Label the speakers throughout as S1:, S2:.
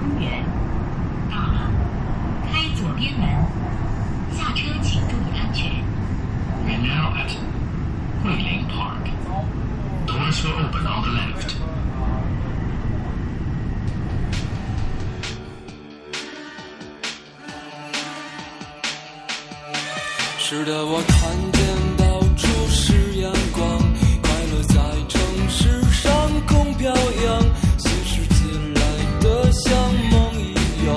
S1: 公园。到了，开左边门，下车请注意安全。
S2: We're now at Guilin Park. Doors will open on the left.
S3: 是的，我看见到处是阳光，快乐在城市上空飘扬，随时自来的像梦一样，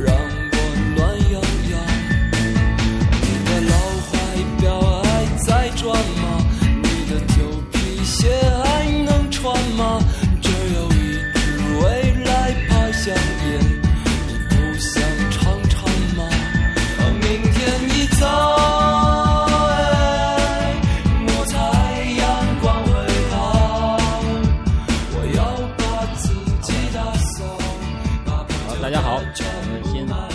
S3: 让我暖洋洋。你的老怀表还在转吗？你的旧皮鞋还能穿吗？只有一支未来牌香烟，你不想尝尝吗？啊明天一早，哎我猜阳光会好。我要把自己打扫。把啤
S4: 好
S3: 酒，
S4: 大家好，我
S3: 干净
S4: 们新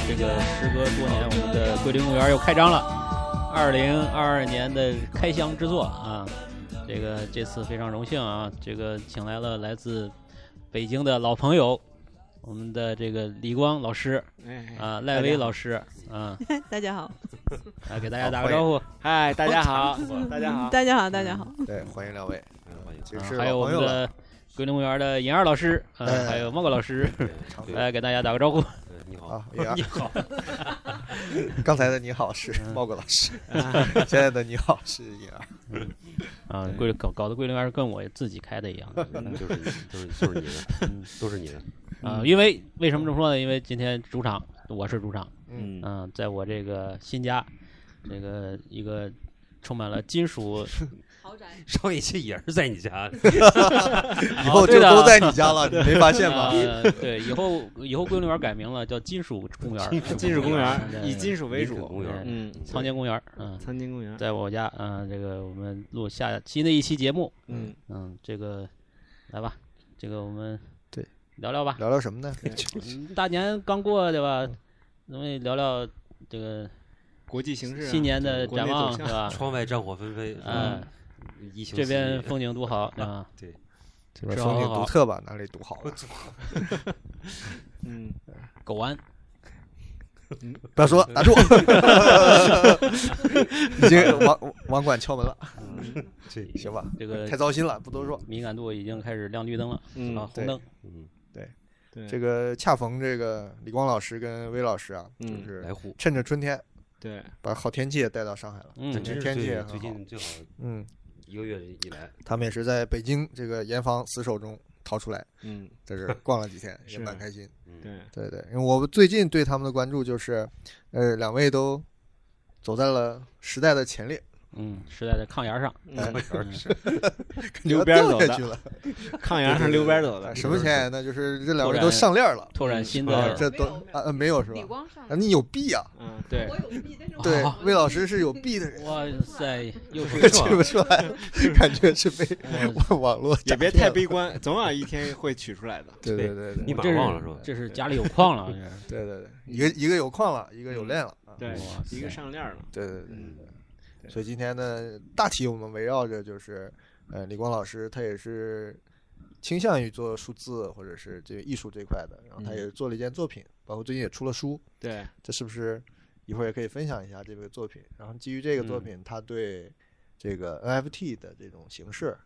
S4: 这个时隔多年，我们的桂林公园又开张了。二零二二年的开箱之作啊，这个这次非常荣幸啊，这个请来了来自北京的老朋友，我们的这个李光老师
S5: 哎
S4: 啊，赖威老师啊，
S6: 大家好，
S4: 来给大家打个招呼。
S7: 嗨，大家好，大家
S6: 嗯
S7: 好，
S6: 大家好，大家好。
S5: 对，欢迎两位，嗯
S7: 哎欢迎
S5: 其实
S4: 啊
S5: 是
S4: 还有
S5: 老
S4: 我
S5: 朋
S4: 们
S5: 友了，
S4: 的桂林公园的尹二老师，啊，
S5: 哎
S4: 还有莫哥老师，
S5: 常德
S4: 来给大家打个招呼。
S7: 对你好，
S5: 啊，也 啊
S4: 你好， 嗯
S5: 刚才的你好是茂哥老师， 现在的你好是颖儿，
S4: 啊，桂搞搞得桂林公园跟我自己开的一样。
S7: 嗯就是就是就是你 的，都是你的，
S8: 嗯
S4: 啊，因为为什么这么说呢？因为今天主场我是主场，
S7: 嗯
S4: 嗯、在我这个新家，这个一个充满了金属，
S6: 豪宅，
S7: 上一期也是在你家，
S5: 以后就都在你家 了，你没发现吗？
S4: 呃，哦对，以后以后桂林园改名了，叫金属公园，
S8: 金属公
S4: 啊
S5: 嗯
S8: 园以金属为
S7: 林肯
S8: 主，
S7: 公园，
S8: 嗯，
S4: 藏经公园，嗯、
S8: 餐巾公园，
S4: 在我家，嗯、这个我们录下新的一期节目，
S8: 嗯，
S4: 嗯，这个来吧，这个我们
S5: 对
S4: 聊聊吧，
S5: 聊聊什么呢？
S4: 嗯大年刚过对吧？咱们也聊聊这个
S8: 国际形势啊，
S4: 新年的
S8: 国内
S4: 展
S8: 走
S4: 望，
S8: 向
S4: 对吧？
S7: 窗外战火纷飞，
S4: 啊嗯，
S7: 疫情
S4: 这边
S7: 肆虐
S4: 风景多好啊！
S7: 对，
S5: 这边
S4: 是
S5: 风景
S4: 好好
S5: 独特吧，哪里独好啊吧？
S8: 嗯，
S4: 狗安，
S5: 不要说， 打住！已经网网管敲门了，
S7: 这
S5: 行吧？
S4: 这个
S5: 太糟心了，不多说。
S4: 敏感度已经开始亮绿灯了，
S8: 嗯
S4: 是吧？
S5: 对
S4: 红灯，
S7: 嗯，
S8: 对，
S5: 这个恰逢这个李光老师跟魏老师啊，就
S8: 嗯
S5: 是
S7: 来沪，
S5: 趁着春天
S8: 对，
S5: 把好天气也带到上海了。
S4: 嗯
S7: 这，真是
S5: 天气
S7: 最
S5: 也很
S7: 最
S5: 好
S7: 近最好
S5: 嗯，
S7: 一个月以来，
S5: 他们也是在北京这个严防死守中逃出来，
S8: 嗯，
S5: 在这儿逛了 几天，也
S8: 是
S5: 蛮开心。
S7: 嗯，
S8: 对，
S5: 对对，因为我最近对他们的关注就是，呃，两位都走在了时代的前列，
S4: 嗯，是在这炕沿上，
S8: 嗯，
S5: 溜
S8: 溜边走
S5: 下去
S8: 的，
S5: 了，
S8: 炕沿上溜边走的，
S5: 啊什么前沿呢？就是这两
S4: 突
S5: 位
S4: 然
S5: 都上链了，
S4: 拓
S8: 嗯
S4: 展新
S5: 啊
S4: 的，
S5: 这都啊呃没有是吧
S6: 李？光上
S5: 啊，，你有弊啊！
S8: 嗯， 对，
S6: 我有弊，但是我
S5: 对
S8: 哦
S6: 我，
S5: 魏老师是有弊的人，
S4: 哇塞，又是
S5: 看不出来，感觉是被网 网络
S8: 嗯也
S5: 诈
S8: 别
S5: 骗
S8: 太
S5: 了
S8: 悲观，总有一天会取出来的，
S5: 对对对对
S7: 你
S4: 把
S7: 把
S4: 这是
S7: 忘了是吧？
S4: 这是家里有矿了，这是
S5: 对对对，一个一个有矿了，一个有链了啊！
S8: 对
S4: 哇，塞
S8: 一个上链了，
S5: 对对对
S8: 嗯，
S5: 对，所以今天呢，大体我们围绕着就是，呃，李光老师他也是倾向于做数字或者是这个艺术这一块的，然后他
S8: 嗯
S5: 也做了一件作品，包括最近也出了书，
S8: 对，
S5: 这是不是一会儿也可以分享一下这个作品？然后基于这个作
S8: 嗯
S5: 品，他对这个 NFT 的这种形式，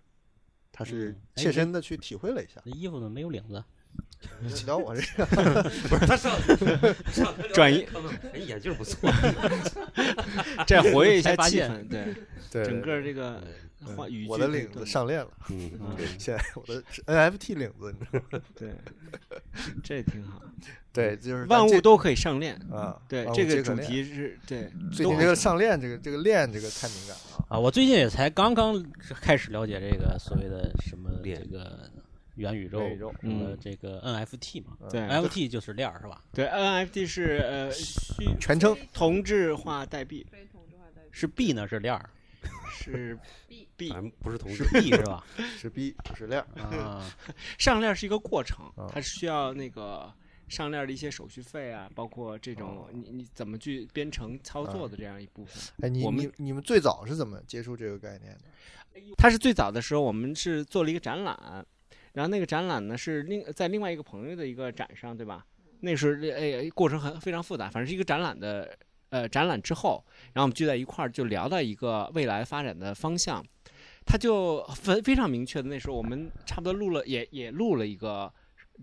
S5: 他是
S4: 嗯哎
S5: 切
S4: 这
S5: 身的去体会了一下。
S4: 这衣服怎么没有领子？
S5: 你聊我这个，
S7: 不是他上上他聊
S8: 转 移
S7: 天看到人眼镜不错，
S5: 啊
S8: 再活跃一下
S4: 才发
S8: 气
S4: 现
S8: 氛，对，
S5: 对
S8: 整
S5: 对
S8: 个这个
S5: 嗯
S8: 话语句
S5: 我的
S8: 可以
S5: 领
S8: 更
S5: 子上链了，
S7: 嗯，
S8: 嗯
S5: 现在我的是 NFT 领子，你知道吗？
S8: 对，这也挺好，
S5: 对， 就是咱
S8: 万
S5: 这
S8: 物都可以上链，
S5: 啊，
S8: 对
S5: 万，物
S8: 这
S5: 皆
S8: 个
S5: 可嗯
S8: 主
S5: 恋
S8: 题是对，
S5: 最近这个上链，这个这个链，这个太敏感了。
S4: 啊，我最近也才刚刚开始了解这个所谓的什么这
S7: 链
S4: 个元宇宙，
S5: 元宇宙
S4: 什么
S8: 嗯
S4: 这个 NFT 嘛
S8: 对
S4: ，NFT 就是链儿是吧？
S8: 对，NFT 是呃虚
S5: 全称
S8: 同质化代币，
S6: 非同质化代
S4: 是币呢是链儿，
S8: 是
S6: 币
S8: B
S7: 反正不是同
S4: 是
S7: 事，
S4: 币是 吧？
S5: 是 B 不是链，
S4: 啊，
S8: 上链是一个过程
S5: 啊，
S8: 它是需要那个上链的一些手续费啊，包括这种
S5: 哦
S8: 你你怎么去编程操作的这样一部分。
S5: 哎，你
S8: 我们
S5: 你你们最早是怎么接触这个概念的？
S8: 它是最早的时候，我们是做了一个展览，然后那个展览呢是另在另外一个朋友的一个展上，对吧？那是哎过程很非常复杂，反正是一个展览的呃展览之后，然后我们聚在一块儿就聊到一个未来发展的方向，他就非非常明确的那时候我们差不多录了也也录了一个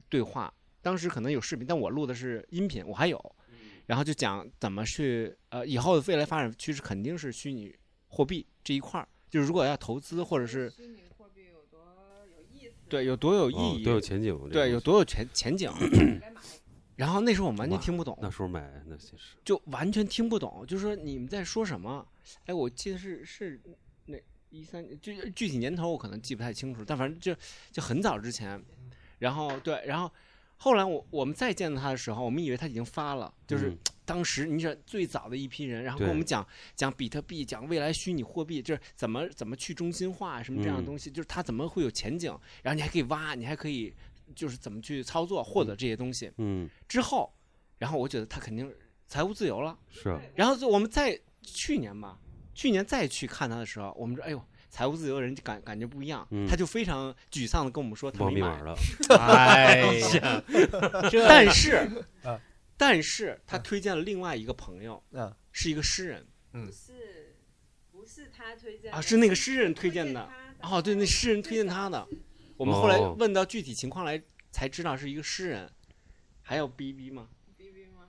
S8: 对话，当时可能有视频，但我录的是音频，我还有，然后就讲怎么去呃以后的未来发展趋势肯定是虚拟货币这一块儿，就是如果要投资或者是
S1: 虚拟货币有多有意思？
S8: 对有多有意
S7: 哦
S8: 义，
S7: 都有前景。这
S8: 对
S7: 个
S8: 有多有前前景，啊
S1: 该买。
S8: 然后那时候我们完全
S7: 哇
S8: 听不懂，
S7: 那时候买，那其实
S8: 就完全听不懂，就说你们在说什么？哎，我记得是是那一三，就具体年头我可能记不太清楚，但反正就就很早之前。然后对，然后后来我我们再见到他的时候，我们以为他已经发了，就是
S7: 嗯
S8: 当时你想最早的一批人，然后
S7: 对
S8: 跟我们讲讲比特币，讲未来虚拟货币，就是怎么怎么去中心化啊什么这样的
S7: 嗯
S8: 东西，就是它怎么会有前景，然后你还可以挖，你还可以就是怎么去操作获得这些东西。
S7: 嗯
S8: 之后，然后我觉得他肯定财务自由了。
S7: 是啊，
S8: 然后就我们在去年吧，去年再去看他的时候，我们说，哎呦，财务自由人就感感觉不一样，
S7: 嗯
S8: 他就非常沮丧的跟我们说他
S7: 忘
S8: 没
S7: 密
S8: 买
S7: 码，了，
S3: 哎呀，
S8: 但是
S5: 啊，
S8: 但是他推荐了另外一个朋友，
S5: 啊
S8: 是一个诗人
S1: 不是，不是他推荐的
S8: 啊，是那个诗人推荐的。
S1: 他
S8: 哦，对，那诗人推荐他的，我们后来
S7: 哦
S8: 问到具体情况来才知道是一个诗人，还有 B B 吗？
S1: 逼逼吗？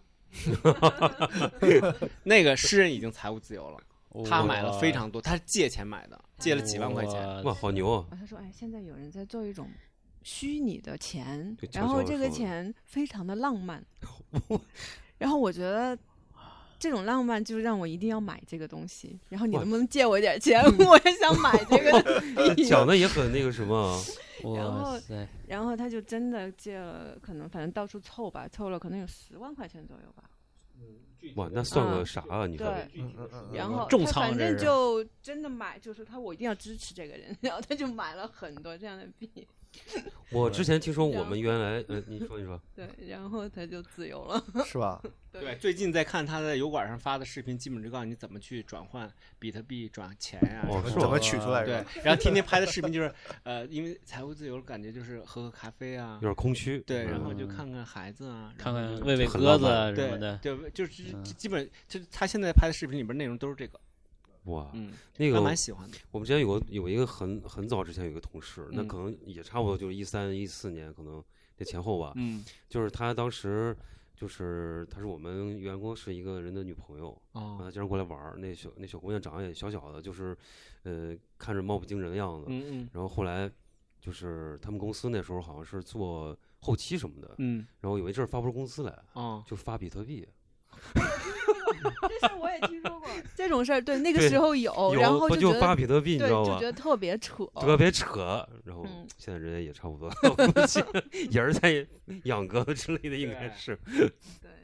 S8: 那个诗人已经财务自由了，他买了非
S3: 我
S8: 常多，他是借钱买的，借了几万块钱。
S3: 我
S7: 哇，好牛啊！
S6: 啊他说：“哎，现在有人在做一种虚拟的钱
S7: 对，悄
S6: 然后
S7: 悄地
S6: 这个
S7: 说的
S6: 钱非常的浪 漫，然后我觉得。”这种浪漫就让我一定要买这个东西，然后你
S7: 哇
S6: 能不能借我 点钱？我也想买这个
S7: 那讲的也很那个什么啊，
S6: 然后
S3: 哇塞，
S6: 然后他就真的借了，可能反正到处凑吧，凑了可能有十万块钱左右吧。
S7: 哇，那算个
S6: 嗯
S7: 啥啊？你说
S6: 对
S5: 嗯嗯嗯，
S6: 然后
S3: 重
S6: 他
S3: 仓
S6: 反
S3: 这
S6: 正
S3: 是
S6: 就真的买，就说他我一定要支持这个人， 然后他就买了很多这样的币，
S7: 我之前听说我们原来，呃，你说你
S8: 嗯
S7: 说，
S6: 对，然后他就自由了。
S5: 是吧？
S8: 对，最近在看他在油管上发的视频，基本就告诉你怎么去转换比特币转钱呀、
S7: 哦
S8: 什
S7: 是
S8: 么
S5: 怎
S7: 吧
S5: 么取出来
S8: 对
S5: 的？，
S8: 然后天天拍的视频就是，呃，因为财务自由，感觉就是喝喝咖啡啊
S7: 有，点空虚，
S8: 对，然后
S7: 嗯
S8: 就看看孩子啊，
S3: 看
S8: 然后
S3: 看
S8: 就
S3: 喂喂
S7: 很
S3: 鸽
S7: 浪
S3: 子啊
S7: 漫
S3: 什么
S8: 对
S3: 的，
S8: 对，就是
S3: 嗯
S8: 基本就是他现在拍的视频里边内容都是这个，
S7: 哇，
S8: 嗯，
S7: 那
S8: 还
S7: 个
S8: 蛮喜欢的。
S7: 我们之前有个有一个很很早之前有一个同事，那
S8: 嗯
S7: 可能也差不多就是一三一四年，可能这前后吧，
S8: 嗯，
S7: 就是他当时就是他是我们员工是一个人的女朋友，啊，
S8: 哦，
S7: 经常过来玩儿。那小那小姑娘长得也小小的，就是，呃，看着貌不惊人的样子。
S8: 嗯嗯
S7: 然后后来就是他们公司那时候好像是做后期什么的，
S8: 嗯，
S7: 然后有一阵儿发不出工资来，
S8: 哦，
S7: 就发比特币。
S6: 这事儿我也听说过，这种事儿对那个
S7: 对
S6: 时候有，
S7: 有
S6: 哦然后
S7: 不
S6: 觉
S7: 就发
S6: 得
S7: 比特币，你
S6: 对，
S7: 知道
S6: 就觉
S7: 吧？
S6: 得特别扯。
S7: 特别扯，然后
S6: 嗯
S7: 现在人家也差不多，我估计也是在养鸽子之类的，应该
S8: 对
S7: 是。
S6: 对，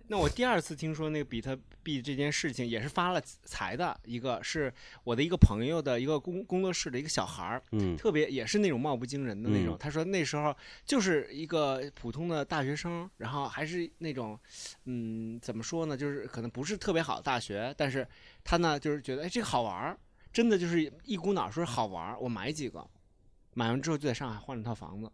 S8: 那我第二次听说那个比特币这件事情，也是发了财的一个，是我的一个朋友的一个工工作室的一个小孩儿，
S7: 嗯，
S8: 特别也是那种貌不惊人的那种。
S7: 嗯
S8: 他说那时候就是一个普通的大学生，然后还是那种，嗯，怎么说呢，就是可能不是特别好的大学，但是他呢就是觉得哎这个好玩儿，真的就是一股脑说好玩儿，我买几个，买完之后就在上海换了套房子。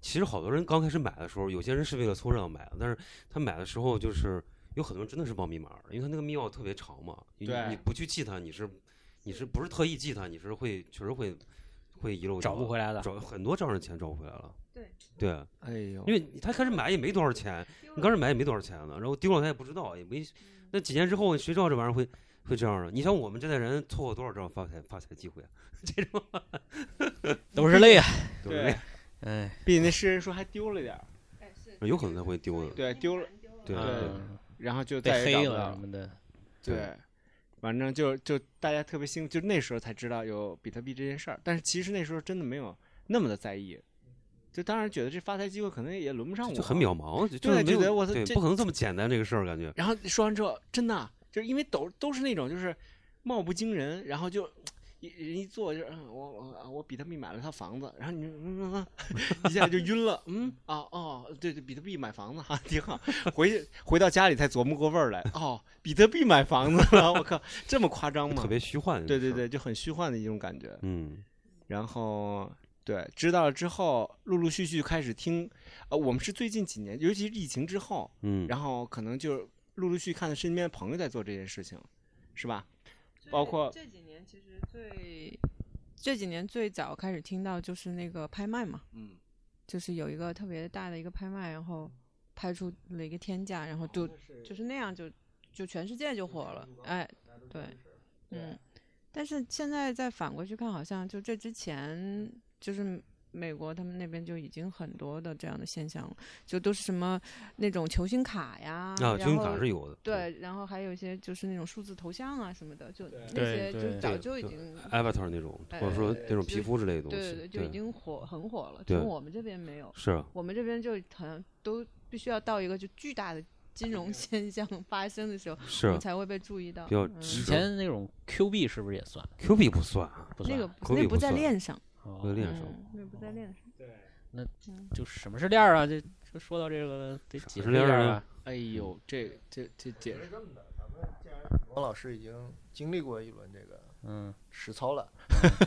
S7: 其实好多人刚开始买的时候，有些人是为了凑热闹买的，但是他买的时候就是有很多人真的是报密码的，因为他那个密钥特别长嘛，你
S8: 对
S7: 你不去记它，你是你是不是特意记它，你是会确实会会遗漏
S3: 找不回
S7: 来
S3: 来 的。
S7: 找很多这样的钱找不回来了。
S6: 对
S7: 对，
S8: 哎呦
S7: 因，为他开始买也没多少钱，你刚开始买也没多少钱呢，然后丢了他也不知道，也没那几年之后谁知道这玩意儿会会这样的？你像我们这代人错过多少这样发财发财机会啊？这种
S3: 都是泪啊！
S7: 对不对？
S3: 哎，
S8: 毕竟那诗人说还丢了点儿，
S1: 哎是
S7: 有可能他会丢的
S8: 对丢了。
S7: 对
S8: 对
S3: 嗯
S8: 然后就
S3: 被
S8: 再也找
S3: 黑
S8: 不到
S3: 了什么的，
S8: 对，反正就就大家特别兴，就那时候才知道有比特币这件事儿，但是其实那时候真的没有那么的在意，就当然觉得这发财机会可能也轮不上我，
S7: 就很渺。茫，就就是
S8: 对就
S7: 没
S8: 觉
S7: 有
S8: 得我操
S7: 对，
S8: 这
S7: 不可能这么简单这个事儿，感觉。
S8: 然后说完之后，真的就是因为都都是那种就是貌不惊人，然后就。一人一坐就是嗯我我我比特币买了套房子，然后你就嗯嗯嗯一下就晕了，嗯啊哦对对，比特币买房子哈、挺好，回去回到家里才琢磨过味儿来，哦比特币买房子了，我靠这么夸张吗？
S7: 特别虚幻。
S8: 对对，对，就很虚幻的一种感觉。
S7: 嗯，
S8: 然后对，知道了之后，陆陆续续开始听，呃，我们是最近几年，尤其是疫情之后，
S7: 嗯，
S8: 然后可能就陆陆续看到身边朋友在做这件事情，是吧？
S1: 所以
S8: 包括
S1: 这几年其实最
S6: 这几年最早开始听到就是那个拍卖嘛，
S8: 嗯，
S6: 就是有一个特别大的一个拍卖，然后拍出了一个天价，然后就就是哦那样就就全世界就火了，哎，对，嗯，但是现在再反过去看，好像就这之前就是。美国他们那边就已经很多的这样的现象了，就都是什么那种球星卡呀，
S7: 啊，
S6: 然
S7: 信用
S6: 后
S7: 卡是有的，
S6: 对，然后还有一些就是那种数字头像啊什么的，就那
S3: 对
S6: 些就
S3: 对
S6: 早
S7: 对
S6: 就已
S7: 对
S6: 经
S7: ，Avatar 那种，或者说那种皮肤之类的东
S6: 对
S7: 西
S6: 呃对，对，就已经火很火了。
S7: 对
S6: 从我们这边没有，
S7: 是啊，
S6: 我们这边就好像都必须要到一个就巨大的金融现象 发生的时候，
S7: 是
S6: 我
S7: 啊
S6: 们才会被注意到。
S7: 比较
S6: 嗯
S7: 直
S3: 以前那种 Q 币是不是也算？
S7: Q 币不算啊，
S3: 不
S6: 那
S3: 算
S6: 个
S3: 啊，
S6: 不
S7: 口
S6: 那
S7: 语
S6: 不
S7: 不
S6: 在
S7: 算
S6: 链上，
S7: 有
S3: 哦，
S7: 点
S6: 嗯
S7: 少，
S6: 那不在链上。
S3: 就是什么是链儿啊？这就说到这个得
S7: 啥
S3: 解
S7: 是
S3: 释一
S7: 链
S3: 下
S7: 儿啊
S3: 吧。
S8: 哎呦，这这这解释，
S5: 王老师已经经历过一轮这个
S3: 嗯，
S5: 实操 了，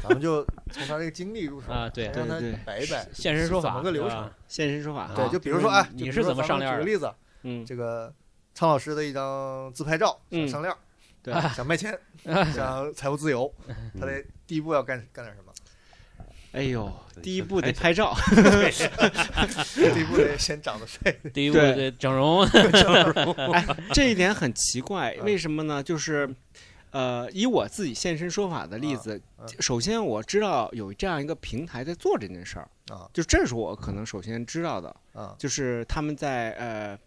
S5: 咱们就从他这个经历入手
S3: 啊对
S5: 先让他
S8: 对对
S5: 摆一摆
S3: 现身说法
S5: 哎怎么个流
S3: 对
S5: 程
S3: 吧。
S8: 现身说法啊，
S5: 对，就比如说
S8: 就是
S5: 哎，
S3: 你
S5: 就比
S3: 你
S5: 如
S3: 是
S5: 说
S3: 怎么
S5: 咱
S3: 上
S5: 们
S3: 链
S5: 举
S3: 儿
S5: 个
S3: 的
S5: 例子，
S8: 嗯，
S5: 这个苍老师的一张自拍照，想
S8: 嗯
S5: 上链儿，
S8: 对
S5: 想想卖 钱，想财务自 由，他得第一步要干干点 什么？
S8: 哎呦，
S7: 对
S8: 第一
S7: 先
S8: 步
S5: 哎
S7: 拍
S8: 得
S7: 照
S8: 拍 照，
S5: 第一步得先长得帅，
S3: 第一步
S8: 对
S3: 得整容，
S8: 这一点很奇怪，
S5: 嗯
S8: 为什么呢？就是，呃，以我自己现身说法的例子，
S5: 嗯
S8: 首先我知道有这样一个平台在做这件事儿
S5: 啊，
S8: 就这是我可能首先知道的，
S5: 啊
S8: 就是他们在呃，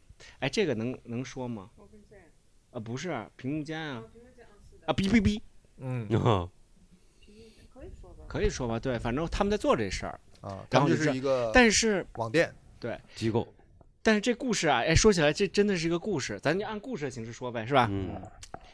S8: 哎，这个能能说吗？
S1: open j a m
S8: 呃，不是屏幕间啊
S1: 哦，，屏幕间哦，是的，
S8: 啊，哔哔哔，
S5: 嗯
S7: 啊，
S1: 屏幕间可以说吧？
S8: 可以说吧？对，反正他们在做这事儿，
S5: 啊，
S8: 然后
S5: 咱们就
S8: 就是
S5: 一个
S8: 但是
S5: 网店，
S7: 机构，
S8: 但是这故事啊，哎，说起来这真的是一个故事，咱就按故事的形式说呗，是吧？
S7: 嗯，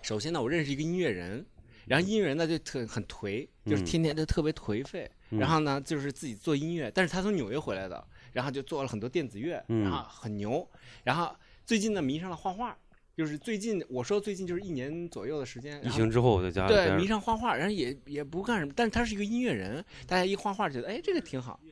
S8: 首先呢，我认识一个音乐人，然后音乐人呢就特很颓，就是
S7: 嗯
S8: 天天就特别颓废。
S7: 嗯
S8: 然后呢，就是自己做音乐，但是他从纽约回来的，然后就做了很多电子乐，
S7: 嗯
S8: 然后很牛。然后最近呢，迷上了画画，就是最近我说最近就是一年左右的时间，
S7: 疫
S8: 然后
S7: 情之后在家里
S8: 对
S7: 待
S8: 迷
S7: 着，
S8: 上画画，然后也也不干什么，但是他是一个音乐人，大家一画画觉得哎这个挺好。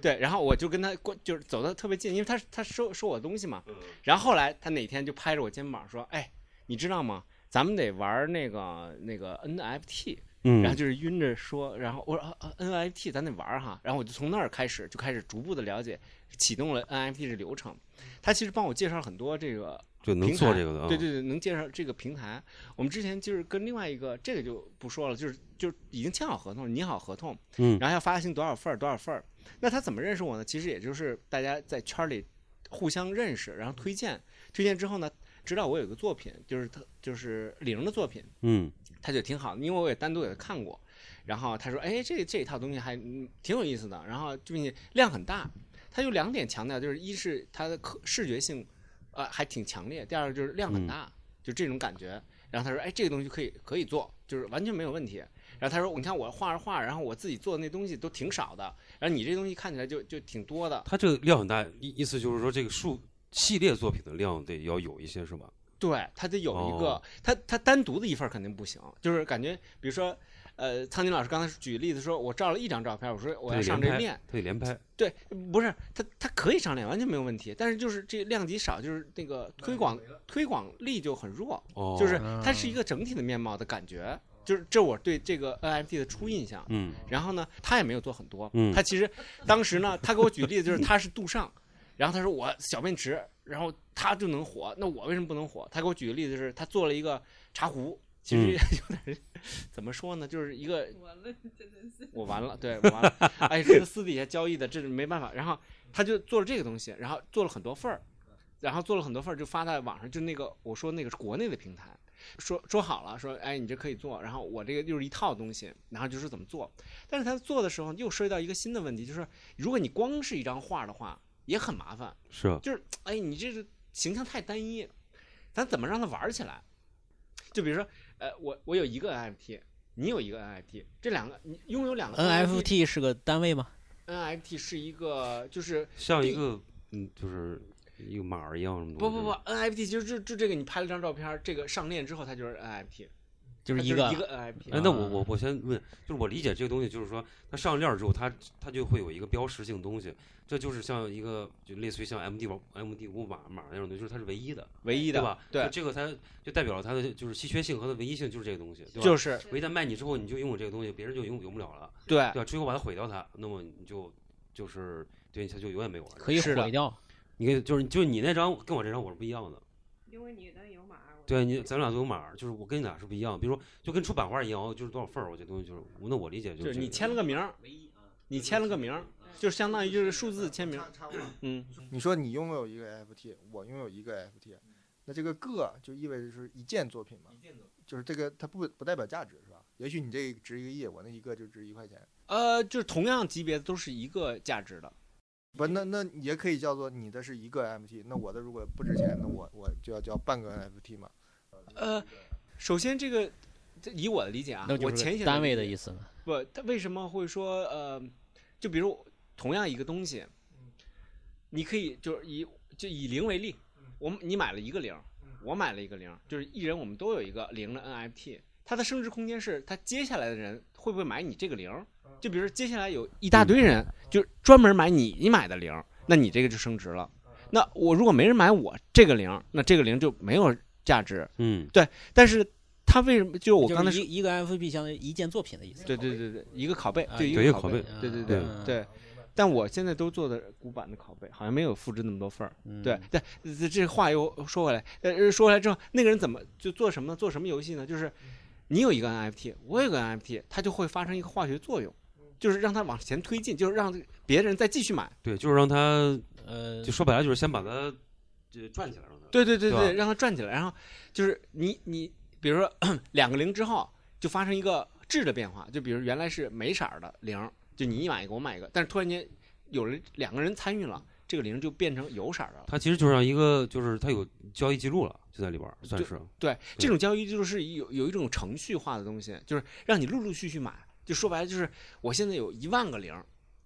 S8: 对，然后我就跟他过，就是走的特别近，因为他他收收我东西嘛，然后后来他哪天就拍着我肩膀说：“哎，你知道吗？咱们得玩那个那个 NFT。”然后
S7: 嗯，
S8: 就是晕着说，然后我说、啊啊、NFT 咱得玩儿哈，然后我就从那儿开始就开始逐步的了解，启动了 NFT 的流程。他其实帮我介绍了很多这个
S7: 就能
S8: 平
S7: 做
S8: 台
S7: 这个的啊，
S8: 对对对，能介绍这个平台。我们之前就是跟另外一个，这个就不说了，就是就是已经签好合同，拟好合同，
S7: 嗯
S8: 然后要发行多少份儿多少份儿。那他怎么认识我呢？其实也就是大家在圈儿里互相认识，然后推荐，推荐之后呢，知道我有个作品，就是他就是李荣的作品，
S7: 嗯，
S8: 他觉得挺好的，因为我也单独给他看过。然后他说：“哎，这这一套东西还嗯挺有意思的。”然后就并且量很大，他有两点强调，就是一是它的可视觉性，呃，还挺强烈；第二个就是量很大，就这种感觉。然后他说：“哎，这个东西可以可以做，就是完全没有问题。”然后他说：“你看我画着画，然后我自己做的那东西都挺少的，然后你这东西看起来就就挺多的。
S7: 它这个量很大，意意思就是说这个数系列作品的量得要有一些是吧？
S8: 对，他得有一个
S7: 哦，
S8: 他他单独的一份儿肯定不行，就是感觉，比如说，呃，苍井老师刚才举例子说，我照了一张照片，我说我
S7: 它
S8: 要
S7: 得
S8: 上
S7: 连
S8: 这
S7: 拍，
S8: 链，
S7: 它得连拍，
S8: 对，不是他他可以上链，完全没有问题，但是就是这量级少，就是那个推广推广力就很弱，
S7: 哦，
S8: 就是它是一个整体的面貌的感觉，就是这我对这个 NFT 的初印象。
S7: 嗯
S8: 然后呢，他也没有做很多。
S7: 嗯
S8: 他其实当时呢，他给我举例子就是他是杜尚，然后他说我小便池，然后他就能火，那我为什么不能火？他给我举个例子是，他做了一个茶壶，其实有点儿、怎么说呢，就是一个
S1: 完了，真的是
S8: 我完了，对我完了，哎，这个私底下交易的，这是没办法。然后他就做了这个东西，然后做了很多份儿，然后做了很多份儿就发在网上，就那个我说那个是国内的平台，说说好了，说哎你这可以做，然后我这个又是一套东西，然后就是怎么做。但是他做的时候又涉及到一个新的问题，就是如果你光是一张画的话，也很麻烦，
S7: 是啊
S8: 就是哎你这个形象太单一，咱怎么让它玩起来？就比如说，呃，我我有一个 NFT，你有一个 NFT，这两个你拥有两个
S3: NFT 是个单位吗？
S8: NFT 是一个，就是
S7: 像一个嗯，就是一个码儿一样的东西。
S8: 不不不，，NFT 啊就是就就这个，你拍了张照片，这个上链之后它就是 NFT，
S3: 就是
S8: 它
S3: 一个
S8: 一个 IP
S7: 哎，那我我我先问，就是我理解这个东西，就是说它上链儿之后，它它就会有一个标识性东西，这就是像一个就类似于像 M D M D 五码码那种东西，就是它是唯一的，
S8: 唯一
S7: 对
S8: 的，
S7: 吧？
S8: 对
S7: 就这个它就代表了它的就是稀缺性和它唯一性，就是这个东西，对吧？
S8: 就是是
S7: 唯一旦卖你之后，你就拥有这个东西，别人就拥有不了了，
S8: 对
S7: 对吧？最后把它毁掉它，那么你就就是对它就永远没有了。
S3: 可以
S8: 是的
S3: 毁掉。
S7: 你可以就是就是你那张跟我这张我是不一样的，
S1: 因为你的有码，我
S7: 对你咱俩都有码儿，就是我跟你俩是不一样，比如说就跟出版画一样，哦就是多少份儿，我这东西就是那我理解就
S8: 就是是
S7: 这
S8: 你
S7: 个
S8: 签了个名儿，你签了个名儿，就是相当于就是数字签名儿，嗯，
S5: 你说你拥有一个 FT，我拥有一个 FT，那这个个啊就意味着是一件作品嘛？就是这个它不不代表价值是吧？也许你这个值一个亿，我那一个就值一块钱。
S8: 呃，就是同样级别都是一个价值的，
S5: 不，那那也可以叫做你的是一个 FT，那我的如果不值钱，那我我就要交半个 FT 嘛。
S8: 呃，首先这个。这以我的理解啊，
S3: 那就
S8: 我
S3: 是
S8: 浅显
S3: 单位
S8: 理
S3: 的
S8: 解
S3: 意思嘛。
S8: 不，他为什么会说呃，就比如同样一个东西，你可以就是以就以零为例，我们你买了一个零，我买了一个零，就是一人我们都有一个零的 NFT，它的升值空间是它接下来的人会不会买你这个零？就比如说接下来有一大堆人就是专门买你你买的零，那你这个就升值了。那我如果没人买我这个零，那这个零就没有价值。
S7: 嗯
S8: 但是它为什么？就我
S3: 就是
S8: 刚才说，
S3: 一一个 FP 相当于一件作品的意思。
S8: 对对对对，一个拷贝，
S3: 啊
S8: 对
S7: 对
S8: 一
S7: 一
S8: 个
S7: 个
S8: 拷
S7: 拷
S8: 贝
S7: 贝，
S3: 啊
S8: 对对
S7: 对
S3: 嗯
S8: 对，但我现在都做的古板的拷贝，好像没有复制那么多份儿。
S3: 嗯
S8: 对，但这这话又说回来，呃，说回来之后，那个人怎么就做什么呢？做什么游戏呢？就是你有一个 NFT，我有个 NFT，它就会发生一个化学作用，就是让它往前推进，就是让别人再继续买。
S7: 对，就是让它
S3: 呃
S7: 就，说白了就是先把它这转起来，让它
S8: 对对对
S7: 对吧
S8: 对，让它转起来。然后就是你你，比如说两个零之后，就发生一个质的变化，就比如原来是没色儿的零，就你买一个我买一个，但是突然间有了两个人参与了，这个零就变成有色儿的了。
S7: 它其实就像一个就是它有交易记录了，就在里边儿算
S8: 对
S7: 是
S8: 对，这种交易就是有有一种程序化的东西，就是让你陆陆续续买。就说白了，就是我现在有一万个零，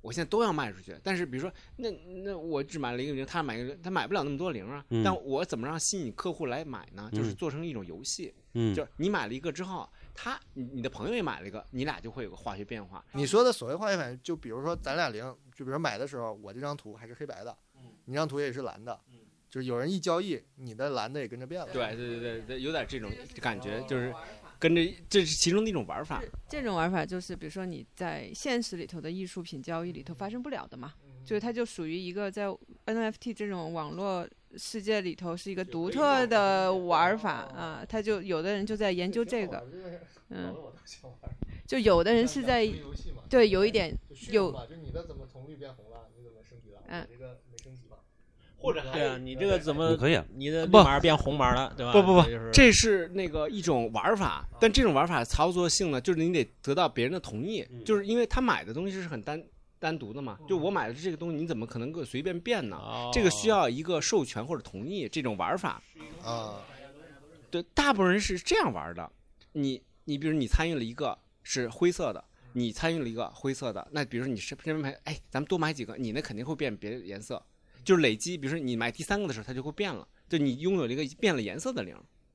S8: 我现在都要卖出去。但是比如说，那那我只买了一个零，他买一个零，他买不了那么多零啊。
S7: 嗯
S8: 但我怎么让吸引客户来买呢？就是
S7: 嗯
S8: 做成一种游戏，
S7: 嗯
S8: 就是你买了一个之后，他你你的朋友也买了一个，你俩就会有个化学变化。
S5: 你说的所谓化学反应，就比如说咱俩零，就比如买的时候，我这张图还是黑白的，你这张图也是蓝的，就是有人一交易，你的蓝的也跟着变了。
S8: 对对对对，有点这种感觉，就
S1: 就是玩法
S8: 跟着这是其中的一种玩法。
S6: 这种玩法就是，比如说你在现实里头的艺术品交易里头发生不了的嘛，就是它就属于一个在 NFT 这种网络世界里头是一个独特的玩法啊。它就有的人就在研究这个，嗯，就有的人是在对有一点有
S5: 就你的怎么从绿变红了，你怎么升级了？
S6: 嗯
S5: 这个没升级吧？
S8: 或者
S3: 对啊，你这个怎
S7: 你
S3: 么
S7: 可以啊，
S3: 你的绿
S8: 不
S3: 码变红码了，对吧？
S8: 不不不
S3: 这就是
S8: 这是那个一种玩法，但这种玩法操作性呢，就是你得得到别人的同意，
S7: 嗯
S8: 就是因为他买的东西是很单单独的嘛，就我买的这个东西，你怎么可能够随便变呢？
S3: 哦
S8: 这个需要一个授权或者同意，这种玩法，
S5: 啊，
S8: 对，大部分人是这样玩的。你你比如你参与了一个是灰色的，你参与了一个灰色的，那比如说你身身边买，哎，咱们多买几个，你那肯定会变别的颜色，就是累积。比如说你买第三个的时候，它就会变了，就你拥有了一个变了颜色的零，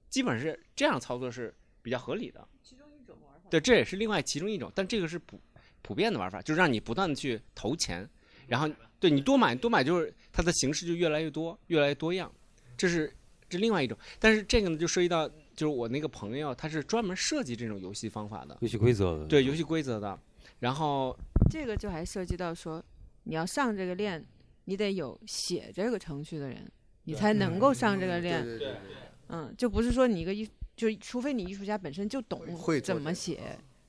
S8: 基本是这样操作是比较合理的。
S1: 其中一种玩法。
S8: 对，这也是另外其中一种，但这个是普普遍的玩法，就是让你不断的去投钱，然后对你多买多买，就是它的形式就越来越多，越来越多样，这是这另外一种。但是这个呢，就涉及到就是我那个朋友，他是专门设计这种游戏方法的，
S7: 游戏规则的
S8: 对游戏规则的。然后
S6: 这个就还涉及到说，你要上这个链，你得有写这个程序的人，你才
S5: 嗯
S6: 能够上这个链。
S5: 对对
S6: 嗯，就不是说你一个艺，就除非你艺术家本身就懂
S5: 会做
S6: 怎
S5: 这
S6: 么
S5: 个啊
S6: 写，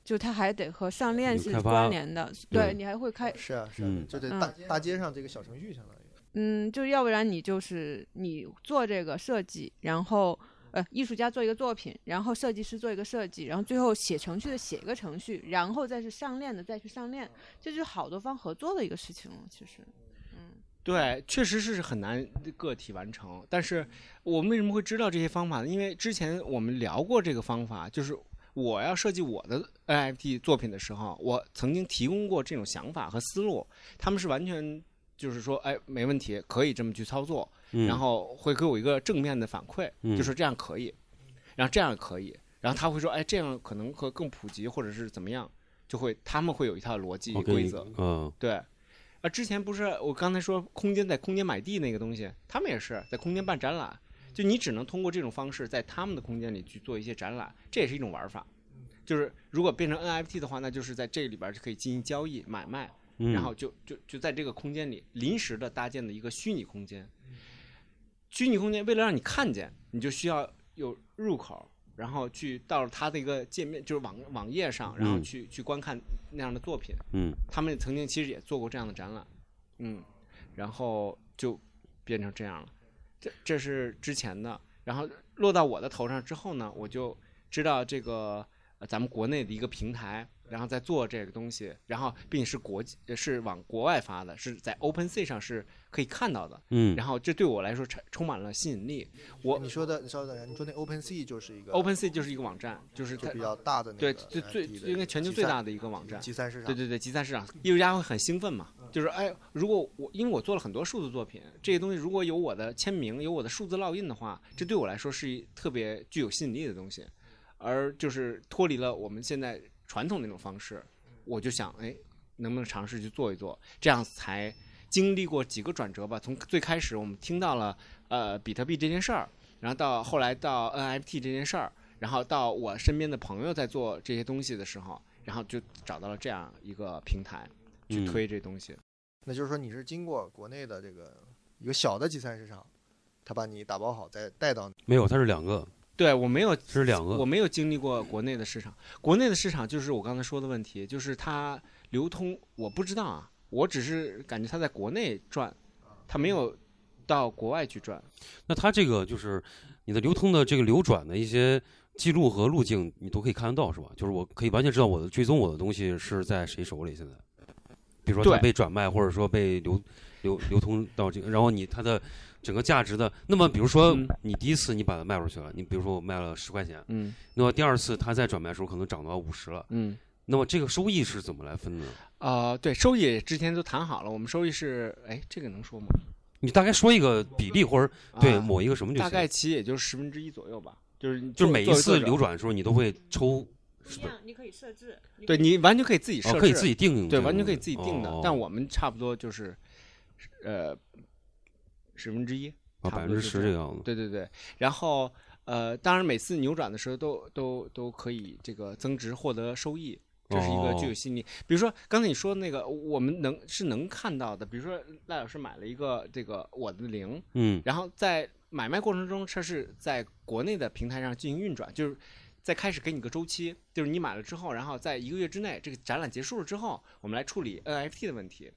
S6: 就他还得和上链
S7: 有
S6: 是
S7: 开发
S6: 关联的，
S7: 对
S6: 对你还会开
S5: 对，，是啊是啊，
S7: 嗯
S5: 就得大大街上这个小程序相当于。
S6: 嗯，就要不然你就是你做这个设计，然后呃艺术家做一个作品，然后设计师做一个设计，然后最后写程序的写一个程序，然后再是上链的再去上链，这就是好多方合作的一个事情了，其实，嗯。
S8: 对，确实是很难个体完成。但是我们为什么会知道这些方法呢？因为之前我们聊过这个方法，就是我要设计我的 NFT 作品的时候，我曾经提供过这种想法和思路，他们是完全就是说，哎，没问题，可以这么去操作，
S7: 嗯
S8: 然后会给我一个正面的反馈，
S7: 嗯
S8: 就说这样可以，然后这样可以。然后他会说，哎，这样可能和更普及，或者是怎么样，就会他们会有一套逻辑
S7: 我给
S8: 规
S7: 你
S8: 则。
S7: 嗯，
S8: 对，啊，之前不是我刚才说空间在空间买地那个东西，他们也是在空间办展览，就你只能通过这种方式在他们的空间里去做一些展览，这也是一种玩法。就是如果变成 NFT 的话，那就是在这个里边儿就可以进行交易买卖，
S7: 嗯
S8: 然后就就就在这个空间里临时的搭建的一个虚拟空间。虚拟空间为了让你看见，你就需要有入口，然后去到它的一个界面，就是网网页上，然后
S7: 嗯
S8: 去、去观看那样的作品。
S7: 嗯，
S8: 他们曾经其实也做过这样的展览，嗯，然后就变成这样了。这这是之前的，然后落到我的头上之后呢，我就知道这个、呃咱们国内的一个平台，然后在做这个东西，然后并且是国际呃是往国外发的，是在 OpenSea 上是可以看到的。
S7: 嗯
S8: 然后这对我来说充充满了吸引力。我
S5: 你说的，你稍等一下，你说那嗯 Open Sea 就是一个
S8: OpenSea 就是一个网站，就是
S5: 就
S8: 它
S5: 比较大的那
S8: 对
S5: 个
S8: 最
S5: NFT
S8: 最
S5: 的
S8: 应该全球最大的一个
S5: 集散
S8: 网站。
S5: 集散市场，嗯
S8: 对对对，集散市场，艺术家会很兴奋嘛，就是哎，如果我因为我做了很多数字作品，这些东西如果有我的签名，有我的数字烙印的话，这对我来说是一特别具有吸引力的东
S5: 嗯
S8: 西，而就是脱离了我们现在传统那种方式，
S5: 嗯
S8: 我就想哎，能不能尝试去做一做，这样才经历过几个转折吧，从最开始我们听到了呃比特币这件事儿，然后到后来到 NFT 这件事儿，然后到我身边的朋友在做这些东西的时候，然后就找到了这样一个平台去
S7: 嗯
S8: 推这东西。
S5: 那就是说你是经过国内的这个一个小的集散市场，他把你打包好再带到
S7: 没有，它是两个，
S8: 对我没有
S7: 是两个，
S8: 我没有经历过国内的市场，国内的市场就是我刚才说的问题，就是它流通，我不知道啊，我只是感觉它在国内转，它没有到国外去转。
S7: 那它这个就是你的流通的这个流转的一些记录和路径，你都可以看得到，是吧？就是我可以完全知道我的追踪我的东西是在谁手里现在，比如说它
S8: 对
S7: 被转卖，或者说被流流流通到这个，然后你它的整个价值的。那么比如说
S8: 嗯
S7: 你第一次你把它卖出去了，你比如说我卖了十块钱，
S8: 嗯
S7: 那么第二次它再转卖的时候可能涨到五十了，
S8: 嗯。
S7: 那么这个收益是怎么来分的？
S8: 啊，对，收益之前都谈好了，我们收益是，哎，这个能说吗？
S7: 你大概说一个比例，或者对
S8: 啊
S7: 某一个什么就
S8: 大
S7: 行。
S8: 概其也就十分之一左右吧，就是你
S7: 就
S8: 作
S7: 是每一
S8: 作为作
S7: 次
S8: 者
S7: 流转的时候，你
S8: 嗯
S7: 都会抽，
S1: 不一
S7: 不是
S1: 样，你可以设置。可
S8: 对
S1: 以
S8: 你完全可以自己设
S7: 哦
S8: 置，
S7: 可以自己定这个东西。
S8: 对，完全可以自己定的。
S7: 哦
S8: 但我们差不多就是，呃，十分之一，
S7: 啊，
S8: 差
S7: 百
S8: 不
S7: 分
S8: 多
S7: 之
S8: 就
S7: 十
S8: 这
S7: 这个样子。
S8: 对对对，然后呃，当然每次扭转的时候都都都可以这个增值获得收益，这是一个具有
S7: 哦
S8: 吸引力。比如说刚才你说的那个，我们能是能看到的，比如说赖老师买了一个这个我的零，
S7: 嗯，
S8: 然后在买卖过程中，它是在国内的平台上进行运转，就是在开始给你个周期，就是你买了之后，然后在一个月之内，这个展览结束了之后，我们来处理 NFT 的问题。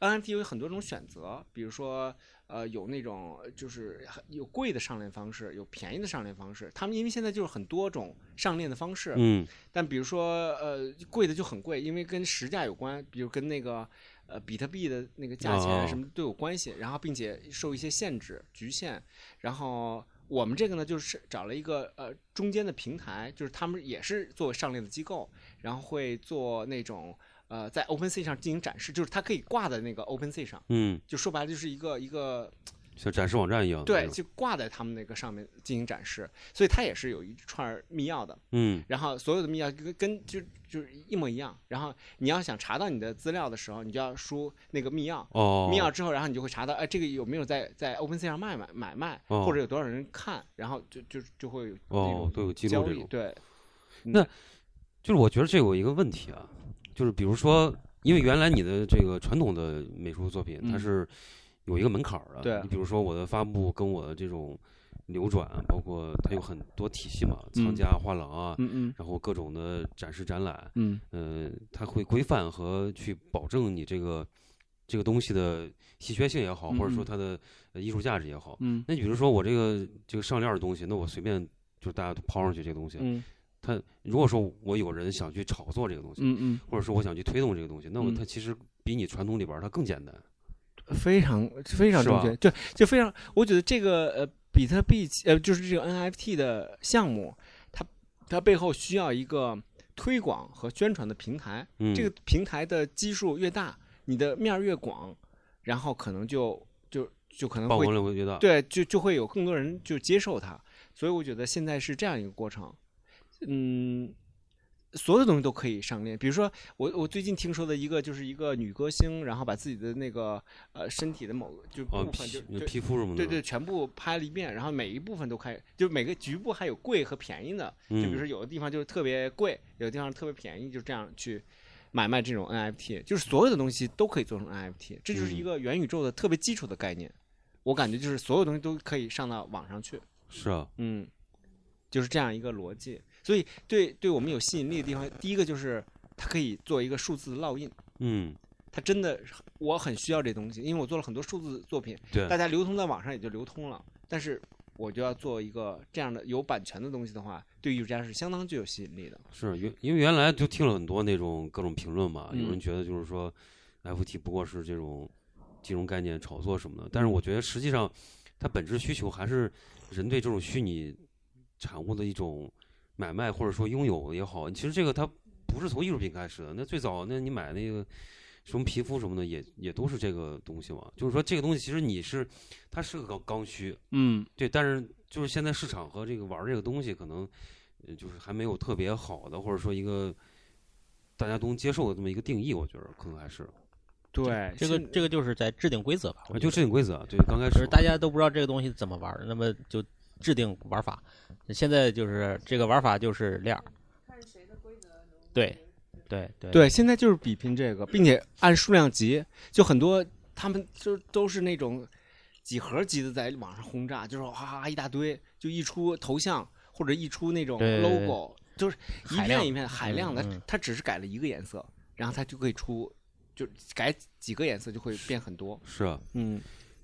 S8: NFT 有很多种选择，比如说，呃，有那种就是很有贵的上链方式，有便宜的上链方式。他们因为现在就是很多种上链的方式，
S7: 嗯，
S8: 但比如说，呃，贵的就很贵，因为跟实价有关，比如跟那个呃比特币的那个价
S7: 哦
S8: 钱啊什么都有关系，然后并且受一些限制局限。然后我们这个呢，就是找了一个呃中间的平台，就是他们也是做上链的机构，然后会做那种呃在 OpenSea 上进行展示，就是它可以挂在那个 OpenSea 上，
S7: 嗯，
S8: 就说白了就是一个一个
S7: 像展示网站一样。
S8: 对，
S7: 吧
S8: 就挂在他们那个上面进行展示，所以它也是有一串儿密钥的。
S7: 嗯，
S8: 然后所有的密钥跟跟就就是一模一样。然后你要想查到你的资料的时候，你就要输那个密钥。
S7: 哦，
S8: 密钥之后，然后你就会查到，哎，这个有没有在在 OpenSea 上卖买买卖，
S7: 哦
S8: 或者有多少人看，然后就就就会有那
S7: 哦都有
S8: 种
S7: 记录
S8: 交
S7: 这
S8: 易
S7: 种啊
S8: 对，
S7: 就是我觉得这有一个问题啊，就是比如说，因为原来你的这个传统的美术作品，它
S8: 嗯
S7: 是有一个门槛儿的。
S8: 对
S7: 你比如说我的发布跟我的这种流转，啊包括它有很多体系嘛，藏
S8: 嗯
S7: 家、画廊啊，
S8: 嗯嗯
S7: 然后各种的展示展览，
S8: 嗯
S7: 呃，它会规范和去保证你这个这个东西的稀缺性也好，或者
S8: 嗯
S7: 说
S8: 嗯
S7: 它的呃艺术价值也好。
S8: 嗯
S7: 那比如说我这个这个上链儿的东西，那我随便就是大家都抛上去这个东西，
S8: 嗯
S7: 它如果说我有人想去炒作这个东西，
S8: 嗯
S7: 或者说我想去推动这个东西，那么
S8: 嗯
S7: 它其实比你传统里边儿它更简单。
S8: 嗯，非常非常
S7: 是
S8: 正
S7: 吧
S8: 确，就就非常，我觉得这个呃比特币呃就是这个 NFT 的项目，它它背后需要一个推广和宣传的平台，
S7: 嗯，
S8: 这个平台的基数越大，你的面儿越广，然后可能就就就可能
S7: 曝
S8: 会
S7: 光量会越大。
S8: 对，就就会有更多人就接受它。所以我觉得现在是这样一个过程。嗯，所有的东西都可以上链。比如说，我我最近听说的一个，就是一个女歌星，然后把自己的那个呃身体的某个就
S7: 啊
S8: 部分就、
S7: 皮
S8: 就
S7: 皮肤什么的，
S8: 对对，全部拍了一遍，然后每一部分都开，就每个局部还有贵和便宜的，就比如
S7: 嗯
S8: 说有的地方就是特别贵，有的地方特别便宜，就这样去买卖这种 NFT，就是所有的东西都可以做成 NFT，这就是一
S7: 嗯
S8: 个元宇宙的特别基础的概念。我感觉就是所有东西都可以上到网上去，
S7: 是啊，
S8: 嗯，就是这样一个逻辑。所以对对我们有吸引力的地方，第一个就是它可以做一个数字烙印，
S7: 嗯，
S8: 它真的我很需要这东西，因为我做了很多数字作品，
S7: 对
S8: 大，家流通在网上也就流通了。但是我就要做一个这样的有版权的东西的话，对艺术家是相当具有吸引力的。
S7: 是原因为原来就听了很多那种各种评论嘛，有
S8: 嗯
S7: 人觉得就是说，FT 不过是这种金融概念炒作什么的，但是我觉得实际上它本质需求还是人对这种虚拟产物的一种买卖或者说拥有也好，其实这个它不是从艺术品开始的，那最早那你买那个。什么皮肤什么的也也都是这个东西嘛，就是说这个东西其实你是，它是个刚刚需，
S8: 嗯
S7: 对，但是就是现在市场和这个玩儿这个东西，可能呃就是还没有特别好的，或者说一个大家都能接受的这么一个定义，我觉得可能还是
S8: 对，
S3: 这个
S8: 是
S3: 这个就是在制定规则吧，我
S7: 啊
S3: 觉
S7: 就
S3: 得
S7: 制定规则啊，对，刚开
S3: 就
S7: 始
S3: 是大家都不知道这个东西怎么玩儿，那么就制定玩法。现在就是这个玩法就是链儿，
S1: 看谁的规则能
S3: 对对对
S8: 对，现在就是比拼这个，并且按数量级，就很多他们就都是那种几何级的在网上轰炸，就是哗哗一大堆，就一出头像或者一出那种
S3: 对对对
S8: logo，就是一
S3: 海量
S8: 片一片海量的
S3: 嗯嗯，
S8: 它只是改了一个颜色，然后它就可以出，就改几个颜色就会变很多。
S7: 是啊。
S8: 嗯，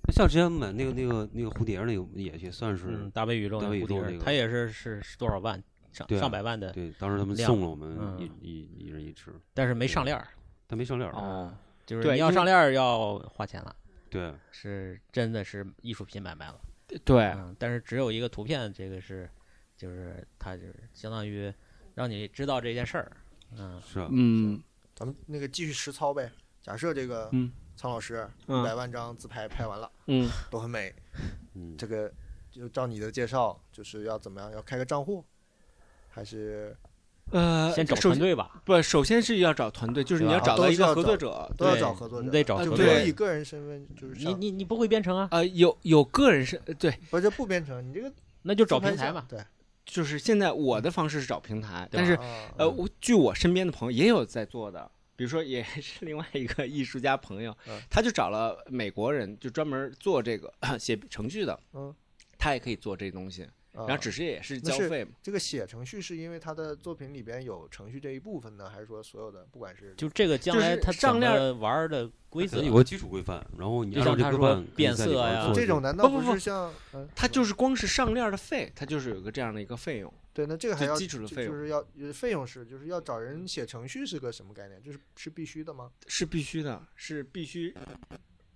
S7: 那像之前买那个那个那个蝴蝶儿那个也也算是、
S3: 嗯，大悲宇宙
S7: 大
S3: 那
S7: 悲宇
S3: 蝴蝶
S7: 宙
S3: 儿
S7: 那，个
S3: 它也是是是多少万上
S7: 对啊
S3: 上百万的，
S7: 对，当时他们
S3: 量
S7: 送了我们
S3: 嗯
S7: 一、一一人一只，
S3: 但是没上链儿，
S7: 但没上链儿。
S8: 哦，
S3: 就是
S8: 对
S3: 你
S8: 因
S3: 要
S8: 为
S3: 上链儿要花钱了，
S7: 对，
S3: 是真的是艺术品买卖了。
S8: 对，
S3: 嗯，但是只有一个图片，这个是就是它就是相当于让你知道这件事儿，嗯，
S7: 是啊，
S8: 嗯
S5: 咱们那个继续实操呗。假设这个
S8: 嗯
S5: 苍老师
S8: 嗯
S5: 百万张自拍拍完了，
S8: 嗯
S5: 都很美，
S7: 嗯，
S5: 这个就照你的介绍，就是要怎么样？要开个账户，还是
S8: 呃，
S3: 先找
S8: 首
S3: 团
S8: 先
S3: 队吧，
S8: 不，首先是要找团队，就是你
S3: 对
S8: 要
S3: 吧
S8: 找
S5: 都
S8: 到一
S5: 是要
S8: 个合作
S5: 找
S8: 者，
S5: 都要
S3: 对
S5: 找合作
S3: 哎你
S5: 者？
S3: 得找合
S8: 啊
S5: 不
S3: 作
S8: 对
S5: 能
S3: 人
S5: 以个人身份就是
S3: 你
S5: 上，
S3: 你你不会编程啊，
S8: 呃，有有个人是，呃对，
S5: 不就不编程？你这个
S3: 那就找
S5: 自拍
S3: 平台
S5: 照
S3: 嘛，
S5: 对，
S8: 就是现在我的方式是找平台，
S3: 对吧
S8: 但是
S5: 啊
S8: 呃，我据我身边的朋友也有在做的，比如说也是另外一个艺术家朋友
S5: 嗯，
S8: 他就找了美国人，就专门做这个写程序的，
S5: 嗯，
S8: 他也可以做这东西，
S3: 嗯
S5: 啊
S8: 然后只是也是
S5: 那
S8: 交
S5: 是
S8: 费嘛，
S5: 这个写程序是因为他的作品里边有程序这一部分呢，还是说所有的不管是
S3: 就这个将来
S8: 就是
S3: 它
S8: 上
S3: 怎
S8: 链
S3: 么玩儿的规
S7: 可
S3: 则
S7: 能，有个基础规范，然后你
S3: 就
S7: 按
S3: 像
S7: 照这
S3: 他
S7: 个规
S3: 说
S7: 范可以
S3: 变
S7: 在里
S3: 色
S7: 边
S3: 呀
S7: 做
S5: 这
S7: 一
S5: 种
S7: 个
S5: 难道
S8: 不不
S5: 是
S8: 不
S5: 像嗯，
S8: 他就是光是上链的费，他就是有一个这样的一个费用，
S5: 对，那这个还
S8: 最
S5: 要
S8: 基础的
S5: 就
S8: 费用
S5: 就是要呃费用是就是要找人写程序是个什么概念？这是是必须的吗？
S8: 是必须的，是必须。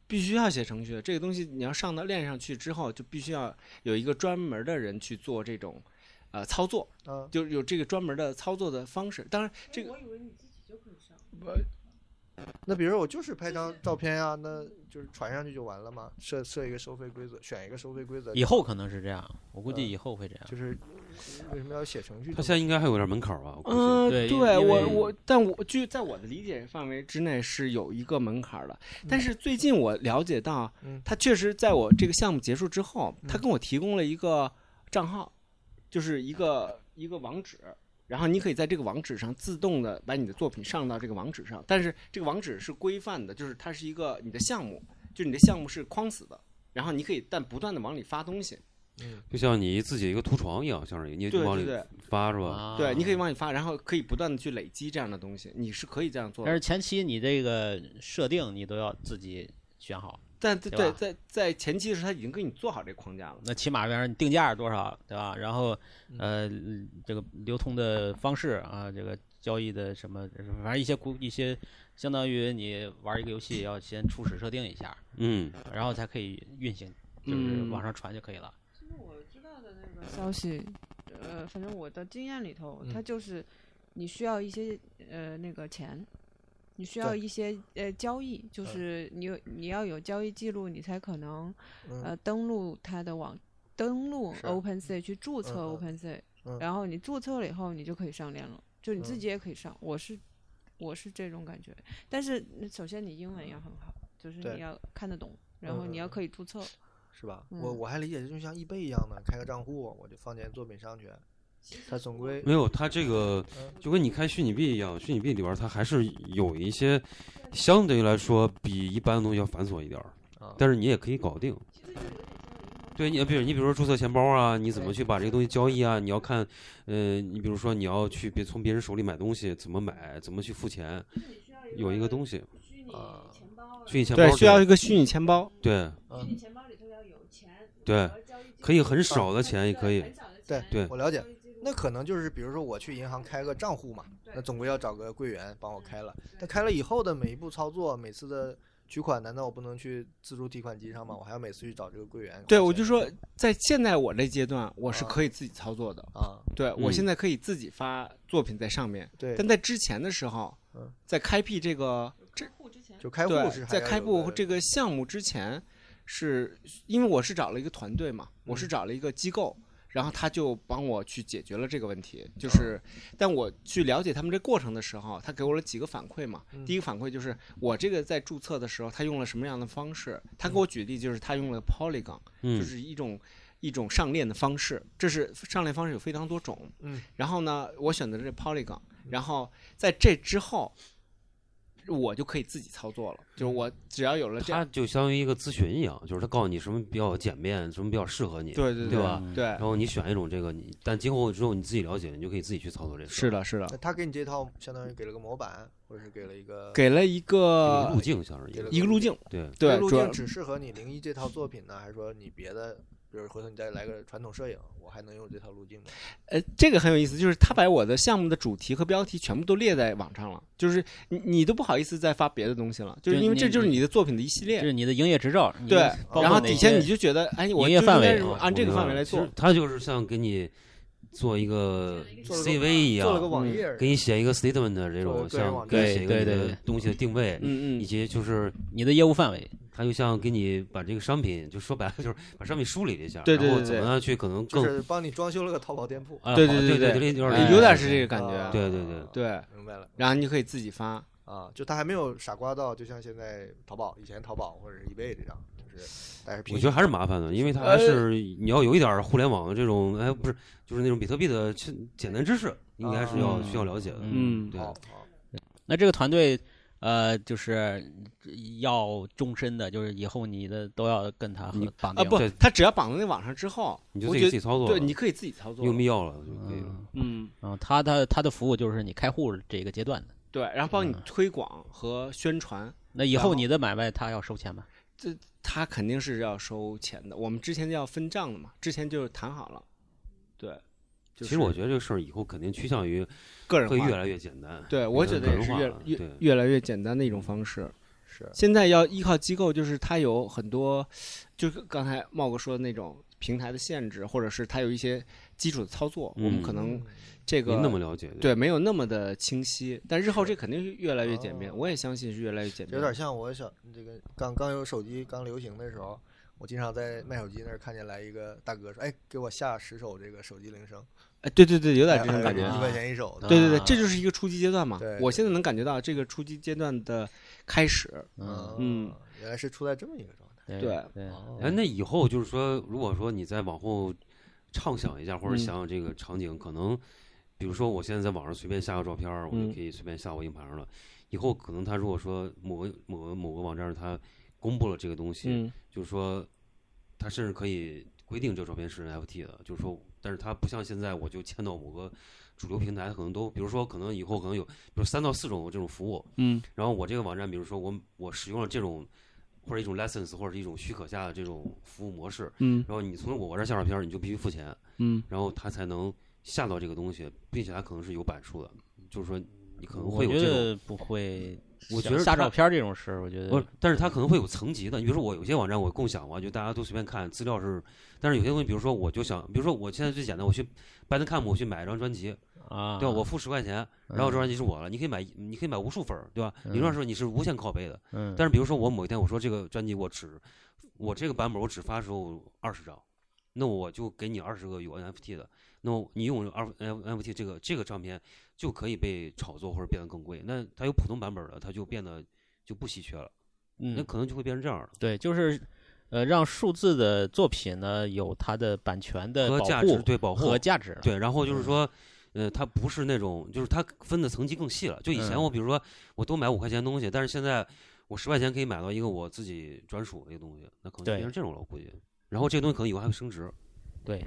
S8: 必须要写程序的这个东西，你要上到链上去之后，就必须要有一个专门的人去做这种，呃，操作，
S5: 啊，
S8: 就是有这个专门的操作的方式。当然，这
S1: 哎
S8: 个
S1: 我以为你自己就可以上，
S5: 那比如说我就是拍张照片呀、那就是传上去就完了吗？设设一个收费规则，选一个收费规则，
S3: 以后可能是这样，我估
S8: 呃
S3: 计
S5: 嗯
S3: 以后会这样。
S5: 就是为什么要写程序呢？
S7: 它现在应该还有点门槛儿吧？我估计
S8: 嗯，
S3: 对因为
S8: 我我，但我据在我的理解范围之内是有一个门槛儿的，
S3: 嗯
S8: 但是最近我了解到
S5: 嗯，
S8: 他确实在我这个项目结束之后，他
S5: 嗯
S8: 跟我提供了一个账号，就是一个一个网址。然后你可以在这个网址上自动的把你的作品上到这个网址上，但是这个网址是规范的，就是它是一个你的项目，就你的项目是框死的，然后你可以但不断的往里发东西，
S7: 就像你自己一个涂床一样，像是一个你
S8: 对
S7: 往
S8: 对
S7: 里
S8: 对
S7: 发是吧？
S3: 啊
S8: 对，你可以往里发，然后可以不断的去累积这样的东西，你是可以这样做的
S3: 但。是前期你这个设定你都要自己选好，
S8: 但对
S3: 对
S8: 对
S3: 吧
S8: 在在前期的时候，他已经给你做好这个框架了。
S3: 那起码比方说你定价是多少，对吧？然后
S8: 嗯
S3: 呃，这个流通的方式啊，这个交易的什么，反正一些估一些，相当于你玩一个游戏要先初始设定一下，
S7: 嗯，
S3: 然后才可以运行，就是
S8: 嗯
S3: 往上传就可以了。
S1: 其实我知道的那个
S6: 消息，呃，反正我的经验里头，它
S5: 嗯
S6: 就是你需要一些呃那个钱，你需
S5: 对
S6: 要一些呃交易，就
S5: 嗯
S6: 是你有你要有交易记录，你才可能
S5: 嗯
S6: 呃登录它的网，登录
S5: 是
S6: OpenSea 去注册
S5: 嗯嗯
S6: OpenSea，
S5: 嗯
S6: 然后你注册了以后，你就可以上链了，就你自
S5: 嗯
S6: 己也可以上。我是我是这种感觉，但是嗯首先你英文要很好，就是
S5: 嗯对
S6: 你要看得懂，然后你要
S5: 嗯嗯
S6: 可以注册。
S5: 是吧？
S6: 嗯
S5: 我我还理解就像易贝一样的，开个账户我就放点作品上去，它总归
S7: 没有，它这个
S5: 嗯
S7: 就跟你开虚拟币一样，虚拟币里边儿它还是有一些相对来说比一般的东西要繁琐一点儿，
S5: 啊，
S7: 但是你也可以搞定。对你，比如你比如说注册钱包啊，你怎么去把这个东西交易啊？你要看，呃，你比如说你要去别从别人手里买东西，怎么买，怎么去付钱，有一个东西，
S1: 虚拟
S5: 啊
S1: 呃钱包，
S7: 虚拟钱包
S8: 对，需要
S7: 对
S8: 一个虚拟钱包。
S7: 对
S1: 虚拟钱包里头要有钱，
S7: 对
S1: 和交易记录
S7: 可以很少的钱也可以，
S1: 很少的
S5: 对
S1: 钱
S7: 对
S5: 我了解
S1: 交易记录
S5: 那可能就是比如说我去银行开个账户嘛，那总归要找个柜员帮我开了。但开了以后的每一步操作，每次的取款，难道我不能去自助提款机上吗？我还要每次去找这个柜员花钱？
S8: 对，我就说，在现在我这阶段，我是
S5: 啊
S8: 可以自己操作的。
S5: 啊，
S8: 对我
S7: 嗯
S8: 现在可以自己发作品在上面，
S5: 对
S8: 但，在之前的时候
S5: 嗯，
S8: 在开辟这个
S1: 开户之前
S5: 就开户是
S8: 对，
S5: 还
S8: 在
S5: 要
S8: 开
S5: 有
S8: 布
S5: 个
S8: 这个项目之前，是因为我是找了一个团队嘛，我
S5: 嗯
S8: 是找了一个机构，然后他就帮我去解决了这个问题。
S5: 哦
S8: 就是，但我去了解他们这过程的时候，他给我了几个反馈嘛。
S5: 嗯
S8: 第一个反馈就是我这个在注册的时候，他用了什么样的方式？他
S5: 嗯
S8: 给我举例就是他用了 Polygon，
S7: 嗯
S8: 就是一种。一种上链的方式，这是上链方式有非常多种。
S5: 嗯，
S8: 然后呢，我选择了这 Polygon，然后在这之后，我就可以自己操作了。就是我只要有了这
S7: 它
S8: 样，
S7: 就相当于一个咨询一样，就是它告诉你什么比较简便，什么比较适合你，
S8: 对对
S7: 对吧？
S8: 对
S7: 然，后你选一种这个，你但今后之后你自己了解，你就可以自己去操作这个。
S8: 是，的，是的
S5: 那，他给你这套相当于给了个模板，或者是给了一个
S8: 给了一
S7: 这
S8: 个
S7: 个路径相当于
S5: 给了
S8: 一个路径，
S7: 对，
S5: 这
S8: 对
S5: 个，路
S8: 主要
S5: 径只适合你零一这套作品呢，还是说你别的，比如回头你再来个传统摄影，我还能用这套路径吗？啊
S8: 呃，这个很有意思，就是他把我的项目的主题和标题全部都列在网上了，就是你你都不好意思再发别的东西了，就是
S3: 对
S8: 因为这
S3: 你
S8: 就是你的作品的一系
S3: 这
S8: 列。
S3: 是你的营业执照，你
S8: 对
S3: 的包，括
S8: 然后
S3: 哪
S8: 底下
S3: 些
S8: 你就觉得，哎，我
S3: 营业
S8: 就
S3: 范
S8: 应该
S3: 围
S8: 是
S3: 啊
S8: 按这个范围来做，
S7: 它就是像给你做一个
S5: 做了个
S7: CV 一
S5: 做了个
S7: 样，
S5: 网
S8: 嗯
S5: 页儿，
S7: 给你写一个 statement 的这
S5: 做了个
S7: 种，
S5: 个人
S7: 像
S5: 网
S7: 给你
S3: 站
S7: 写一个
S3: 对
S7: 你
S3: 对
S7: 的
S3: 对
S7: 东西的定位，
S8: 嗯嗯，
S7: 以及就是
S3: 你的业务范围，
S7: 它就像给你把这个商品，就说白了就是把商品梳理了一下，
S8: 对对
S7: 然后
S8: 对
S7: 怎
S8: 对
S7: 么样去可能
S5: 就
S7: 更
S5: 是帮你装修了个淘宝店铺。
S7: 哎
S8: 对
S7: 好
S8: 对对
S7: 对对，有
S3: 哎
S7: 点
S8: 有点
S7: 意
S8: 是
S7: 思
S8: 这个感觉，
S5: 啊
S7: 对对对
S8: 对。
S5: 明白了
S8: 然后你就可以自己发，
S5: 啊，就他还没有傻瓜到，就像现在淘宝，以前淘宝或者是 eBay 这样，就是但是
S7: 我
S5: 平
S7: 觉
S5: 行
S7: 得还是麻烦的，因为它还是你要有一点儿互联网的这种，哎，不是，就是那种比特币的其简单知识，应该是要
S8: 嗯
S7: 需要了解的。
S8: 嗯
S7: 对，
S5: 好好
S3: 那这个团队，呃，就是要终身的，就是以后你的都要跟他
S7: 你
S3: 和绑
S8: 啊
S3: 定。
S8: 不
S7: 对，
S8: 他只要绑到那网上之后，
S7: 你就
S8: 我
S7: 自己
S8: 觉
S7: 自己操作了，
S8: 对，你可以自己操作
S7: 没有
S8: 了。
S7: 必要了就可以了。
S3: 嗯，
S8: 嗯，
S3: 嗯，他的他的服务就是你开户这个阶段的。
S8: 对，然后帮你
S3: 嗯
S8: 推广和宣传，
S3: 那以
S8: 然
S3: 后
S8: 后
S3: 你的买卖他要收钱吗？
S8: 他肯定是要收钱的。我们之前就要分账的嘛，之前就是谈好了。对，
S7: 其实我觉得这个事儿以后肯定趋向于
S8: 个人
S7: 会
S8: 化
S7: 越，来越简单。
S8: 对我觉得也
S7: 人
S8: 是
S7: 化
S8: 越
S7: 了对
S8: 越越来越简单的一种方式。
S5: 是
S8: 现在要依靠机构，就是它有很多，就是刚才茂哥说的那种平台的限制，或者是它有一些基础的操作，我们
S7: 嗯
S8: 可能这个
S7: 没那么了解。
S8: 对，没有那么的清晰，但日后这肯定是越来越简便，
S7: 嗯
S5: 哦
S8: 我也相信是越来越简
S5: 这
S8: 便。
S5: 有点像我小这个刚刚有手机刚流行的时候，我经常在卖手机那儿看见来一个大哥说：“哎，给我下十首这个手机铃声，
S8: 哎，对对对，有点
S5: 哎
S8: 这种感觉。啊
S5: 一块钱一
S7: 啊
S5: 首。”
S8: 对对对，这就是一个初级阶段嘛
S5: 对。
S8: 我现在能感觉到这个初级阶段的开始。
S3: 嗯，
S8: 嗯，
S5: 哦原来是处在这么一个状
S3: 对
S5: 态。
S8: 对
S3: 对，
S7: 哎，那以后就是说，如果说你再往后畅想一下，或者
S8: 嗯
S7: 想想这个场景，可能比如说我现在在网上随便下个照片儿，我
S8: 嗯
S7: 就可以随便下我硬盘上了。以后可能他如果说某个某个某个网站他公布了这个东西，
S8: 嗯，
S7: 就是说他甚至可以规定这个照片是 NFT 的，就是说，但是它不像现在我就签到某个主流平台，可能都比如说可能以后可能有，比如三到四种这种服务，
S8: 嗯，
S7: 然后我这个网站，比如说我我使用了这种或者一种 license 或者一种许可下的这种服务模式，
S8: 嗯
S7: 然后你从我这儿下照片儿，你就必须付钱，
S8: 嗯，
S7: 然后他才能下到这个东西，并且它可能是有版数的，就是说你可能
S3: 我
S7: 会有
S3: 觉
S7: 这种。
S3: 得不会。
S7: 我
S3: 像
S7: 觉得
S3: 下
S7: 他
S3: 照片这种事儿，我觉
S7: 不是
S3: 得，
S7: 但是它可能会有层级的。你比如说，我有些网站我共享嘛，就大家都随便看资料是，但是有些东西，比如说我就想，比如说我现在最简单，我去 b a n c a m 我去买一张专辑，
S3: 啊，嗯
S7: 对吧？我付十块钱，然后这专辑是我了，你可以买，你可以买无数份儿，对吧？理论上说你是无限拷贝的，
S3: 嗯，
S7: 但是比如说我某一天我说这个专辑我只，我这个版本我只发售二十张，那我就给你二十个有 NFT 的，那么你用二呃 NFT 这个这个唱片就可以被炒作或者变得更贵。那它有普通版本的，它就变得就不稀缺了，
S3: 嗯
S7: 那可能就会变成这样了。
S3: 对，就是呃，让数字的作品呢有它的版权的
S7: 和
S3: 保
S7: 价值
S3: 护
S7: 对保护
S3: 和价值，
S7: 对，然后
S8: 嗯
S7: 就是说，呃，它不是那种，就是它分的层级更细了。就以前
S3: 嗯
S7: 我比如说我多买五块钱的东西，但是现在我十块钱可以买到一个我自己专属的一个东西，那可能就
S3: 对
S7: 变成这种了，我估计。然后这个东西可能以后还会升值。
S3: 对，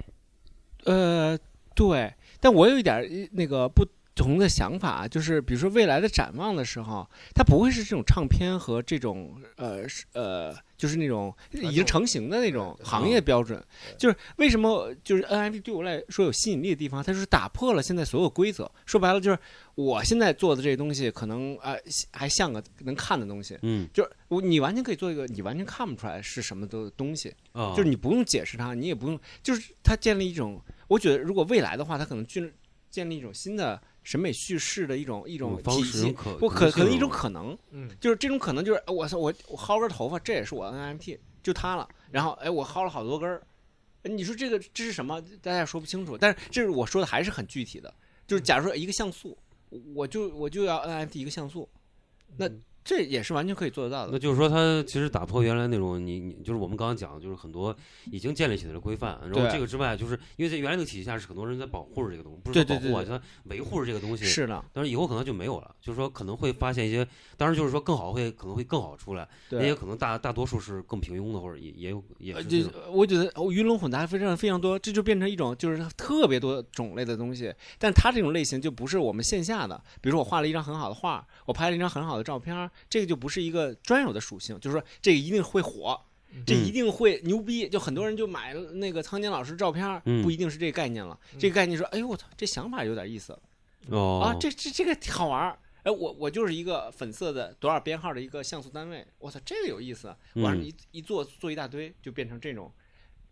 S8: 呃，对，但我有一点儿呃那个不同的想法，啊就是比如说未来的展望的时候，它不会是这种唱片和这种呃是呃，就是那种已经成型的那种
S5: 对嗯对
S8: 行业标准。就是为什么就是 NFT 对我来说有吸引力的地方，它就是打破了现在所有规则。说白了就是我现在做的这些东西，可能啊、呃还像个能看的东西。
S7: 嗯
S8: 就是我，你完全可以做一个你完全看不出来是什么的东西，
S7: 啊，
S8: 就是你不用解释它，你也不用，就是它建立一种，我觉得如果未来的话，它可能建建立一种新的审美叙事的一种一
S7: 这种
S8: 种
S7: 嗯方
S8: 体
S7: 式
S8: 系，
S7: 可
S8: 不可可能一种
S7: 性
S8: 可能，
S5: 嗯，
S8: 就是这种可能就是哎我操我我薅根头发，这也是我 NFT，就它了，然后哎我薅了好多根儿，哎你说这个这是什么？大家也说不清楚，但是这是我说的还是很具体的，
S7: 嗯
S8: 就是假如说一个像素，我就我就要 NFT 一个像素，那这也是完全可以做得到的
S7: 嗯那。就是说，它其实打破原来那种你你就是我们刚刚讲，的，就是很多已经建立起来的规范。然后
S8: 对
S7: 这个之外，就是因为在原来那个体系下是很多人在保护着这个东西，不
S8: 对
S7: 是说
S8: 对
S7: 保护啊，
S8: 对
S7: 就它维护着这个东西。。
S8: 是的，
S7: 但是以后可能就没有了，就是说可能会发现一些，当然就是说更好会可能会更好出来，
S8: 对
S7: 那也可能大大多数是更平庸的，或者也也有也
S8: 呃，
S7: 是
S8: 就
S7: 这
S8: 是
S7: 种
S8: 我觉得哦鱼龙混杂非常非常多，这就变成一种就是特别多种类的东西。但它这种类型就不是我们线下的，比如说我画了一张很好的画，我拍了一张很好的照片儿，这个就不是一个专有的属性，就是说这个一定会火，这一定会牛逼。就很多人就买了那个苍井老师照片儿，
S7: 嗯
S8: 不一定是这个概念了。这个概念说，哎呦我操，这想法有点意思
S7: 哦
S8: 啊，这这这个挺好玩儿。哎，我我就是一个粉色的多少编号的一个像素单位，我操，这个有意思。往上
S7: 嗯
S8: 一一做做一大堆，就变成这种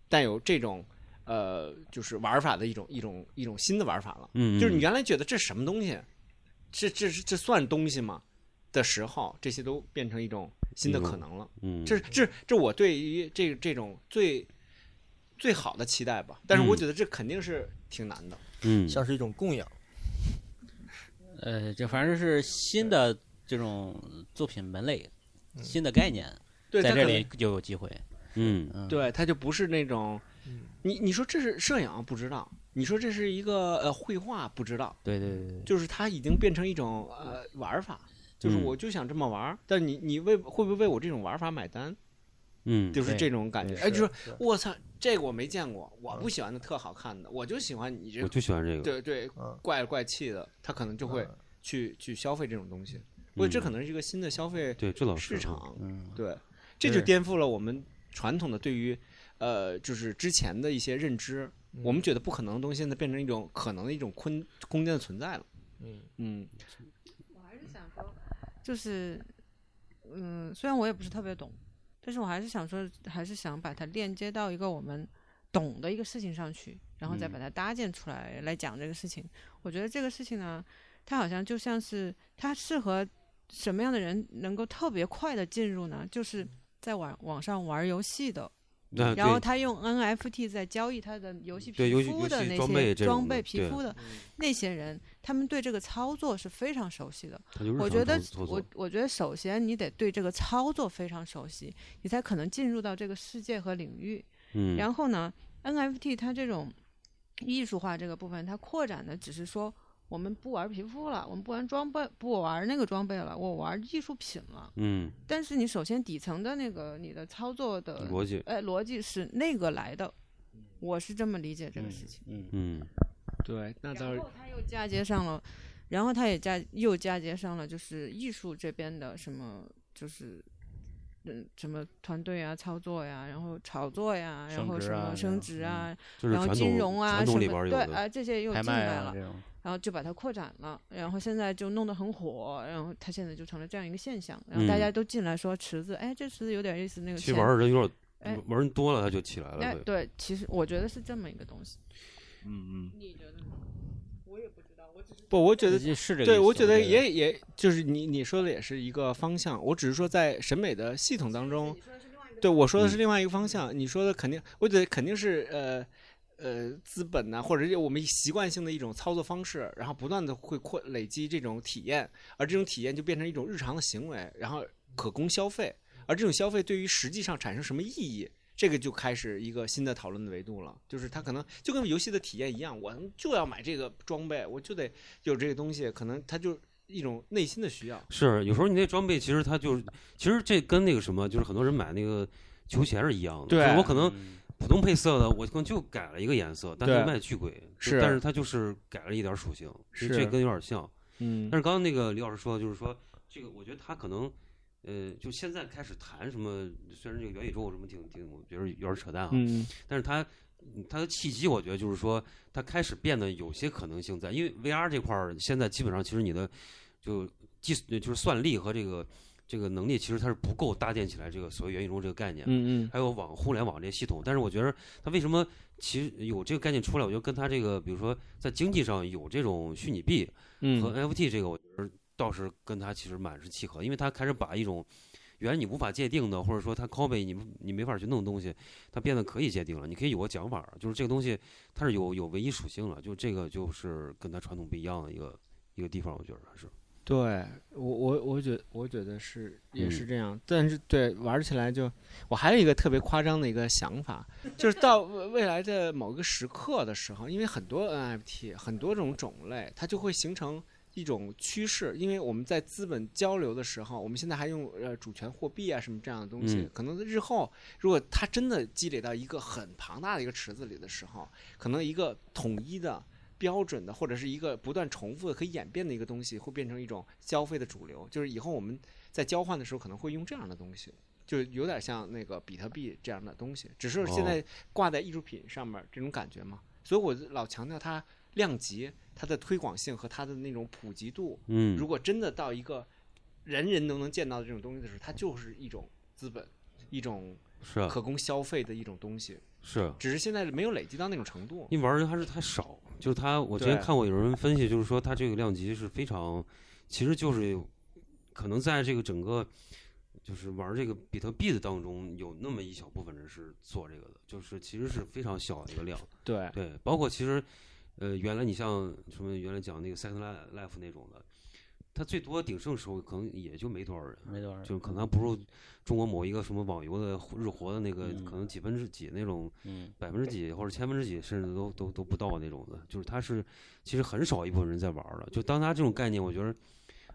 S8: 带有这种呃，就是玩法的一种一种一种新的玩法了。
S7: 嗯，
S8: 就是你
S7: 嗯
S8: 原来觉得这什么东西，这这这这算东西吗？的时候，这些都变成一种新的可能了。
S7: 嗯，
S8: 这是这是这是我对于这这种最最好的期待吧。但是我
S7: 嗯
S8: 觉得这肯定是挺难的。
S7: 嗯
S5: 像是一种供养。
S3: 呃，这反正是新的这种作品门类，新的概念，
S8: 对，
S3: 在
S8: 它
S3: 这
S8: 可
S3: 里
S8: 能，
S3: 就有机会。
S7: 嗯
S3: 嗯，
S8: 对，它就不是那种，你你说这是摄影不知道，你说这是一个呃绘画不知道，
S3: 对对对对，
S8: 就是它已经变成一种呃玩儿法，就是
S7: 嗯
S8: 我就想这么玩儿，但你你为会不会为我这种玩儿法买单，
S7: 嗯，
S8: 就是
S3: 对
S8: 这种感觉，
S5: 对
S8: 哎，就是说
S5: 是
S8: 我操，这个我没见过，我不喜欢的特好看的，我就喜欢你这
S7: 我
S8: 个，
S7: 就喜欢这个，
S8: 对对，
S5: 嗯，
S8: 怪了怪气的，他可能就会
S5: 嗯
S8: 去去消费这种东西，我觉得这可能是一个新的消费
S7: 对，这倒是
S8: 市
S7: 啊
S8: 场，
S3: 嗯，
S8: 对，这就颠覆了我们传统的对于呃就是之前的一些认知，
S5: 嗯
S8: 我们觉得不可能的东西，现在变成一种可能的一种空空间的存在了，
S5: 嗯
S8: 嗯。
S6: 我还是想说，就是，嗯，虽然我也不是特别懂，但是我还是想说，还是想把它链接到一个我们懂的一个事情上去，然
S7: 嗯
S6: 后再把它搭建出来、来讲这个事情。我觉得这个事情呢，它好像就像是它适合什么样的人能够特别快的进入呢？就是在网网上玩游戏的，
S7: 那
S6: 然后
S7: 啊对嗯
S6: 他用 NFT 在交易他的游戏
S7: 对
S6: 皮
S7: 游戏
S6: 肤
S7: 游
S6: 的
S7: 戏
S6: 那
S7: 装备
S6: 些
S7: 这种
S6: 装
S7: 的
S6: 备皮
S7: 对
S6: 肤的那些人，他们对这个操作是非常熟悉的。
S7: 它就是
S6: 我
S7: 日常
S6: 觉得
S7: 操操
S6: 我
S7: 作
S6: 我觉得首先你得对这个操作非常熟悉，你才可能进入到这个世界和领域。
S7: 嗯，
S6: 然后呢，NFT 它这种艺术化这个部分，它扩展的只是说我们不玩皮肤了，我们不玩装备，不玩那个装备了，我玩艺术品了。
S7: 嗯
S6: 但是你首先底层的那个你的操作的
S7: 逻辑
S6: 呃逻辑是那个来的，我是这么理解这个事情。
S3: 嗯，
S7: 嗯
S8: 对，那倒
S6: 然
S8: 是
S6: 后他
S1: 嗯
S6: 又嫁接上了，然后他也嫁又嫁接上了，就是艺术这边的什么，就是嗯什么团队啊、操作呀、然后炒作呀、然
S3: 升
S6: 后
S3: 值
S6: 什
S3: 啊
S6: 么
S3: 这
S6: 升
S3: 样
S6: 值
S3: 嗯
S6: 啊，
S7: 就是
S6: 然后
S7: 传
S6: 金
S7: 统
S6: 融啊
S7: 传
S6: 什
S7: 统
S6: 么
S7: 里边儿有
S6: 对
S7: 的，
S6: 啊这些又
S3: 拍
S6: 进
S3: 卖
S6: 来
S3: 啊
S6: 了，
S3: 这种，
S6: 然后就把它扩展了，然后现在就弄得很火，然后它现在就成了这样一个现象，然后大家
S7: 嗯
S6: 都进来说池子，哎这池子有点意思，那个
S7: 其实
S6: 钱
S7: 玩儿的人有
S6: 哎
S7: 点玩儿人多了，它就起来
S6: 哎
S7: 了，会
S6: 对，其实我觉得是这么一个东西，
S9: 嗯
S6: 你觉得呢？我也不知道，我只是
S8: 不，我觉得
S3: 这是这个意思，
S8: 对，我觉得
S3: 这个
S8: 也也就是你你说的也是一个方向，我只是说在审美的系统当中，对，我说的是
S7: 嗯
S8: 另外一个方向，你说的肯定，我觉得肯定是呃呃资本呐、或者是我们习惯性的一种操作方式，然后不断的会扩累积这种体验，而这种体验就变成一种日常的行为，然后可供消费，而这种消费对于实际上产生什么意义？这个就开始一个新的讨论的维度了，就是它可能就跟游戏的体验一样，我就要买这个装备，我就得有这个东西，可能它就一种内心的需要。
S7: 是，有时候你那装备其实它就是，其实这跟那个什么，就是很多人买那个球鞋是一样的。就是
S8: 对
S7: 我可能
S3: 嗯
S7: 普通配色的，我可能就改了一个颜色，但
S8: 对
S7: 是卖巨贵。就是但是它就是改了一点属性，其实
S8: 是
S7: 这跟有点像。
S8: 嗯
S7: 但是刚刚那个李老师说，就是说这个，我觉得他可能，呃，就现在开始谈什么，虽然这个元宇宙什么挺挺，我觉得有点扯淡啊，
S8: 嗯，
S7: 但是他他的契机，我觉得就是说他开始变得有些可能性在，因为 VR 这块儿现在基本上其实你的就计就是算力和这个这个能力，其实它是不够搭建起来这个所谓元宇宙这个概念的。
S8: 嗯嗯
S7: 还有网互联网这些系统。但是我觉得它为什么其实有这个概念出来，我觉得跟它这个，比如说在经济上有这种虚拟币
S8: 嗯
S7: 和 NFT 这个，我觉得倒是跟它其实蛮是契合，因为它开始把一种。原来你无法界定的，或者说它 copy 你你没法去弄的东西，它变得可以界定了。你可以有个讲法儿，就是这个东西它是有有唯一属性了，就这个就是跟它传统不一样的一个一个地方，我觉得还是
S8: 对我我我觉我觉得是也
S7: 嗯
S8: 是这样，但是对玩起来就我还有一个特别夸张的一个想法，就是到未未来的某一个时刻的时候，因为很多 NFT 很多种种类，它就会形成一种趋势。因为我们在资本交流的时候，我们现在还用呃主权货币啊什么这样的东西，
S7: 嗯
S8: 可能日后如果它真的积累到一个很庞大的一个池子里的时候，可能一个统一的。标准的或者是一个不断重复的可以演变的一个东西，会变成一种消费的主流。就是以后我们在交换的时候可能会用这样的东西，就有点像那个比特币这样的东西，只是现在挂在艺术品上面这种感觉嘛。所以我老强调它量级、它的推广性和它的那种普及度。
S7: 嗯
S8: 如果真的到一个人人都能见到的这种东西的时候，它就是一种资本，一种
S7: 是啊
S8: 可供消费的一种东西。
S7: 是啊
S8: 只是现在没有累积到那种程度。
S7: 因为玩儿人还是太少，就是他，我之前
S8: 对
S7: 看过有人分析，就是说他这个量级是非常，其实就是可能在这个整个就是玩儿这个比特币的当中，有那么一小部分人是做这个的，就是其实是非常小的一个量。
S8: 对，
S7: 对，包括其实呃，原来你像什么原来讲那个 Second Life 那种的，他最多鼎盛时候可能也就没多少人，
S3: 没多少人，
S7: 就是可能还不如中国某一个什么网游的日活的那个，
S3: 嗯
S7: 可能几分之几那种。
S3: 嗯
S7: 百分之几或者千分之几，甚至都都都不到那种的，就是它是其实很少一部分人在玩儿了。就当它这种概念，我觉得，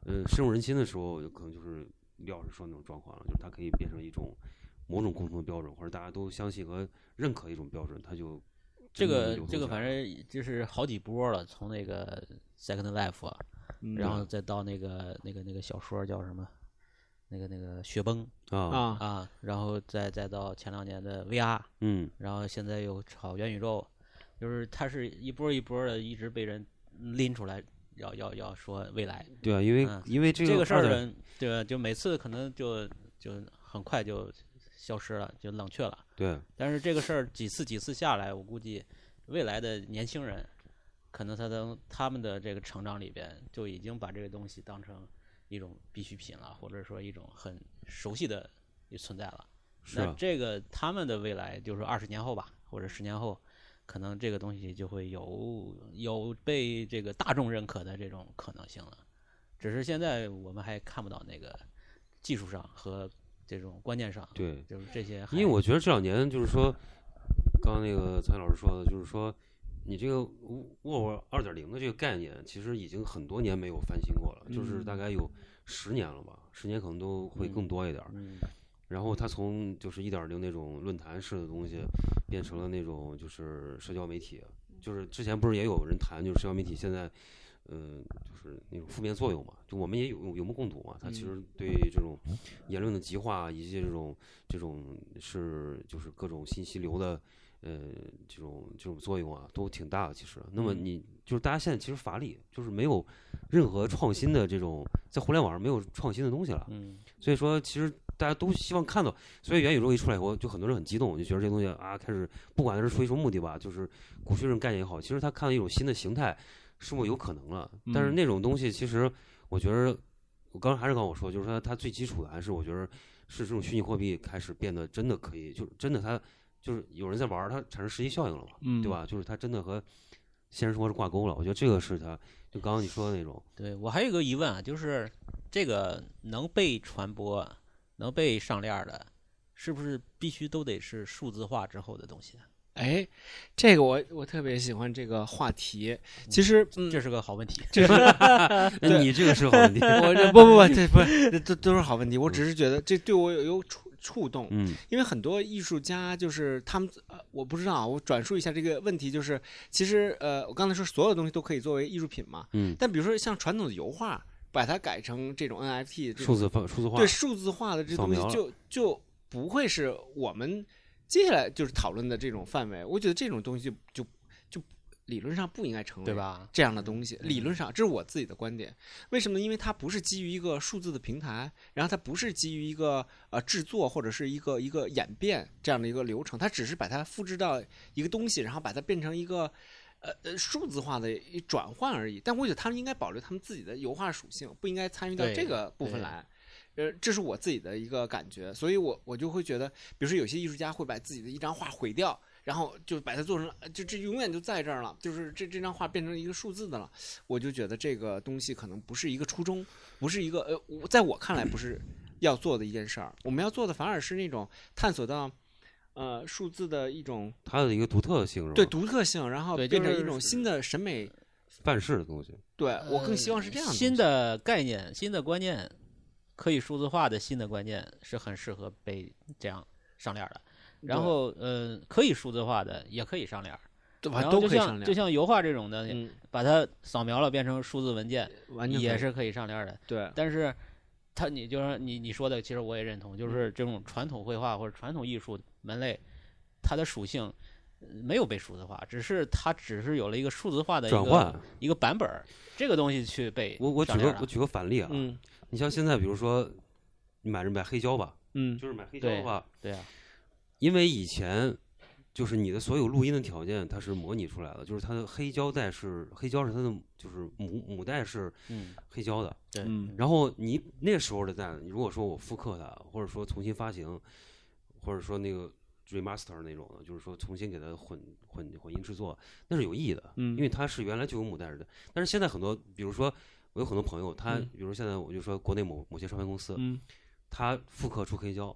S7: 呃，深入人心的时候，可能就是李老师说那种状况了，就是它可以变成一种某种共同的标准，或者大家都相信和认可一种标准，它就
S3: 这
S7: 真的
S3: 个
S7: 流通
S3: 这个
S7: 起来
S3: 反
S7: 了
S3: 正就是好几波了，从那个 Second Life，、啊、
S7: 嗯
S3: 然后再到那个那个那个小说叫什么，那个那个雪崩
S7: 啊
S8: 啊，
S3: 啊，然后再再到前两年的 VR，
S7: 嗯
S3: 然后现在又炒元宇宙，就是它是一波一波的，一直被人拎出来，要要要说未来
S7: 对啊，因为、
S3: 嗯
S7: 因为这
S3: 这个事儿
S7: 二点
S3: 呢，对吧？就每次可能就就很快就消失了，就冷却了。
S7: 对
S3: 但是这个事儿几次几次下来，我估计未来的年轻人，可能他的他们的这个成长里边就已经把这个东西当成一种必需品了，或者说一种很熟悉的存在了。
S7: 是
S3: 那
S7: 啊
S3: 这个他们的未来就是二十年后吧，或者十年后，可能这个东西就会有有被这个大众认可的这种可能性了。只是现在我们还看不到那个技术上和这种观念上，
S7: 对，
S3: 就是这些还。
S7: 因为我觉得这两年就是说，刚刚那个蔡老师说的，就是说你这个沃尔二点零的这个概念，其实已经很多年没有翻新过了，就是大概有十年了吧，十年可能都会更多一点。儿。
S3: 嗯嗯
S7: 然后它从就是一点零那种论坛式的东西，变成了那种就是社交媒体，就是之前不是也有人谈，就是社交媒体现在。嗯，就是那种负面作用嘛，就我们也有有目共睹嘛。它其实对这种言论的极化，以及这种这种是就是各种信息流的呃这种这种作用啊，都挺大的。其实，那么你就是大家现在其实乏力，就是没有任何创新的这种在互联网上没有创新的东西了。
S3: 嗯
S7: 所以说，其实大家都希望看到，所以元宇宙一出来以后，就很多人很激动，就觉得这东西啊，开始不管它是出于什么目的吧，就是鼓吹这种概念也好，其实他看到一种新的形态，是否有可能了？但是那种东西，其实我觉得，我刚才还是刚我说，就是说它最基础的还是我觉得是这种虚拟货币开始变得真的可以，就是真的它就是有人在玩儿，它产生实际效应了嘛，
S4: 嗯
S7: 对吧？就是它真的和现实生活是挂钩了。我觉得这个是它，就刚刚你说的那种，
S4: 对我还有一个疑问啊，就是这个能被传播、能被上链儿的，是不是必须都得是数字化之后的东西呢？
S8: 哎，这个我我特别喜欢这个话题。其实，嗯，
S4: 这是个好问题。
S7: 那你这个是好问题，
S8: 我这不不不，这不这都都是好问题。我只是觉得这对我有有触触动，
S7: 嗯
S8: 因为很多艺术家就是他们，呃，我不知道啊，我转述一下这个问题，就是其实呃，我刚才说所有东西都可以作为艺术品嘛，
S7: 嗯，
S8: 但比如说像传统的油画，把它改成这种 NFT 这种
S7: 数字化数字化
S8: 对数字化的这
S7: 扫
S8: 东西
S7: 描了
S8: 就就不会是我们接下来就是讨论的这种范围。我觉得这种东西就就理论上不应该成为
S4: 对吧嗯
S8: 这样的东西。理论上，这是我自己的观点。为什么呢？因为它不是基于一个数字的平台，然后它不是基于一个呃制作或者是一个一个演变这样的一个流程，它只是把它复制到一个东西，然后把它变成一个。呃呃，数字化的一转换而已，但我觉得他们应该保留他们自己的油画属性，不应该参与到
S4: 对
S8: 这个部分
S4: 对
S8: 来。呃，这是我自己的一个感觉，所以我我就会觉得，比如说有些艺术家会把自己的一张画毁掉，然后就把它做成，呃就这永远就在这儿了，就是这这张画变成一个数字的了，我就觉得这个东西可能不是一个初衷，不是一个呃，我在我看来不是要做的一件事儿，我们要做的反而是那种探索到。呃，数字的一种
S7: 它的一个独特性是吧？
S8: 对独特性，然后
S4: 对
S8: 变
S4: 就
S8: 成一
S4: 是
S8: 种新的审美。
S7: 范式的东西，
S8: 对我更希望是这样的东西。
S4: 呃新的概念、新的观念，可以数字化的新的观念是很适合被这样上链儿的。然
S8: 对
S4: 后，呃，可以数字化的也可以上链儿。
S8: 对吧？
S4: 然
S8: 都
S4: 后就
S8: 可以商
S4: 像就
S8: 量，
S4: 像油画这种的，
S8: 嗯，
S4: 把它扫描了变成数字文件，
S8: 完全可
S4: 也
S8: 以
S4: 是可以上链儿的。
S8: 对，
S4: 但是它你就是你你说的，其实我也认同，
S7: 嗯
S4: 就是这种传统绘画或者传统艺术门类，它的属性呃没有被数字化，只是它只是有了一个数字化的一
S7: 转
S4: 个
S7: 换
S4: 一个版本儿，这个东西去被
S7: 我我举
S4: 上链
S7: 个
S4: 儿
S7: 我
S4: 了
S7: 举个反例啊，
S8: 嗯
S7: 你像现在比如说你买买黑胶吧，
S8: 嗯
S7: 就是买黑胶的
S4: 对
S7: 话，
S4: 对啊，
S7: 因为以前就是你的所有录音的条件，它是模拟出来的，就是它的黑胶带是黑胶是它的就是母母带是
S4: 嗯，
S7: 黑胶的。
S4: 对，
S8: 嗯
S7: 然后你那时候的带，你如果说我复刻它，或者说重新发行，或者说那个 remaster 那种的，就是说重新给它混混混音制作，那是有意义的，
S8: 嗯
S7: 因为它是原来就有母带的。但是现在很多，比如说我有很多朋友，他
S8: 嗯
S7: 比如现在我就说国内某某些唱片公司，
S8: 嗯，
S7: 他复刻出黑胶，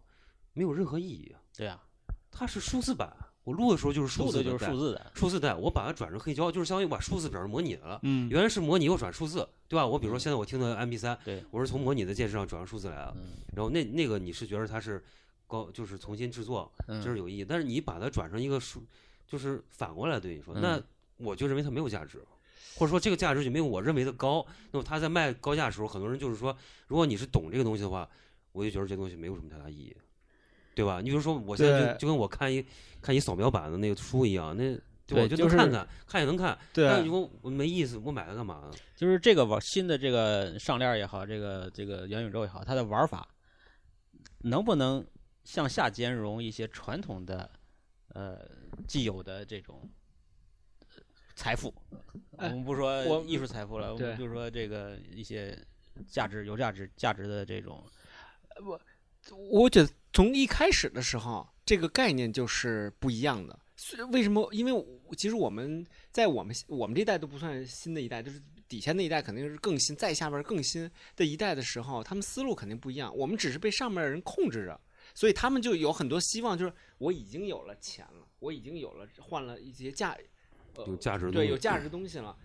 S7: 没有任何意义啊。
S4: 对啊，
S7: 它是数字版，我录的时候就是数
S4: 录
S7: 字
S4: 的就是
S7: 带
S4: 数，字的，
S7: 数字带，我把它转成黑胶，就是相当于把数字表示模拟了。
S8: 嗯
S7: 原来是模拟，又转数字，对吧？我比如说现在我听的 MP 3
S4: 对
S7: 我是从模拟的介质上转成数字来了。
S4: 嗯
S7: 然后那那个你是觉得它是高，就是重新制作，
S4: 嗯，
S7: 这是有意义。但是你把它转成一个数，就是反过来对你说，
S4: 嗯
S7: 那我就认为它没有价值，或者说这个价值就没有我认为的高。那么它在卖高价的时候，很多人就是说，如果你是懂这个东西的话，我就觉得这东西没有什么太大意义，对吧？你比如说，我现在
S8: 对
S7: 就就跟我看一看一扫描版的那个书一样，那。
S4: 对
S7: 我就
S4: 就
S7: 能
S4: 是
S7: 看看，看也能看，
S8: 对啊
S7: 但如果我没意思，我买它干嘛呢？啊
S8: 呃
S4: 就是这个玩新的这个上链儿也好，这个这个元宇宙也好，它的玩法能不能向下兼容一些传统的呃既有的这种呃财富？
S8: 哎
S4: 我们不说
S8: 我
S4: 艺术财富了，我
S8: 对
S4: 们就说这个一些价值有价值价值的这种
S8: 我觉得从一开始的时候，这个概念就是不一样的。虽为什么？因为我其实我们在我们我们这一代都不算新的一代，就是底下那一代肯定是更新，再下边更新的一代的时候，他们思路肯定不一样。我们只是被上面的人控制着，所以他们就有很多希望，就是我已经有了钱了，我已经有了换了一些价，呃
S7: 有价值的东
S8: 对
S7: 西
S8: 有价值的东西了，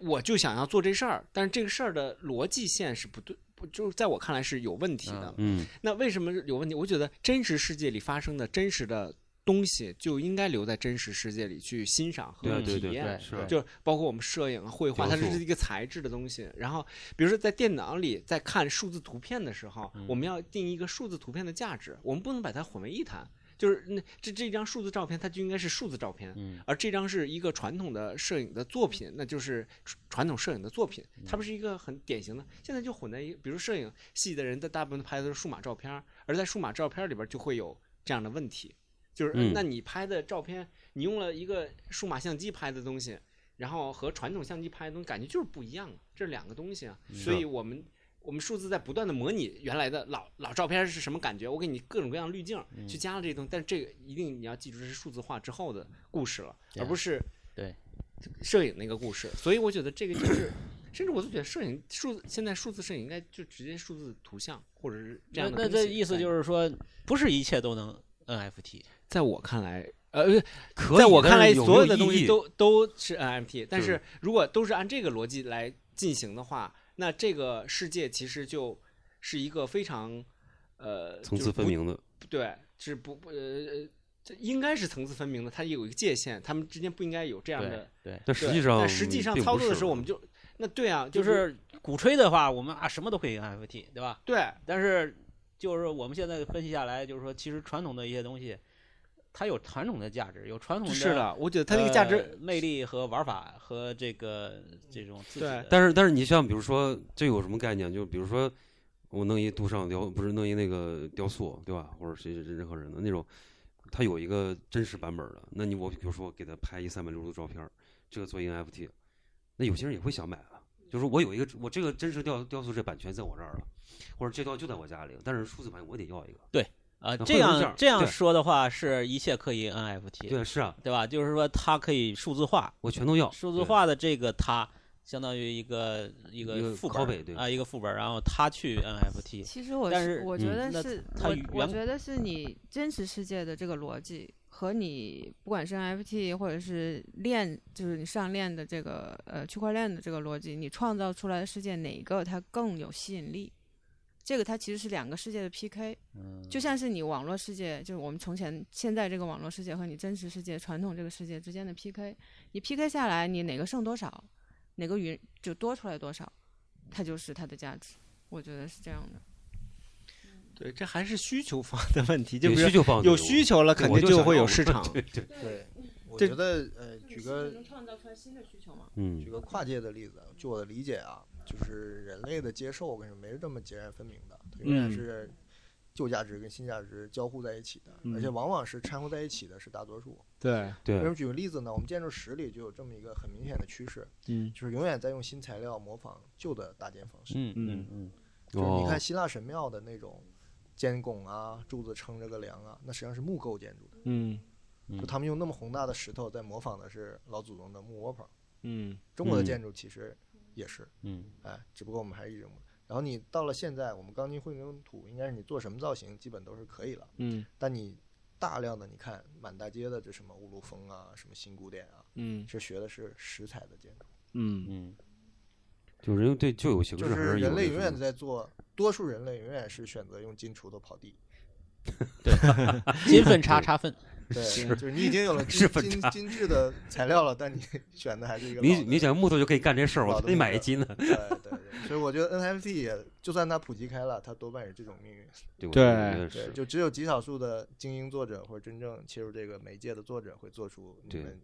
S8: 我就想要做这事儿，但是这个事儿的逻辑线是不对，不就是在我看来是有问题的。
S7: 嗯，
S8: 那为什么有问题？我觉得真实世界里发生的真实的东西就应该留在真实世界里去欣赏
S7: 对啊
S8: 和体验。
S7: 对对对，
S4: 验
S7: 是
S4: 对
S8: 就是包括我们摄影啊、绘画，它
S7: 雕塑
S8: 是一个材质的东西。然后，比如说在电脑里在看数字图片的时候，
S7: 嗯
S8: 我们要定一个数字图片的价值，我们不能把它混为一谈。就是那这这张数字照片，它就应该是数字照片，
S4: 嗯
S8: 而这张是一个传统的摄影的作品，那就是传传统摄影的作品，
S7: 嗯
S8: 它不是一个很典型的。现在就混在一，比如摄影系的人，在大部分拍的都是数码照片儿，而在数码照片儿里边儿就会有这样的问题，就是、
S7: 嗯
S8: 那你拍的照片，你用了一个数码相机拍的东
S3: 嗯
S8: 西，然后和传统相机拍的东西感觉就是不一样啊，这是两个东西啊，所以我们。我们数字在不断的模拟原来的老老照片是什么感觉，我给你各种各样滤镜
S3: 嗯
S8: 去加了这些东西，但是这个一定你要记住这是数字化之后的故事了，
S3: 对啊
S8: 而不是
S3: 对
S8: 摄影那个故事。所以我觉得这个就是，甚至我都觉得摄影数字现在数字摄影应该就直接数字图像或者是
S3: 那
S8: 这样的
S3: 那
S8: 东西
S3: 这意思就是说，不是一切都能 NFT。
S8: 在我看来，呃，不是
S7: 可以
S8: 在我看
S7: 但
S8: 来，
S7: 是有没
S8: 所
S7: 有
S8: 有的东
S7: 意
S8: 西
S7: 义
S8: 都都是 NFT，但
S7: 对
S8: 是如果都是按这个逻辑来进行的话，那这个世界其实就是一个非常呃
S7: 层
S8: 就
S7: 次
S8: 是
S7: 分
S8: 不
S7: 明的。
S8: 对，是不不呃呃，这应该是层次分明的，它有一个界限，他们之间不应该有这样
S3: 对
S8: 的。
S3: 对，
S7: 但
S8: 对
S7: 实际上，
S8: 但实际上操作的时候，我们就那对啊，
S3: 就是是鼓吹的话，我们啊什么都可以用 NFT，对吧？
S8: 对
S3: 但是就是我们现在分析下来，就是说，其实传统的一些东西，它有传统的价值，有传统
S8: 是的，我觉得它那个价值
S3: 呃魅力和玩法和这个这种自己的
S8: 对
S7: 但是但是你像比如说这有什么概念？就比如说我弄一杜尚雕，不是弄一那个雕塑，对吧？或者谁谁任何人的那种，它有一个真实版本的。那你我比如说我给他拍一三百六十度照片儿，这个做 NFT，那有些人也会想买啊。就是我有一个我这个真实雕雕塑这版权在我这儿了，或者这雕就在我家里了，但是数字版我得要一个。
S3: 啊、
S7: 那
S3: 这
S7: 会有这
S3: 样
S7: 样
S3: 这样
S7: 对
S3: 说的话，是一切可以 NFT，
S7: 对，是啊，
S3: 对吧？就是说它可以数字化，
S7: 我全都要。
S3: 数字
S7: 对啊
S3: 化的这个它相当于一个一
S7: 一
S3: 个
S7: 个
S3: 副
S7: copy，
S3: 本
S7: 对
S3: 啊，一个副本，然后它去 NFT，
S6: 其实我
S3: 但
S6: 是
S3: 是
S6: 我觉
S7: 嗯
S6: 得
S3: 那
S6: 是，
S3: 它与
S6: 我我
S3: 原
S6: 觉得是你真实世界的这个逻辑和你不管是 NFT 或者是链，就是你上链的这个呃区块链的这个逻辑，你创造出来的世界哪一个它更有吸引力？这个它其实是两个世界的 PK，、
S4: 嗯
S6: 就像是你网络世界，就是我们从前现在这个网络世界和你真实世界、传统这个世界之间的 PK，你 PK 下来，你哪个剩多少，哪个云就多出来多少，它就是它的价值。我觉得是这样的。
S8: 对，这还是需求方的问 题，就
S7: 有
S8: 比如
S7: 需求放
S8: 有需求了，肯
S7: 我
S8: 定
S7: 就
S8: 就
S7: 想
S8: 会
S7: 要
S8: 有
S7: 我
S8: 市场。
S7: 对对，
S5: 对，我
S8: 这
S5: 觉得呃，举个
S1: 能创造出来新的需求嘛？
S7: 嗯
S5: 举，个跨界的例子，据我的理解啊，就是人类的接受跟什么没这么截然分明的，它永远
S8: 嗯
S5: 是旧价值跟新价值交互在一起的，
S8: 嗯
S5: 而且往往是掺和在一起的是大多数。
S8: 对，
S5: 为什
S7: 对
S5: 么举个例子呢？我们建筑史里就有这么一个很明显的趋势，
S8: 嗯
S5: 就是永远在用新材料模仿旧的搭建方式。
S3: 嗯
S8: 嗯
S3: 嗯
S5: 就是你
S7: 哦
S5: 看希腊神庙的那种尖拱啊，柱子撑着个梁啊，那实际上是木构建筑的，
S8: 嗯
S5: 就他们用那么宏大的石头在模仿的是老祖宗的木窝棚。
S8: 嗯
S5: 中国的
S7: 嗯
S5: 建筑其实也是，
S3: 嗯，
S5: 哎，只不过我们还是一种。然后你到了现在，我们钢筋混凝土应该是你做什么造型基本都是可以了，
S8: 嗯
S5: 但你大量的你看满大街的这什么乌鲁风啊，什么新古典啊，
S8: 嗯
S5: 是学的是石材的建筑，
S8: 嗯
S3: 嗯
S7: 就是因为对旧有形
S5: 就
S7: 式还
S5: 是
S7: 有
S5: 人类
S7: 那
S5: 永
S7: 什
S5: 远
S7: 么
S5: 在做，多数人类永远是选择用金锄头刨 地，
S3: 嗯，金粉叉叉粉，
S5: 对，
S8: 是
S5: 就是你已经有 了
S7: 是
S5: 金
S7: 分
S5: 金
S7: 叉
S5: 精致的材料了，但你 选的还是一个老
S7: 你
S5: 的
S7: 你想木头就可以干这事儿，我
S5: 老的
S7: 得
S5: 木
S7: 买一
S5: 头
S7: 斤呢。
S5: 对对对，所以我觉得 NFT 也就算它普及开了，它多半是这种命运。
S7: 对，我
S8: 对
S7: 觉得
S5: 对，
S7: 是
S5: 就只有极少数的精英作者或者真正切入这个媒介的作者会做出你
S7: 对
S5: 们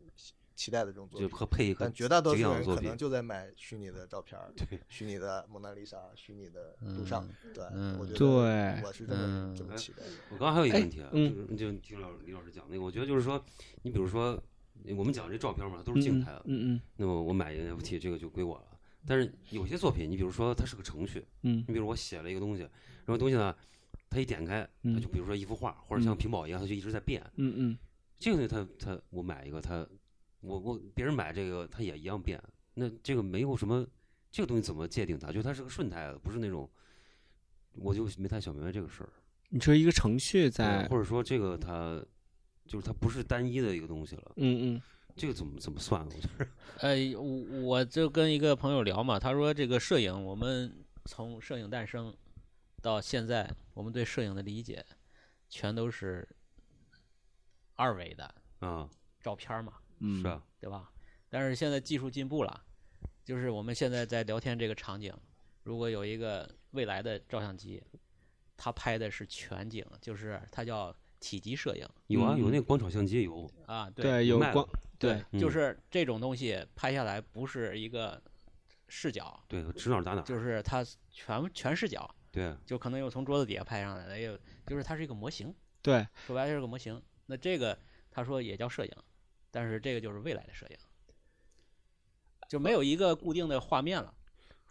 S5: 期待的这种作
S7: 就
S5: 品，
S7: 和配一个
S5: 但绝大多
S7: 景
S5: 数
S7: 仰
S5: 人
S7: 作
S5: 可
S7: 品
S5: 能就在买虚拟的照片儿
S7: 对，
S5: 虚拟的蒙娜丽莎，虚拟的杜尚。对，
S3: 嗯
S5: 我觉得
S8: 对
S5: 我是这么这么
S7: 嗯
S5: 期待的。
S7: 我刚刚还有一个
S8: 哎
S7: 问题啊，
S8: 嗯
S7: 就是就听老李老师讲那个，我觉得就是说，你比如说我们讲这照片嘛，都是静态的，
S8: 嗯
S7: 那么我买一个 NFT 这个就归我了。但是有些作品，你比如说它是个程序，
S8: 嗯
S7: 你比如我写了一个东西，然后东西呢，它一点开，它
S8: 嗯
S7: 就比如说一幅画或者像屏保一样，它就一直在变。
S8: 嗯嗯
S7: 这个东西它它我买一个它，我我别人买这个它也一样变，那这个没有什么，这个东西怎么界定它？就它是个顺态的，不是那种，我就没太想明白这个事儿。
S8: 你说一个程序
S7: 对
S8: 在，
S7: 或者说这个它就是它不是单一的一个东西了，
S8: 嗯嗯
S7: 这个怎么怎么算？我觉得
S3: 呃，我我就跟一个朋友聊嘛，他说这个摄影，我们从摄影诞生到现在，我们对摄影的理解全都是二维的
S7: 啊，
S3: 照片嘛，
S8: 嗯，
S7: 是啊，
S3: 对吧？但是现在技术进步了，就是我们现在在聊天这个场景，如果有一个未来的照相机，它拍的是全景，就是它叫体积摄影
S7: 有啊，
S8: 嗯
S7: 有那个光场相机有，
S3: 啊，对，
S8: 对，有
S7: 卖了
S8: 光，对
S3: 对，就
S7: 嗯
S3: 是这种东西拍下来不是一个视角，
S7: 对，指哪儿打哪儿，
S3: 就是它全全视角，
S7: 对，
S3: 就可能有从桌子底下拍上来的，也有就是它是一个模型，
S8: 对，
S3: 说白了就是个模型。那这个他说也叫摄影，但是这个就是未来的摄影，就没有一个固定的画面了。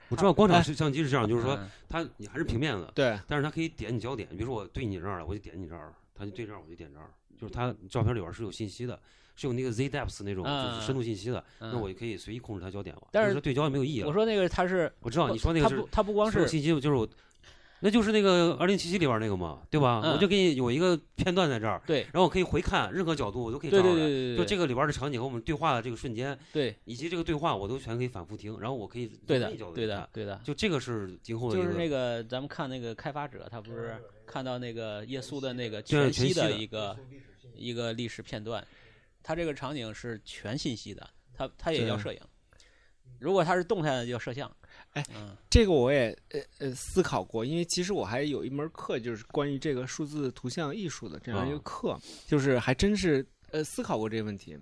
S7: 我知道光
S8: 哎
S7: 场摄像机是这样，就是说
S3: 嗯
S7: 它你还是平面的，
S8: 对，
S7: 但是它可以点你焦点，比如说我对你这儿了，我就点你这儿了，它就对这儿我就点这儿了，就是它照片里边是有信息的，是有那个 z depth 那种
S3: 嗯
S7: 就是深度信息的，
S3: 嗯
S7: 那我就可以随意控制它焦点了。
S3: 但是
S7: 就是它对焦也没有意义了。
S3: 我说那个他是
S7: 我知道哦你说那个
S3: 他
S7: 是
S3: 不他不光
S7: 所有
S3: 是
S7: 信息就是我，那就是那个二零七七里边那个嘛，对吧？
S3: 嗯
S7: 我就给你有一个片段在这儿，
S3: 对
S7: 然后我可以回看任何角度，我都可以
S3: 对
S7: 找
S3: 对
S7: 出来
S3: 对对对，
S7: 就这个里边的场景和我们对话的这个瞬间，
S3: 对
S7: 以及这个对话，我都全可以反复听，然后我可以
S3: 对
S7: 从那角
S3: 的
S7: 度
S3: 对
S7: 去
S3: 的
S7: 看，
S3: 对的，
S7: 就这个是今后的
S3: 就
S7: 一
S3: 是
S7: 个
S3: 那个咱们看那个开发者，他不是看到那个耶稣的那个
S7: 对
S3: 全
S7: 全
S3: 息
S7: 息
S3: 的
S7: 的
S3: 一个一个历史片段，他这个场景是全信息的，他他也
S7: 对哎
S3: 叫摄影。如果他是动态的，叫摄像。嗯
S8: 这个我也呃呃思考过，因为其实我还有一门课，就是关于这个数字图像艺术的这样一个
S7: 啊
S8: 课，就是还真是呃思考过这个问题。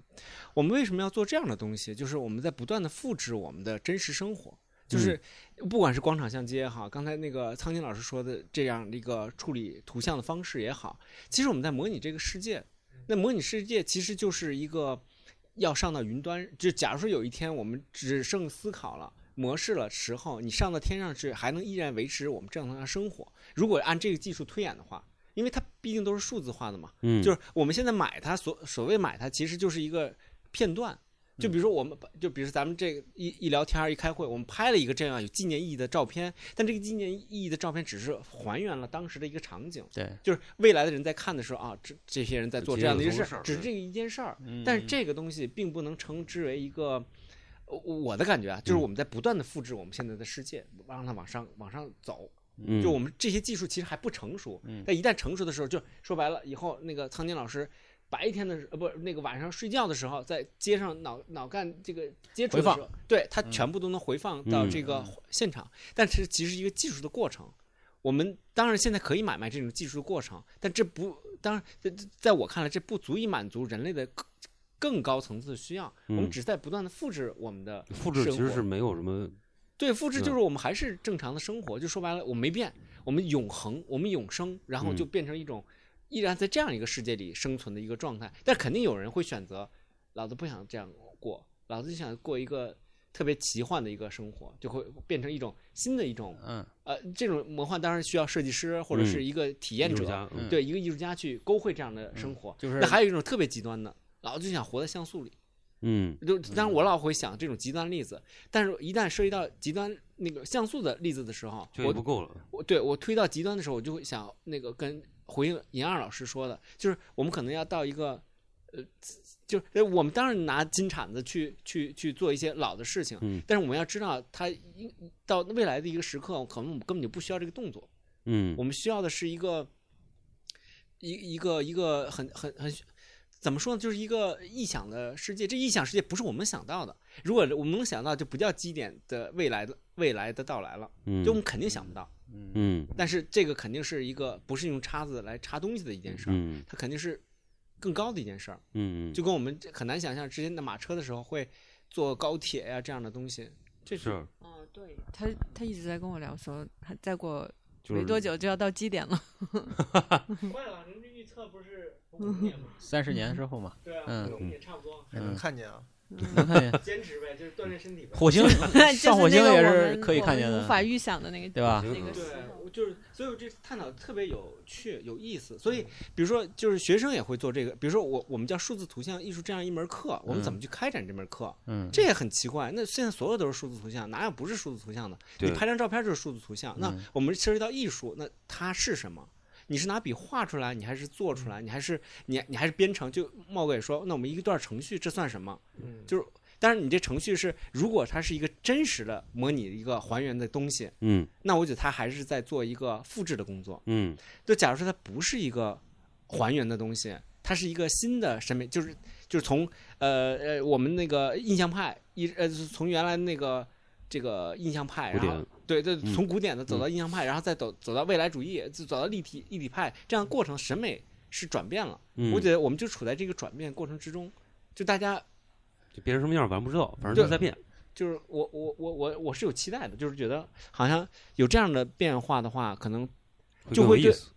S8: 我们为什么要做这样的东西？就是我们在不断的复制我们的真实生活，
S7: 嗯
S8: 就是不管是广场相机也好，刚才那个苍井老师说的这样的一个处理图像的方式也好，其实我们在模拟这个世界。那模拟世界其实就是一个要上到云端，就假如说有一天我们只剩思考了。模式了时候，你上到天上去，还能依然维持我们正常的生活。如果按这个技术推演的话，因为它毕竟都是数字化的嘛，
S7: 嗯，
S8: 就是是我们现在买它所所谓买它，其实就是一个片段。就比如说我们，就比如说咱们这个一一聊天儿一开会，我们拍了一个这样有纪念意义的照片，但这个纪念意义的照片只是还原了当时的一个场景，
S3: 对，
S8: 就是未来的人在看的时候啊，这这些人在做
S7: 就
S8: 这样的一个
S7: 接着
S8: 事儿，
S7: 做个事
S8: 只是
S7: 儿
S8: 这一件事儿，
S3: 嗯
S8: 但是这个东西并不能称之为一个。呃我的感觉啊，就是
S7: 嗯
S8: 我们在不断的复制我们现在的世界，让它往上往上走，
S7: 嗯，
S8: 就我们这些技术其实还不成熟，但一旦成熟的时候，就说白了，以后那个苍井老师白天的时呃不是那个晚上睡觉的时候，在街上脑脑干这个接触的
S3: 回
S8: 时
S3: 放
S8: 候，对他全部都能回放到
S7: 嗯
S8: 这个现场，但是其实一个技术的过程。我们当然现在可以买卖这种技术的过程，但这不当然，在在我看来，这不足以满足人类的更更高层次的需要。我们
S7: 嗯
S8: 只是在不断的复制我们的
S7: 复制其实
S8: 生活
S7: 是没有什么，
S8: 对，复制
S7: 是
S8: 就是我们还是正常的生活，就说白了，我们没变，我们永恒，我们永生，然后
S7: 嗯
S8: 就变成一种依然在这样一个世界里生存的一个状态。但肯定有人会选择，老子不想这样过，老子就想过一个特别奇幻的一个生活，就会变成一种新的一种
S3: 嗯，
S8: 呃，这种魔幻当然需要设计师或者
S7: 嗯
S8: 是一个体验
S7: 艺术
S8: 者，
S7: 家嗯
S8: 对一个艺术家去勾绘这样的生活。
S3: 就是
S8: 那还有一种特别极端的，老子就想活在像素里。
S7: 嗯
S8: 就当然我老会想这种极端例子，但是一旦涉及到极端那个像素的例子的时候，
S7: 就也不
S8: 我
S7: 够了，
S8: 我对我推到极端的时候，我就会想那个跟回应银二老师说的，就是我们可能要到一个。呃，就是呃我们当然拿金铲子去去去做一些老的事情，
S7: 嗯
S8: 但是我们要知道，它一到未来的一个时刻，可能我们根本就不需要这个动作，
S7: 嗯
S8: 我们需要的是一个一一个一个很很很怎么说呢，就是一个臆想的世界。这臆想世界不是我们想到的，如果我们能想到，就不叫基点的未来的未来的到来了，
S7: 嗯
S8: 就我们肯定想不到。
S7: 嗯
S8: 但是这个肯定是一个不是用叉子来插东西的一件事儿，
S7: 嗯
S8: 它肯定是更高的一件事儿。
S7: 嗯，
S8: 就跟我们这很难想象之前的马车的时候会坐高铁呀、这样的东西，这
S7: 是
S1: 嗯，对，
S6: 他他一直在跟我聊说，还再过
S7: 就是
S6: 没多久就要到基点了。
S8: 快了，人家预测不是五年嘛？
S3: 三十年之后 嘛，
S8: 对啊
S3: 嗯
S8: 五年差不多，
S5: 还
S7: 嗯
S5: 能看见啊。
S3: 能看见
S8: 坚持呗，就是锻炼身体呗
S3: 火星
S6: 就是
S3: 上火星
S6: 那个
S3: 也
S6: 我
S3: 是
S6: 们
S3: 可以看见
S6: 我们无法
S3: 的，
S6: 预想的那个，
S3: 对吧？
S6: 那个
S8: 对
S6: 时候，
S8: 我就是，所以我这次探讨特别有趣、有意思。所以，比如说，就是学生也会做这个，比如说我我们叫数字图像艺术这样一门课，我们怎么去开展这门课？
S3: 嗯，
S8: 这也很奇怪。那现在所有都是数字图像，哪有不是数字图像的？你
S7: 对
S8: 拍张照片就是数字图像。那
S3: 嗯
S8: 我们涉及到艺术，那它是什么？你是拿笔画出来，你还是做出来，你还是你你还是编程？就茂哥也说，那我们一段程序这算什么？
S5: 嗯，
S8: 就是，但是你这程序是，如果它是一个真实的模拟一个还原的东西，
S7: 嗯
S8: 那我觉得他还是在做一个复制的工作。
S7: 嗯
S8: 就假如说它不是一个还原的东西，它是一个新的审美，就是就是从呃呃我们那个印象派一呃就是从原来那个这个印象派，
S7: 古
S8: 然
S7: 典
S8: 后对对，
S7: 嗯
S8: 从古典的走到印象派，然后再走走到未来主义，就走到立体立体派，这样过程审美是转变了。
S7: 嗯，
S8: 我觉得我们就处在这个转变过程之中，就大家
S7: 就变成什么样，咱不知道，反正它在变。
S8: 就是我我我我我是有期待的，就是觉得好像有这样的变化的话，可能
S7: 会
S8: 就
S7: 更有
S8: 会
S7: 意
S8: 对
S7: 思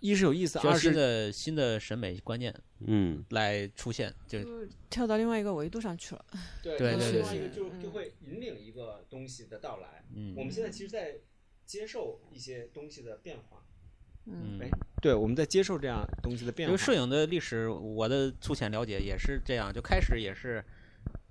S8: 一是有意思，
S3: 需要
S8: 二
S3: 新
S8: 是
S3: 的新的审美观念
S7: 嗯，
S3: 来出现，就
S6: 就跳到另外一个维度上去了。
S8: 对
S3: 对
S8: 它
S3: 对
S8: 是
S3: 对
S8: 另外一个
S6: 对
S8: 就
S6: 嗯
S8: 就会引领一个东西的到来。
S3: 嗯
S8: 我们现在其实，在接受一些东西的变化，
S6: 嗯，
S8: 哎对，我们在接受这样东西的变
S3: 因
S8: 化。
S3: 为摄影的历史，我的粗浅了解也是这样，就开始也是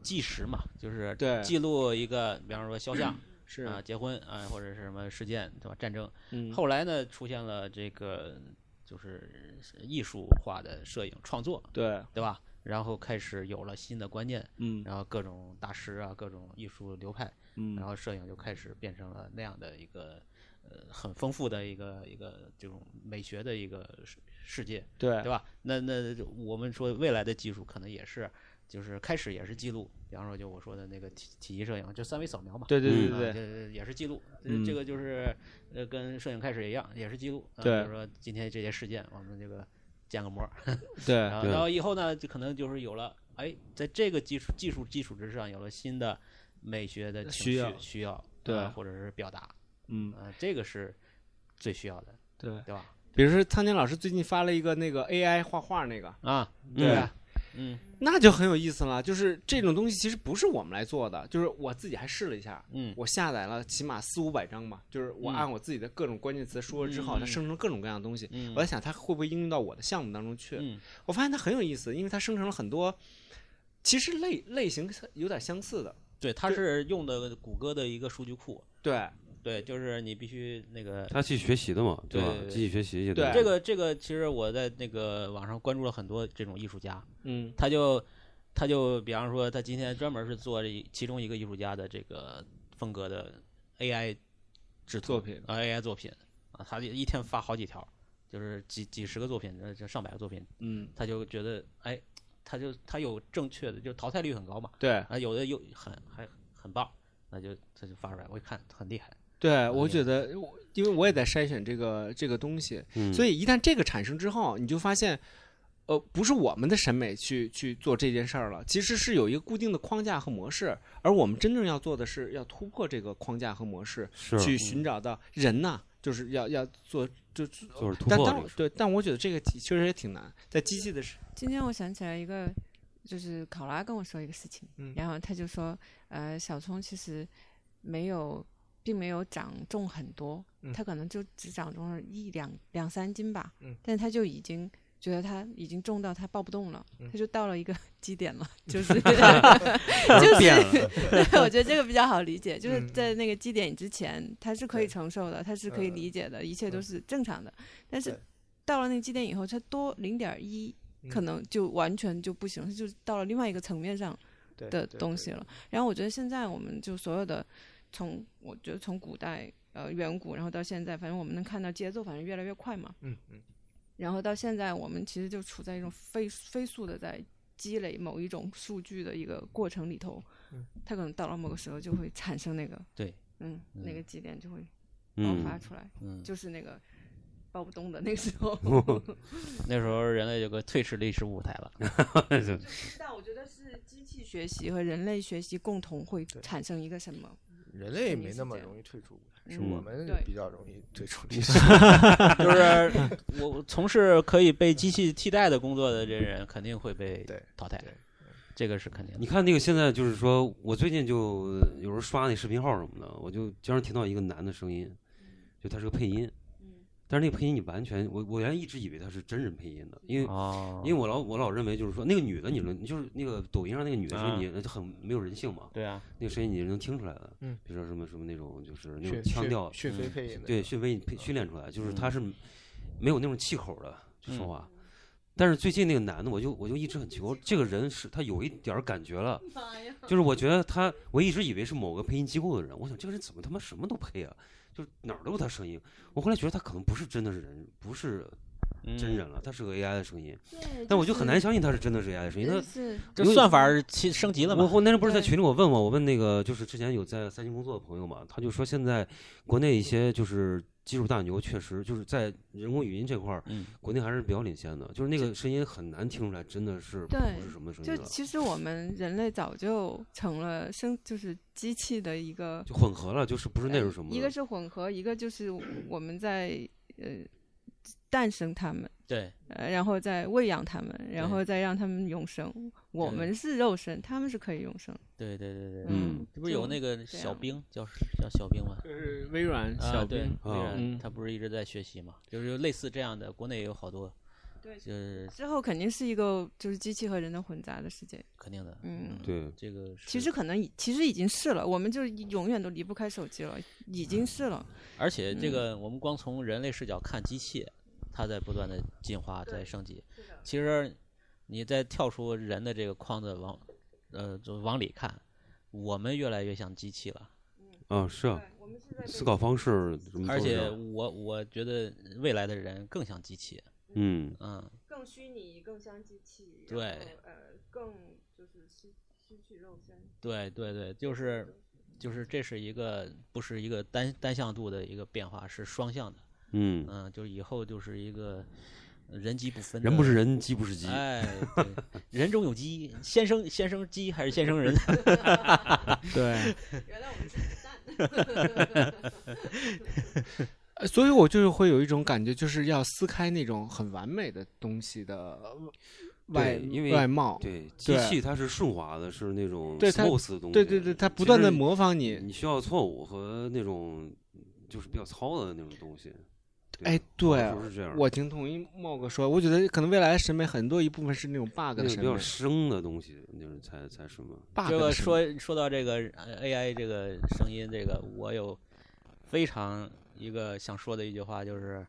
S3: 纪实嘛，就是
S8: 对
S3: 记录一个，比方说肖像
S8: 是
S3: 啊、结婚啊、或者是什么事件对吧？战争。
S8: 嗯
S3: 后来呢，出现了这个就是艺术化的摄影创作，
S8: 对，
S3: 对吧？然后开始有了新的观念，
S8: 嗯
S3: 然后各种大师啊，各种艺术流派，
S8: 嗯
S3: 然后摄影就开始变成了那样的一个呃很丰富的一个一个这种美学的一个世世界，
S8: 对
S3: 对吧？那那就我们说未来的技术可能也是，就是开始也是记录，比方说就我说的那个体体积摄影，就三维扫描嘛，
S8: 对对对
S7: 嗯
S8: 对对，
S3: 对，也是记录。
S8: 嗯
S3: 这个就是呃，跟摄影开始一样，也是记录。啊
S8: 对
S3: 比如说今天这些事件，我们这个建个模儿，
S8: 对
S3: 然后到以后呢，就可能就是有了，哎，在这个基础技术基础之上，有了新的美学的情
S8: 需
S3: 绪
S8: 要
S3: 需要，
S8: 对
S3: 啊或者是表达，
S8: 嗯
S3: 啊，这个是最需要的，
S8: 对。
S3: 对吧？
S8: 比如说苍井老师最近发了一个那个 AI 画画那个，
S3: 啊，
S8: 对吧，
S3: 嗯
S8: 那就很有意思了。就是这种东西其实不是我们来做的，就是我自己还试了一下，
S3: 嗯，
S8: 我下载了起码四五百张吧，就是我
S3: 嗯
S8: 按我自己的各种关键词说了之后，
S3: 嗯嗯
S8: 它生成了各种各样的东西。
S3: 嗯
S8: 我在想它会不会应用到我的项目当中去？
S3: 嗯
S8: 我发现它很有意思，因为它生成了很多，其实类类型有点相似的。
S3: 对，它是用的谷歌的一个数据库，
S8: 对
S3: 对，就是你必须那个
S7: 他去学习的嘛，
S3: 对
S7: 吧
S3: 对？对
S7: 继续学习一些东
S8: 对
S7: 西。
S3: 这个这个，其实我在那个网上关注了很多这种艺术家，
S8: 嗯，
S3: 他就他就比方说，他今天专门是做这一其中一个艺术家的这个风格的 AI 制图
S8: 作品
S3: 啊、AI 作品啊，他就一天发好几条，就是几几十个作品，呃这上百个作品，
S8: 嗯，
S3: 他就觉得哎，他就他有正确的，就淘汰率很高嘛，
S8: 对
S3: 啊，有的又很还很棒，那就他就发出来，我一看很厉害，哎
S8: 对，我觉得我，因为我也在筛选这个这个东西，
S7: 嗯，
S8: 所以一旦这个产生之后，你就发现，呃，不是我们的审美去去做这件事儿了，其实是有一个固定的框架和模式，而我们真正要做的是要突破这个框架和模式，
S7: 是
S8: 去寻找到人呐、就是要要做就
S7: 就是突
S8: 但但
S7: 破这
S8: 我
S7: 个事。
S8: 对，但我觉得这个题确实也挺难，在机器的时
S6: 今天我想起来一个，就是考拉跟我说一个事情，
S5: 嗯
S6: 然后他就说，呃，小葱其实没有，并没有长重很多，
S5: 嗯
S6: 它可能就只长重了一两两三斤吧，
S5: 嗯
S6: 但他就已经。觉得它已经重到它抱不动了，
S5: 嗯
S6: 它就到了一个 基点 了，就是就是
S7: 变 了
S6: 对，我觉得这个比较好理解，就是
S5: 嗯
S6: 在那个基点之前，它是可以
S5: 对
S6: 承受的，它是可以
S5: 嗯
S6: 理解的，一切都
S5: 嗯
S6: 是正常的。但是
S5: 对
S6: 到了那个基点以后，它多零点一，可
S5: 嗯
S6: 能就完全就不行，它就到了另外一个层面上
S5: 对
S6: 的
S5: 对
S6: 东
S5: 对
S6: 西了。然后我觉得现在我们就所有的，从我觉得从古代呃远古，然后到现在，反正我们能看到节奏，反正越来越快嘛。
S5: 嗯嗯
S6: 然后到现在，我们其实就处在一种飞飞速的在积累某一种数据的一个过程里头，
S5: 嗯
S6: 它可能到了某个时候就会产生那个
S3: 对，
S6: 嗯，那
S3: 嗯
S6: 个基点就会爆发
S7: 嗯，
S6: 出来，
S3: 嗯，
S6: 就是那个抱不动的那个时候。
S3: 那时候人类有个退市历史舞台了，
S6: 就不知道，我觉得是机器学习和人类学习共同会产生一个什么？
S5: 人类
S6: 肯定
S5: 没
S6: 嗯是
S5: 那么
S6: 这样
S5: 容易退出舞台，
S6: 嗯
S5: 是我们
S6: 对
S5: 比较容易退 出历史。
S3: 就是 我从事可以被机器替代的工作的这人，肯定会被
S5: 对
S3: 淘汰
S5: 对，
S3: 这个是肯定
S7: 你
S3: 的。
S7: 看那个现在就是说，我最近就有时候刷那视频号什么的，我就经常听到一个男的声音，就他是个配音，但是那个配音你完全，我我原来一直以为他是真人配音的，因为
S3: 哦
S7: 因为我老我老认为就是说那个女的你能就是那个抖音上那个女的
S3: 啊
S7: 声音你就很没有人性嘛，
S3: 对啊，
S7: 那个声音你是能听出来的，
S5: 嗯，
S7: 比如说什么什么那种就是那种
S5: 讯
S7: 腔调，
S5: 讯
S3: 嗯
S5: 飞配音的，
S7: 对，训被训练出来，就是他是没有那种气口的就说
S3: 嗯
S7: 话。但是最近那个男的，我就我就一直很奇怪，这个人是他有一点儿感觉了，就是我觉得他，我一直以为是某个配音机构的人，我想这个人怎么他妈什么都配啊，就是哪儿都有他声音。我后来觉得他可能不是真的是人，不是真
S3: 嗯
S7: 人了，他是个 AI 的声音，但我就很难相信他是真的是 AI 的声音。他
S6: 嗯是
S3: 这
S7: 因为
S3: 算法儿其升级了
S7: 我
S3: 嘛？
S7: 我那天不是在
S6: 对
S7: 群里我问嘛，我问那个就是之前有在三星工作的朋友嘛，他就说现在国内一些就是技术大牛确实就是在人工语音这块儿，
S3: 嗯，
S7: 国内还是比较领先的，就是那个声音很难听出来真的是不
S6: 对
S7: 是什么声
S6: 就
S7: 音了，
S6: 其实我们人类早就成了生就是机器的一个呃
S7: 就混合了，就是不是那种什么
S6: 一个
S7: 的。
S6: 是混合，一个就是我们在呃诞生他们，
S3: 对
S6: 呃，然后再喂养他们，然
S3: 对
S6: 后再让他们永生。我
S3: 对
S6: 们是肉身，他们是可以永生。
S3: 对对对对，
S7: 嗯
S3: 这不是有那
S6: 个
S3: 个小
S6: 样
S3: 兵叫叫小兵吗？
S8: 就是微软
S3: 啊，
S8: 小
S3: 对，
S8: 兵，
S3: 微
S7: 啊
S3: 软
S8: 嗯
S3: 他不是一直在学习嘛，就是类似这样的，国内也有好多，
S1: 对
S3: 就是
S6: 嗯之后肯定是一个就是机器和人的混杂的世界。
S3: 肯定的，
S6: 嗯，
S7: 对，
S3: 这个是
S6: 其实可能已其实已经是了，我们就永远都离不开手机了，已经是了。
S3: 而且
S7: 嗯
S3: 这个我们光从人类视角看机器，它在不断的进化，在升级。其实你再跳出人的这个框子往，呃，就往里看，我们越来越像机器了。
S7: 啊，是啊，思考方式什么
S3: 而
S7: 都是
S3: 且
S7: 啊，
S3: 我我觉得未来的人更像机器，
S7: 嗯，
S3: 嗯，
S1: 更虚拟，更像机器，然
S3: 对
S1: 后呃，更就是失失去肉身，
S3: 对对对，就是就是这是一个不是一个单单向度的一个变化，是双向的，
S7: 嗯，
S3: 嗯，就是以后就是一个人机不分，
S7: 人不是。人，鸡不是鸡，
S3: 哎，对，人中有 鸡，先生先生鸡还是先生人？
S8: 对，
S1: 原来我们是蛋。
S8: 呃所以我就是会有一种感觉，就是要撕开那种很完美的东西的外
S7: 对因为
S8: 外貌，
S7: 对，机器它是顺滑的，是那种
S8: 对它
S7: smooth 的东西，
S8: 对对对，它不断的模仿你，
S7: 你需要错误和那种就是比较糙的那种东西。
S8: 哎
S7: 对
S8: 对
S7: 有时候是这样，
S8: 我挺同意茂哥说，我觉得可能未来的审美很多一部分是那种 bug
S7: 那
S8: 的
S7: 种比
S8: 审
S7: 较
S8: 美
S7: 生的东西，就是才才什么。
S8: ，bug
S3: 这个
S8: 的审美
S3: 说说到这个呃 AI 这个声音，这个我有非常一个想说的一句话，就是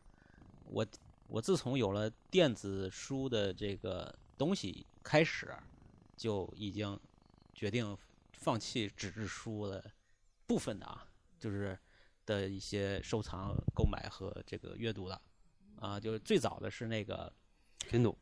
S3: 我我自从有了电子书的这个东西开始，就已经决定放弃纸质书的部分的啊，就是的一些收藏、购买和这个阅读的啊，就是最早的是那个
S7: Kindle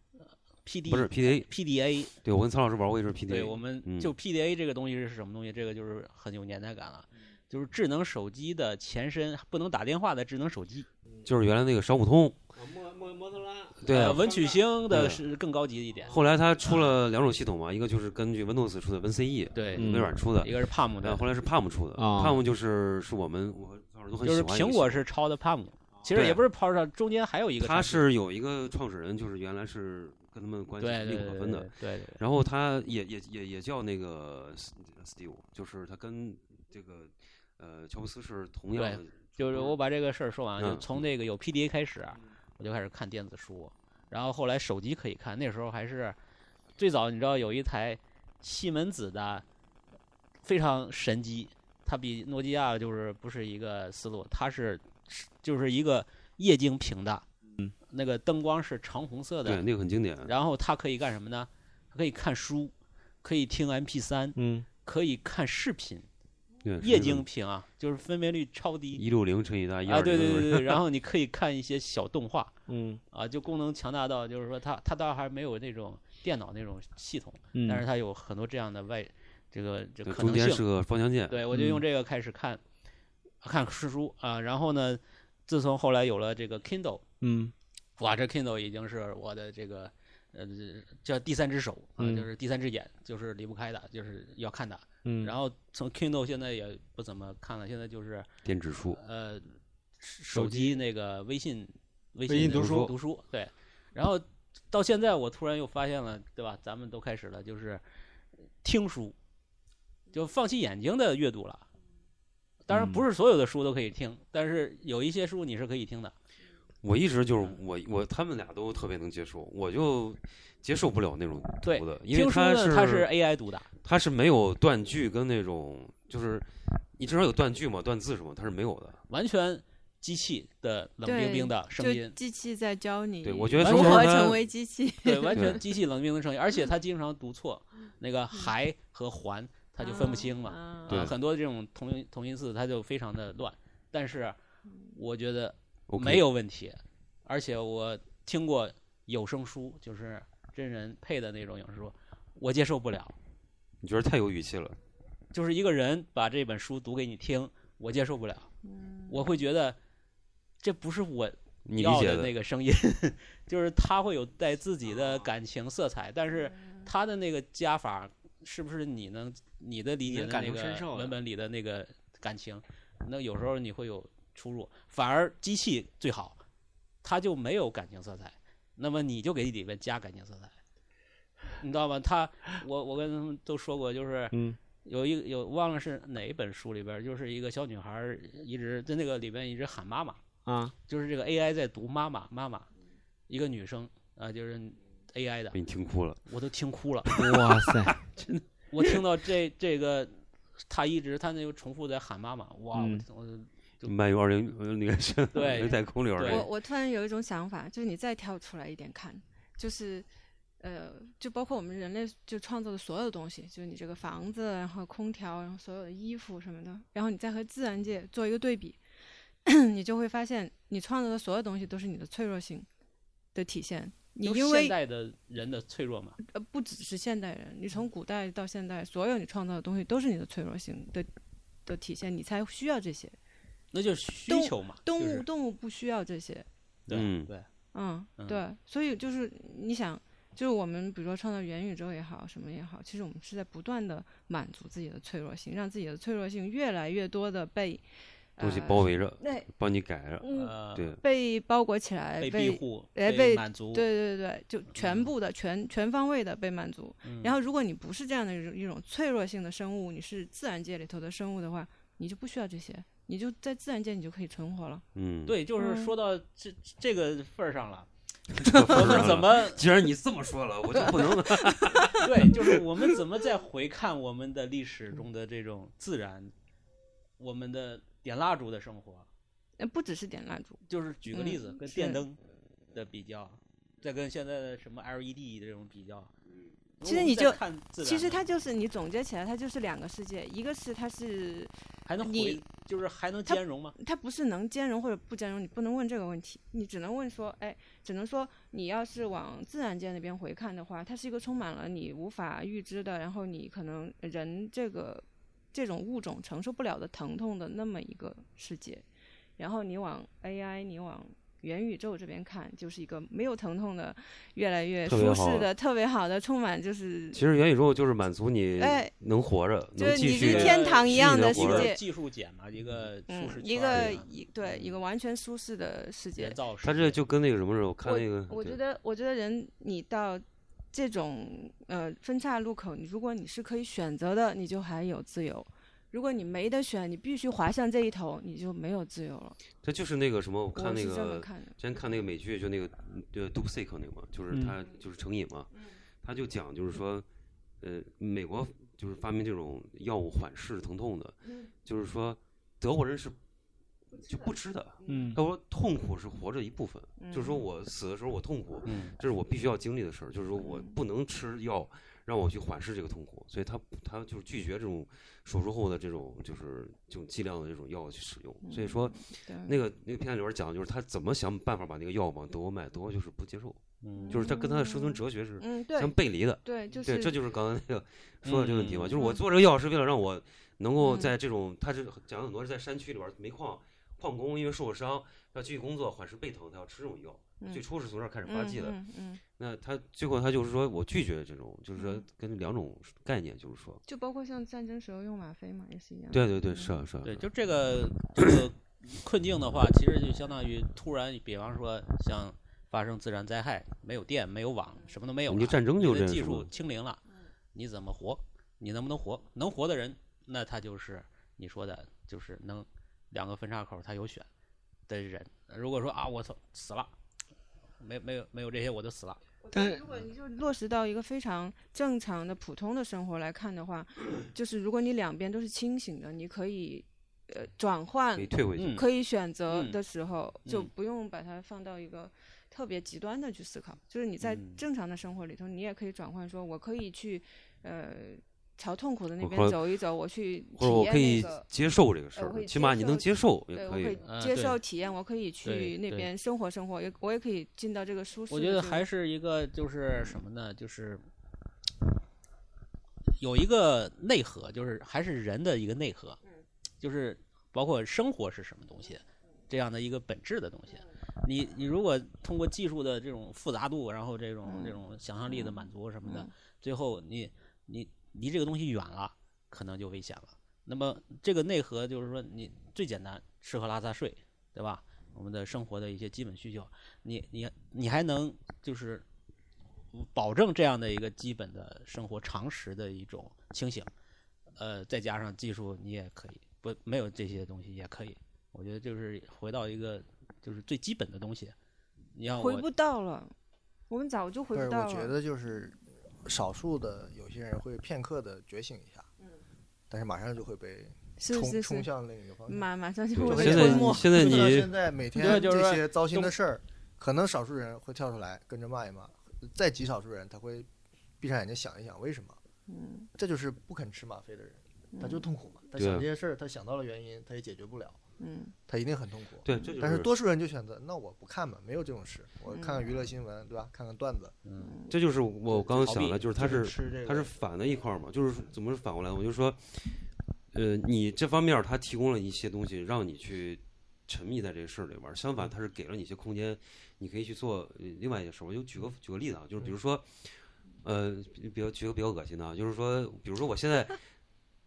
S3: PD
S7: 不是 PDA，
S3: PDA
S7: 对我跟曹老师玩过一阵 PDA，
S3: 对，我们
S7: 嗯
S3: 就 PDA 这个东西是什么东西？这个就是很有年代感了，就是智能手机的前身，不能打电话的智能手机。
S7: 就是原来那个商务通，
S8: 啊摩摩摩托拉，
S7: 对
S3: 呃
S7: 啊。嗯
S3: 文曲星的
S7: 对
S3: 是更高级一点，
S7: 后来它出了两种系统嘛，一个就是根据 Windows 出的 WinCE，
S3: 对
S8: 嗯
S7: 微软出的
S3: 一，个是 Palm
S7: 然
S3: 的
S7: 后，后来是 Palm 出的。
S8: 啊
S7: Palm 就是是我们我曹老师都很
S3: 就
S7: 喜
S3: 是
S7: 欢。
S3: 苹果，是抄的 Palm，其实
S7: 对
S3: 也不是抛上，中间还有一个
S7: 它
S3: 产品，
S7: 是有一个创始人，就是原来是跟他们关系
S3: 对
S7: 密
S3: 对
S7: 不可
S3: 对
S7: 分的。
S3: 对对对
S7: 然后他也也也也叫那个 S- Steve，就是他跟这个呃乔布斯是同样的，
S3: 就是我把这个事儿说完，啊就
S7: 嗯
S3: 从那个有 PDA 开始，啊我就开始看电子书，然后后来手机可以看，那时候还是最早你知道有一台西门子的非常神机，它比诺基亚就是不是一个思路，它是是就是一个液晶屏的，那个灯光是长红色
S7: 嗯对，
S3: 的，
S7: 那个很经典。
S3: 然后它可以干什么呢？它可以看书，可以听 MP 三，
S8: 嗯，
S3: 可以看视频，
S7: 对，
S3: 液晶屏啊，就是分辨率超低，
S7: 一六零乘以大一
S3: 啊，
S7: 二
S3: 对对对
S7: 零，
S3: 对，然后你可以看一些小动画
S8: 嗯
S3: 啊，就功能强大到就是说它它倒还没有那种电脑那种系统，
S8: 嗯，
S3: 但是它有很多这样的外这个这
S7: 对
S3: 可
S7: 中
S3: 能
S7: 间是
S3: 性。
S7: 个方向键。
S3: 对，我就用这个开始看看诗书啊，然后呢，自从后来有了这个 Kindle，
S8: 嗯
S3: 哇，这 Kindle 已经是我的这个呃叫第三只手啊，
S8: 嗯
S3: 就是第三只眼，就是离不开的，就是要看它。
S8: 嗯，
S3: 然后从 Kindle 现在也不怎么看了，现在就是
S7: 电子书，
S3: 呃，手机那个微信微
S8: 微信
S3: 读
S8: 读
S3: 书
S8: 书
S3: 读书对，然后到现在我突然又发现了，对吧？咱们都开始了，就是听书，就放弃眼睛的阅读了。当然，不是所有的书都可以听，但是有一些书你是可以听的。
S7: 我一直就是
S3: 嗯
S7: 我我他们俩都特别能接受，我就接受不了那种
S3: 对
S7: 读的，因
S3: 听
S7: 为
S3: 书呢，
S7: 是
S3: 它 AI 读的，
S7: 它是没有断句跟那种就是你至少有断句嘛，断字什么，它是没有的。
S3: 完全机器的冷冰冰的声
S6: 就
S3: 音，
S6: 机器在教你
S7: 对我觉得
S6: 如
S3: 说
S6: 何
S7: 它
S6: 成为机器。
S3: 对，完全
S7: 对
S3: 机器冷冰冰的声音，而且它经常读错，那个还和还，它就分不清了。
S6: 啊
S7: 对
S3: 啊，很多这种同音同音字，它就非常的乱。但是我觉得
S7: OK
S3: 没有问题，而且我听过有声书，就是真人配的那种有声书，我接受不了。
S7: 你觉得太有语气了，
S3: 就是一个人把这本书读给你听，我接受不了，
S6: 嗯
S1: 嗯
S3: 我会觉得这不是我
S7: 你理
S3: 要
S7: 解
S3: 的那个声音， 就是他会有带自己的感情色彩，但是他的那个加法是不是你能你的理
S8: 你
S3: 解
S8: 能
S3: 的
S8: 感
S3: 那
S8: 同身
S3: 个
S8: 受的
S3: 文本里的那个感情，那有时候你会有出入，反而机器最好，它就没有感情色彩。那么你就给里面加感情色彩，你知道吗？他，我我跟他们都说过，就是
S8: 嗯
S3: 有一个有忘了是哪一本书里边儿，就是一个小女孩儿一直在那个里边一直喊妈妈，
S8: 啊，
S3: 就是这个 AI 在读妈妈妈妈，一个女生啊，就是 AI 的
S7: 被，你听哭了。
S3: 我都听哭了。
S8: 哇塞，
S3: 我听到这这个，他一直他那个重复在喊妈妈，哇，我
S8: 嗯
S3: 听我就
S7: 漫游二 零那个是
S3: 对
S7: 在空里边
S3: 对
S7: 儿
S3: 对
S7: 那
S6: 我
S7: 个，
S6: 我突然有一种想法，就是你再跳出来一点看，就是，呃，就包括我们人类就创造的所有东西，就是你这个房子，然后空调，然后所有的衣服什么的，然后你再和自然界做一个对比， 你就会发现，你创造的所有东西都是你的脆弱性的体现。你
S3: 就是
S6: 因
S3: 现
S6: 为
S3: 代的人的脆弱嘛，
S6: 呃，不只是现代人，你
S3: 嗯
S6: 从古代到现代，所有你创造的东西都是你的脆弱性的的体现，你才需要这些。
S3: 那就是需
S6: 动
S3: 求嘛，
S6: 动
S3: 就
S6: 物
S3: 是
S6: 动物不需要这些，
S3: 对、
S7: 嗯
S3: 对，
S6: 嗯
S3: 嗯，
S6: 对，所以就是你想，就是我们比如说创造元宇宙也好，什么也好，其实我们是在不断的满足自己的脆弱性，让自己的脆弱性越来越多的被
S7: 东西
S6: 呃
S7: 包围着，
S6: 那
S7: 帮你改着，
S6: 嗯
S3: 呃，
S7: 对，
S6: 被包裹起来，
S3: 被
S6: 被
S3: 庇护，
S6: 哎
S3: 被
S6: 被
S3: 满足，
S6: 对对对，就
S3: 嗯
S6: 全部的、全全方位的被满足。
S3: 嗯，
S6: 然后，如果你不是这样的一种一种脆弱性的生物，你是自然界里头的生物的话，你就不需要这些，你就在自然界你就可以存活了。
S7: 嗯，
S3: 对，就是
S6: 嗯
S3: 说到这这个份儿上了，
S7: 这份
S3: 我
S7: 儿
S3: 们
S7: 上
S3: 怎
S7: 了？
S3: 么
S7: 既然你这么说了，我就不 能
S3: 对，就是我们怎么再回看我们的历史中的这种自然，我们的点蜡烛的生活，
S6: 那呃不只是点蜡烛，
S3: 就是举个例子，
S6: 嗯
S3: 跟
S6: 是
S3: 电灯的比较，再跟现在的什么 LED 这种比较，
S6: 嗯其实
S3: 我们
S6: 你
S3: 再
S6: 就
S3: 看自然，
S6: 其实它就是你总结起来，它就是两个世界，一个是它是
S3: 还能回
S6: 你，
S3: 就是还能
S6: 它
S3: 兼容吗？
S6: 它不是能兼容或者不兼容，你不能问这个问题，你只能问说，哎，只能说你要是往自然界那边回看的话，它是一个充满了你无法预知的，然后你可能人这个这种物种承受不了的疼痛的那么一个世界，然后你往 AI，你往元宇宙这边看，就是一个没有疼痛的，越来越
S7: 特别
S6: 舒
S7: 好
S6: 适的、特别好的，充满就是
S7: 其实元宇宙就是满足你
S6: 哎
S7: 能活着，
S6: 就
S7: 能
S6: 是
S7: 继
S6: 你
S7: 续
S6: 是天堂一样的
S7: 继续
S6: 世
S7: 地活着
S3: 一个
S6: 界，
S3: 技术减嘛，一个舒
S6: 嗯
S3: 适，
S6: 一
S3: 圈
S6: 个
S3: 儿
S7: 啊
S3: 嗯
S6: 一
S7: 嗯
S6: 对一个完全舒适的世界
S3: 人。造世界，
S7: 他这就跟那个什么似的，我看
S6: 我
S7: 那个，
S6: 我
S7: 对
S6: 觉得，我觉得人你到这种呃分岔路口，你如果你是可以选择的，你就还有自由；如果你没得选，你必须滑向这一头，你就没有自由了。
S7: 他就是那个什么，我看
S6: 我
S7: 那
S6: 是这么
S7: 个
S6: 看的。
S7: 之前看那个美剧，就那个呃 d u p Sick 那个嘛，就是
S8: 嗯
S7: 他就是成瘾嘛，他就讲就是说，呃，美国就是发明这种药物缓释疼痛的，就是说德国人是就不嗯吃的，
S8: 嗯
S7: 他说痛苦是活着一部分，就是说
S6: 嗯
S7: 我死的时候我痛苦，
S3: 嗯
S7: 这是我必须要经历的事儿，就是说我不能吃药让我去缓释这个痛苦，所以他他就是拒绝这种手术后的这种就是这种剂量的这种药去使用，所以说。
S6: 对，
S7: 那个那个片子里边讲，的就是他怎么想办法把那个药往德国卖，德国就是不接受，
S3: 嗯
S7: 就是他跟他的生存哲学是
S6: 嗯，对
S7: 相背离的。
S6: 对，就
S7: 对，
S6: 是
S7: 这就是刚才那个说的这个问题嘛，
S3: 嗯
S7: 就是我做这个药是为了让我能够
S6: 嗯
S7: 在这种，他是讲很多是在山区里边煤矿矿工因为受了伤要继续工作缓释背疼，他要吃这种药，
S6: 嗯
S7: 最初是从这儿开始发
S6: 嗯
S7: 迹的。
S6: 嗯嗯，
S7: 那他最后他就是说我拒绝这种，就是说
S6: 嗯
S7: 跟两种概念，就是说，
S6: 就包括像战争时候用吗啡嘛，也是一样。嗯
S7: 对对对，是啊是啊，
S3: 对，
S7: 是啊
S3: 就这个这个困境的话，其实就相当于突然，比方说像发生自然灾害，没有电，没有网，什么都没有了，
S7: 你就战争就
S3: 你的
S7: 这样
S3: 技
S7: 是
S3: 术
S7: 吗
S3: 清零了，你怎么活？你能不能活？能活的人，那他就是你说的，就是能两个分岔口他有选的人。如果说啊，我操死了，没没有没有这些我就死了，
S8: 但
S6: 如果你就落实到一个非常正常的普通的生活来看的话，就是如果你两边都是清醒的，你可以呃转换
S7: 啊可以退回去。
S3: 嗯，
S6: 可以选择
S3: 嗯
S6: 的时候，就
S3: 嗯
S6: 不用把它放到一个特别极端的去思考。就是你在
S3: 嗯
S6: 正常的生活里头，你也可以转换说，我可以去呃朝痛苦的那
S7: 我可
S6: 边走一走，我去
S7: 或者我
S6: 体
S7: 可
S6: 验那
S7: 以
S6: 个。
S7: 接受这个事
S6: 呃我可
S7: 儿，
S6: 以
S7: 起
S6: 接
S7: 码你能
S6: 受
S7: 接受也
S6: 对，我
S7: 可
S6: 可
S7: 以
S6: 以。
S3: 呃
S6: 接
S3: 对
S6: 受体验，我可以
S3: 对
S6: 去那
S3: 对
S6: 边生活生活，也我也可以进到这个舒适的
S3: 我
S6: 这
S3: 觉
S6: 个。
S3: 得还是一个就是什么呢？就是有一个内核，就是还是人的一个内核，就是包括生活是什么东西这样的一个本质的东西。你你如果通过技术的这种复杂度，然后这种这种想象力的满足什么的，最后你你离这个东西远了，可能就危险了。那么这个内核就是说，你最简单吃喝拉撒睡，对吧？我们的生活的一些基本需求，你你你还能就是保证这样的一个基本的生活常识的一种清醒，呃，再加上技术，你也可以不没有这些东西也可以。我觉得就是回到一个就是最基本的东西，你要
S6: 回
S3: 我
S6: 不到了，我们早就回
S5: 对，
S6: 不到啊了。
S5: 我觉得就是少数的有些人会片刻的觉醒一下，但是马上就会被
S6: 是
S5: 冲
S6: 嗯是嗯
S5: 冲
S6: 是，
S5: 向另一个方向。
S6: 马马上就
S7: 对
S6: 会被
S7: 现
S6: 吞
S7: 在
S6: 没。
S7: 现在
S3: 对
S5: 就像现在每天
S7: 你
S3: 就是
S5: 这
S3: 说
S5: 些糟心的
S3: 东
S5: 事儿，可能少数人会跳出来跟着骂一骂，再极少数人他会闭上眼睛想一想为什么，
S6: 嗯，
S5: 这就是不肯吃吗啡的人，他就
S6: 嗯
S5: 痛苦嘛。他
S7: 对
S5: 想
S7: 啊
S5: 这些事儿，他想到了原因，他也解决不了，
S6: 嗯
S5: 他一定很痛苦。
S7: 对，这就
S5: 但是多数人就选择，那我不看嘛，没有这种事，我看看娱乐新闻，对吧？看看段子，
S3: 嗯
S7: 这就是我刚刚想的，就是他
S5: 就是吃这个，
S7: 它是反的一块儿嘛，就是怎么是反过来？我就说，呃，你这方面儿它提供了一些东西，让你去沉迷在这个事儿里边儿；相反，它是给了你一些空间，你可以去做呃另外一些事儿。我就举个举个例子啊，就是比如说，呃，比比较举个比较恶心的，啊，就是说，比如说我现在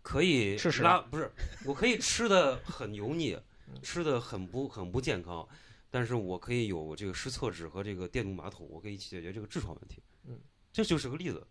S7: 可以
S3: 吃屎
S7: 拉，不是，我可以吃的很油腻
S5: 嗯，
S7: 吃的很不很不健康。但是我可以有这个湿厕纸和这个电动马桶，我可以一起解决这个痔疮问题。
S5: 嗯，
S7: 这就是个例子。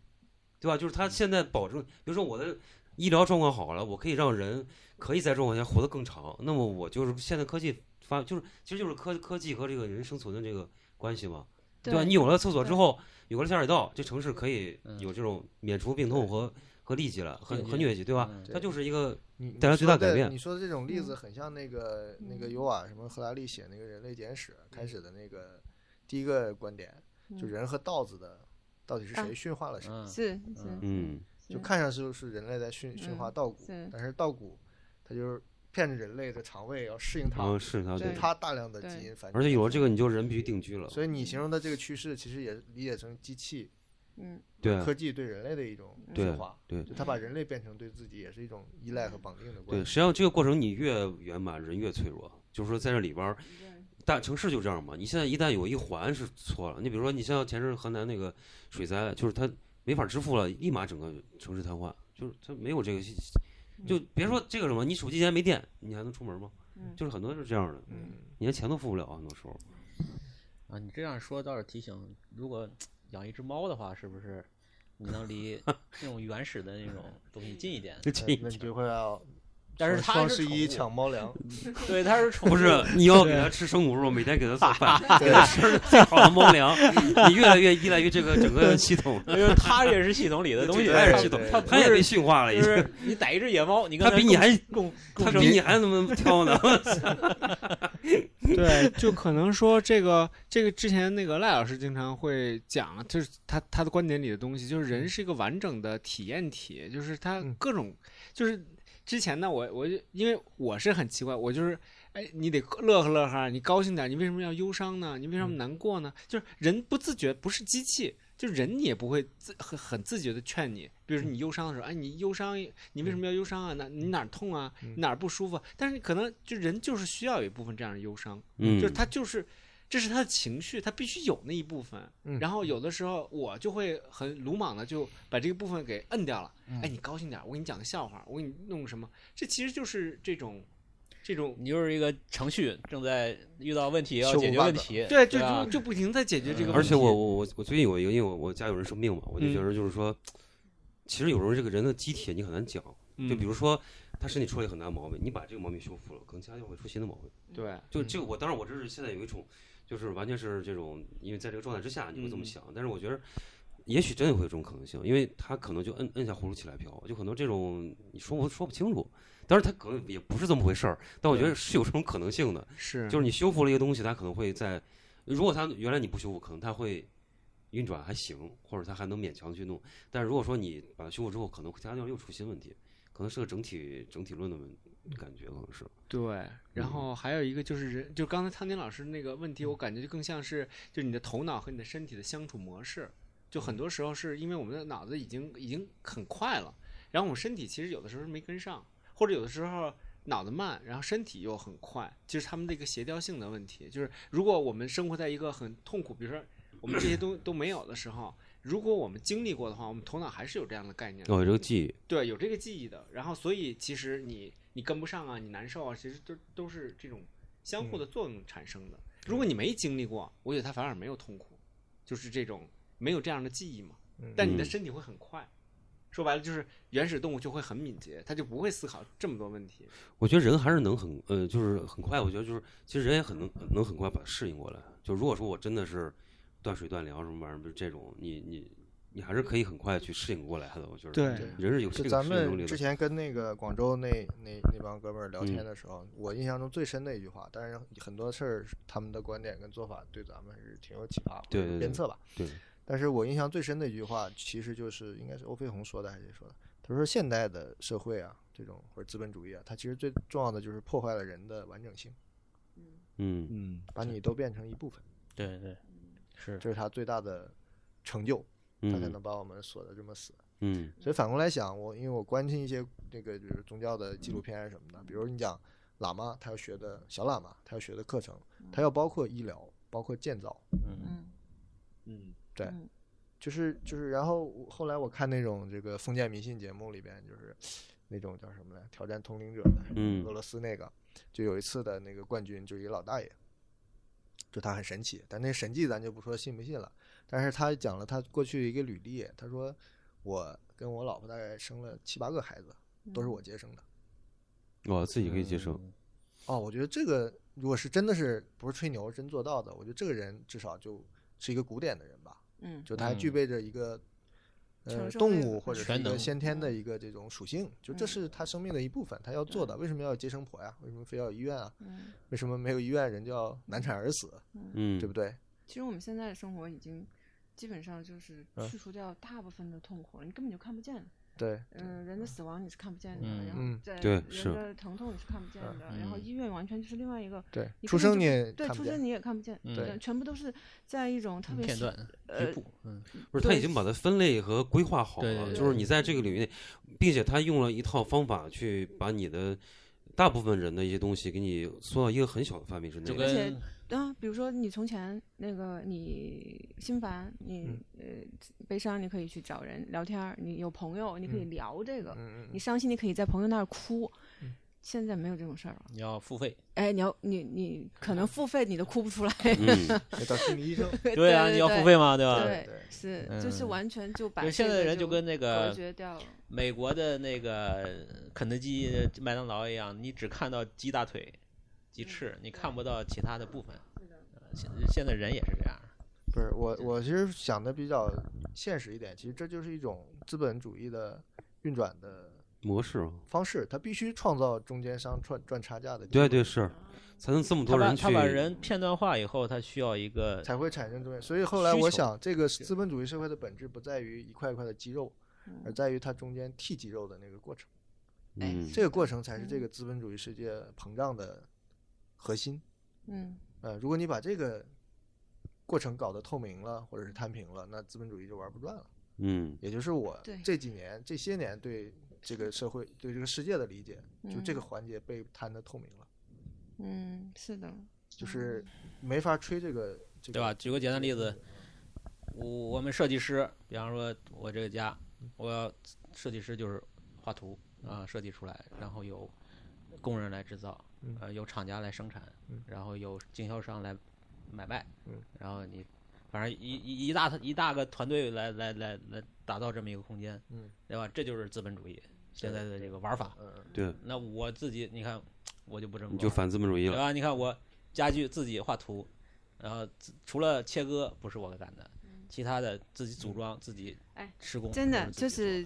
S7: 对吧？就是他现在保证，比如说我的医疗状况好了，我可以让人可以在状况下活得更长。那么我就是现在科技发，就是其实就是科科技和这个人生存的这个关系嘛，对吧？你有了厕所之后，有了下水道，这城市可以
S3: 嗯
S7: 有这种免除病痛和和痢疾了，和
S3: 对
S7: 和疟疾，对吧？
S3: 嗯
S7: 它就是一个
S5: 你
S7: 带来最大改变
S5: 你说的这种例子很像那个、那个
S6: 嗯
S5: 尤瓦什么赫拉利写那个《人类简史》开始的那个第一个观点，就
S6: 嗯
S5: 人和稻子的到底是
S6: 啊
S5: 谁驯化了谁？
S3: 嗯
S6: 是是
S3: 嗯
S7: 嗯，
S5: 就看上去是人类在驯驯化
S6: 嗯
S5: 稻谷，
S6: 是
S5: 但是稻谷它就是骗着人类的肠胃要适应它，
S7: 然后是它
S5: 就
S7: 对
S5: 是，它大量的基
S6: 对
S5: 因繁殖。
S7: 嗯而且有了这个，你就人必须定居了，
S5: 所以你形容的这个趋势，其实也理解成机器
S6: 嗯
S7: 对
S5: 科技对人类的一种
S6: 嗯
S7: 对
S5: 驯化，
S7: 对
S5: 就它把人类变成对自己也是一种依赖和绑定的关
S7: 对，
S5: 系。
S7: 实际上这个过程你越圆满，人越脆弱。就是说在这里边儿，大城市就这样嘛。你现在一旦有一环是错了，你比如说你像前阵河南那个水灾，就是它没法支付了，立马整个城市瘫痪，就是它没有这个信息，就别说这个什么，你手机现在没电，你还能出门吗？
S6: 嗯
S7: 就是很多是这样的，
S5: 嗯，
S7: 你连钱都付不了，很多时候。
S3: 啊，你这样说倒是提醒，如果养一只猫的话，是不是你能 离那种原始的那种东西近一点？
S7: 就
S5: 那
S7: 这一
S5: 那你
S7: 点
S5: 就会要
S3: 但是
S5: 双
S3: 它
S5: 双
S3: 是
S5: 十
S3: 宠
S5: 一
S3: 物
S5: 抢猫粮，
S3: 对，它是宠
S7: 不是，你要给它吃生骨肉，每天给它做饭，
S5: 对，
S7: 好的猫粮，你越来越依赖于这个整个系统，
S3: 因为它也是系统里的东西，
S7: 它也
S5: 对
S7: 是系统
S5: 对，
S3: 它
S7: 它也被驯化了，已
S3: 就
S7: 经。
S3: 是你逮一只野猫，你跟
S7: 它比你还
S3: 共
S7: 他
S3: 共生
S7: 比你还他妈挑呢！
S8: 对，就可能说这个这个之前那个赖老师经常会讲，就是他他的观点里的东西，就是人是一个完整的体验体，就是他
S5: 嗯
S8: 各种、就是之前呢，我我就因为我是很奇怪，我就是。哎，你得乐呵乐呵，你高兴点，你为什么要忧伤呢？你为
S5: 嗯
S8: 什么难过呢？就是人不自觉，不是机器，就是人你也不会自很很自觉的劝你，比
S5: 嗯
S8: 如说你忧伤的时候，哎，你忧伤，你为什么要忧伤啊？哪你哪儿痛啊？
S5: 嗯
S8: 你哪儿不舒服？但是可能就人就是需要有一部分这样的忧伤，
S7: 嗯
S8: 就是他就是，这是他的情绪，他必须有那一部分。
S5: 嗯
S8: 然后有的时候我就会很鲁莽的就把这个部分给摁掉了。
S7: 嗯
S8: 哎，你高兴点儿，我给你讲个笑话，我给你弄个什么？这其实就是这种，这种
S3: 你就是一个程序，正在遇到问题要
S5: 修
S3: 解决
S5: 补 bug
S3: 问题，
S8: 对，就
S3: 吧
S8: 就就不停地在解决这个
S3: 嗯
S8: 问题。
S7: 啊而且我我我我最近有一个，因为我我家有人生病嘛，我就觉得就是说，其实有时候这个人的机体你很难讲，
S8: 嗯
S7: 就比如说他身体出了一个很大毛病，你把这个毛病修复了，可能其他就会出新的毛病。
S8: 对，
S7: 就这个我当然我这是现在有一种，就是完全是这种，因为在这个状态之下你会这么
S8: 嗯
S7: 想，但是我觉得。也许真的会有这种可能性，因为他可能就摁摁下葫芦起来瓢，就很多这种你说不说不清楚，当然他可能也不是这么回事儿，但我觉得是有这种可能性的。
S8: 是
S7: 就是你修复了一个东西，它可能会在，如果它原来你不修复，可能它会运转还行，或者它还能勉强去弄。但是如果说你把它修复之后，可能它要又出新问题，可能是个整体整体论的问感觉，可能
S5: 嗯
S7: 是。
S8: 对。然后还有一个就是人，就刚才汤宁老师那个问题，我
S7: 嗯
S8: 感觉就更像是就是你的头脑和你的身体的相处模式。就很多时候是因为我们的脑子已经已经很快了，然后我们身体其实有的时候是没跟上，或者有的时候脑子慢，然后身体又很快，就是他们的一个协调性的问题。就是如果我们生活在一个很痛苦，比如说我们这些东都没有的时候，如果我们经历过的话，我们头脑还是有这样的概念的。
S7: 哦，有这个记忆，
S8: 对，有这个记忆的。然后，所以其实你你跟不上啊，你难受啊，其实都都是这种相互的
S5: 嗯
S8: 作用产生的。如果你没经历过，我觉得它反而没有痛苦，就是这种没有这样的记忆嘛。但你的
S7: 嗯
S8: 身体会很快，说白了就是原始动物就会很敏捷，它就不会思考这么多问题。
S7: 我觉得人还是能很呃，就是很快。我觉得就是，其实人也很能能很快把它适应过来。就如果说我真的是断水断粮什么玩意儿，就这种，你你你还是可以很快去适应过来的。我觉得
S8: 对
S7: 人是有这
S5: 就
S7: 个
S5: 咱
S7: 适应能
S5: 们
S7: 力
S5: 之
S7: 的。
S5: 前跟那个广州那那那帮哥们儿聊
S7: 嗯
S5: 天的时候，我印象中最深的一句话，但是很多事儿他们的观点跟做法对咱们是挺有启发
S7: 对
S5: 或者
S7: 对对
S5: 鞭策吧。
S7: 对，
S5: 但是我印象最深的一句话，其实就是应该是欧飞鸿说的还是谁说的？他说现代的社会啊，这种或者资本主义啊，它其实最重要的就是破坏了人的完整性，
S7: 嗯，
S8: 嗯，
S5: 把你都变成一部分，
S3: 对对，是
S5: 这是他最大的成就，他才
S7: 嗯
S5: 能把我们锁得这么死。
S7: 嗯
S5: 所以反过来想，我因为我关心一些那个就是宗教的纪录片啊什么的，比如你讲喇嘛他要学的小喇嘛他要学的课程，他要包括医疗，包括建造，
S6: 嗯
S8: 嗯，
S5: 对
S6: 嗯，
S5: 就是就是，然后我后来我看那种这个封建迷信节目里边，就是那种叫什么来，挑战通灵者的，
S7: 嗯
S5: 俄罗斯那个，就有一次的那个冠军就是一老大爷，就他很神奇，但那神迹咱就不说信不信了，但是他讲了他过去一个履历，他说我跟我老婆大概生了七八个孩子，
S6: 嗯
S5: 都是我接生的。
S7: 我嗯自己可以接受。
S3: 嗯
S5: 哦，我觉得这个如果是真的是不是吹牛真做到的，我觉得这个人至少就是一个古典的人吧，
S6: 嗯
S5: 就他还具
S3: 嗯
S5: 备着一个、呃
S6: 承受
S5: 动
S6: 力
S5: 物
S6: 吧
S5: 或者是
S3: 全
S5: 一个
S3: 能
S5: 先天的一个这种属性，就这
S6: 嗯
S5: 是他生命的一部分，他要做
S6: 对
S5: 的。为什么要有接生婆呀？为什么非要有医院啊？
S6: 嗯，
S5: 为什么没有医院人就要难产而死，
S7: 嗯，
S5: 对不对？
S6: 其实我们现在的生活已经基本上就是
S5: 嗯
S6: 去除掉大部分的痛苦了，你根本就看不见。
S5: 对，
S6: 嗯、人的死亡你是看不见的，然
S5: 嗯
S6: 后在
S7: 对是
S6: 人的疼痛你是看不见的，然后
S3: 嗯
S6: 医院完全就是另外一个，
S5: 对
S6: 你
S5: 出
S6: 根本
S5: 生
S6: 就
S5: 你也
S6: 对
S5: 看
S6: 出
S5: 不见
S6: 生你也看不见，
S3: 对
S6: 呃全部都是在一种特别
S3: 嗯片
S6: 是
S3: 段
S6: 呃
S3: 局部，嗯，
S7: 不是，他已
S6: 对
S7: 经把它分类和规划好
S3: 对
S7: 了，
S3: 对
S7: 就是
S6: 对
S7: 你在这个领域内，并且他用了一套方法去把你的大部分人的一些东西给你缩到一个很小的范围之内
S3: 就
S7: 了。
S6: 而且
S3: 跟
S6: 啊，比如说你从前那个你心烦，
S5: 嗯
S6: 你、呃悲伤，你可以去找人聊天儿，你有朋友，你可以
S5: 嗯
S6: 聊这个；
S5: 嗯嗯
S6: 你
S5: 嗯，
S6: 伤心，你可以在朋友那儿哭。现在没有这种事儿了。
S3: 你要付费，
S6: 哎，你要你你可能付费你都哭不 出来。
S7: 嗯，
S5: 要找心理医生。
S6: 对
S3: 啊，你要付费。嘛，对吧？
S6: 对
S5: 对，
S6: 是就是
S3: 嗯
S6: 完全就把
S3: 就现
S6: 这
S3: 在
S6: 个
S3: 人就
S6: 就
S3: 跟那
S6: 隔
S3: 个
S6: 绝掉了。
S3: 美国的那个肯德基、麦当劳一样，你只看到鸡大腿、鸡翅，你看不到其他的部分。呃现现在人也是这样。
S5: 不是我，我其实想的比较现实一点，其实这就是一种资本主义的运转的
S7: 模式啊，
S5: 方式，它必须创造中间商赚赚差价的地
S7: 对
S5: 方，
S7: 对是，才能这么
S3: 啊他
S7: 多
S3: 把
S7: 人去。
S3: 他把人片段化以后，他需要一个
S5: 才会产生中间。所以后来
S3: 需
S5: 我
S3: 求
S5: 想，这个资本主义社会的本质不在于一块一块的肌肉，而在于它中间剃肌肉的那个过程，
S6: 哎
S7: 嗯，
S5: 这个过程才是这个资本主义世界膨胀的核心。
S6: 嗯，
S5: 呃，如果你把这个过程搞得透明了，或者是摊平了，那资本主义就玩不转了。
S7: 嗯
S5: 也就是我
S6: 对
S5: 这几年这些年对这个社会、对这个世界的理解，就这个
S6: 嗯
S5: 环节被摊得透明了，
S6: 嗯，是的，
S5: 就是
S6: 嗯
S5: 没法吹这个，这个、
S3: 对吧？？举个简单例子，我我们设计师，比方说我这个家，我要设计师就是画图啊、设计出来，然后由工人来制造，呃，由厂家来生产，然后有经销商来买卖，然后你反正一一一大一大个团队来来来来打造这么一个空间，
S5: 嗯，
S3: 对吧？这就是资本主义现在的这个玩法。
S7: 对，
S3: 那我自己，你看，我就不这么
S7: 你
S3: 玩
S7: 就反资本主义
S3: 对啊
S7: 了。
S3: 吧？你看我家具自己画图，然后自除了切割不是我干的，其他的自己
S7: 嗯
S3: 组装、自己
S6: 嗯哎
S3: 施工，
S6: 真的
S3: 都自
S6: 就
S3: 己
S6: 是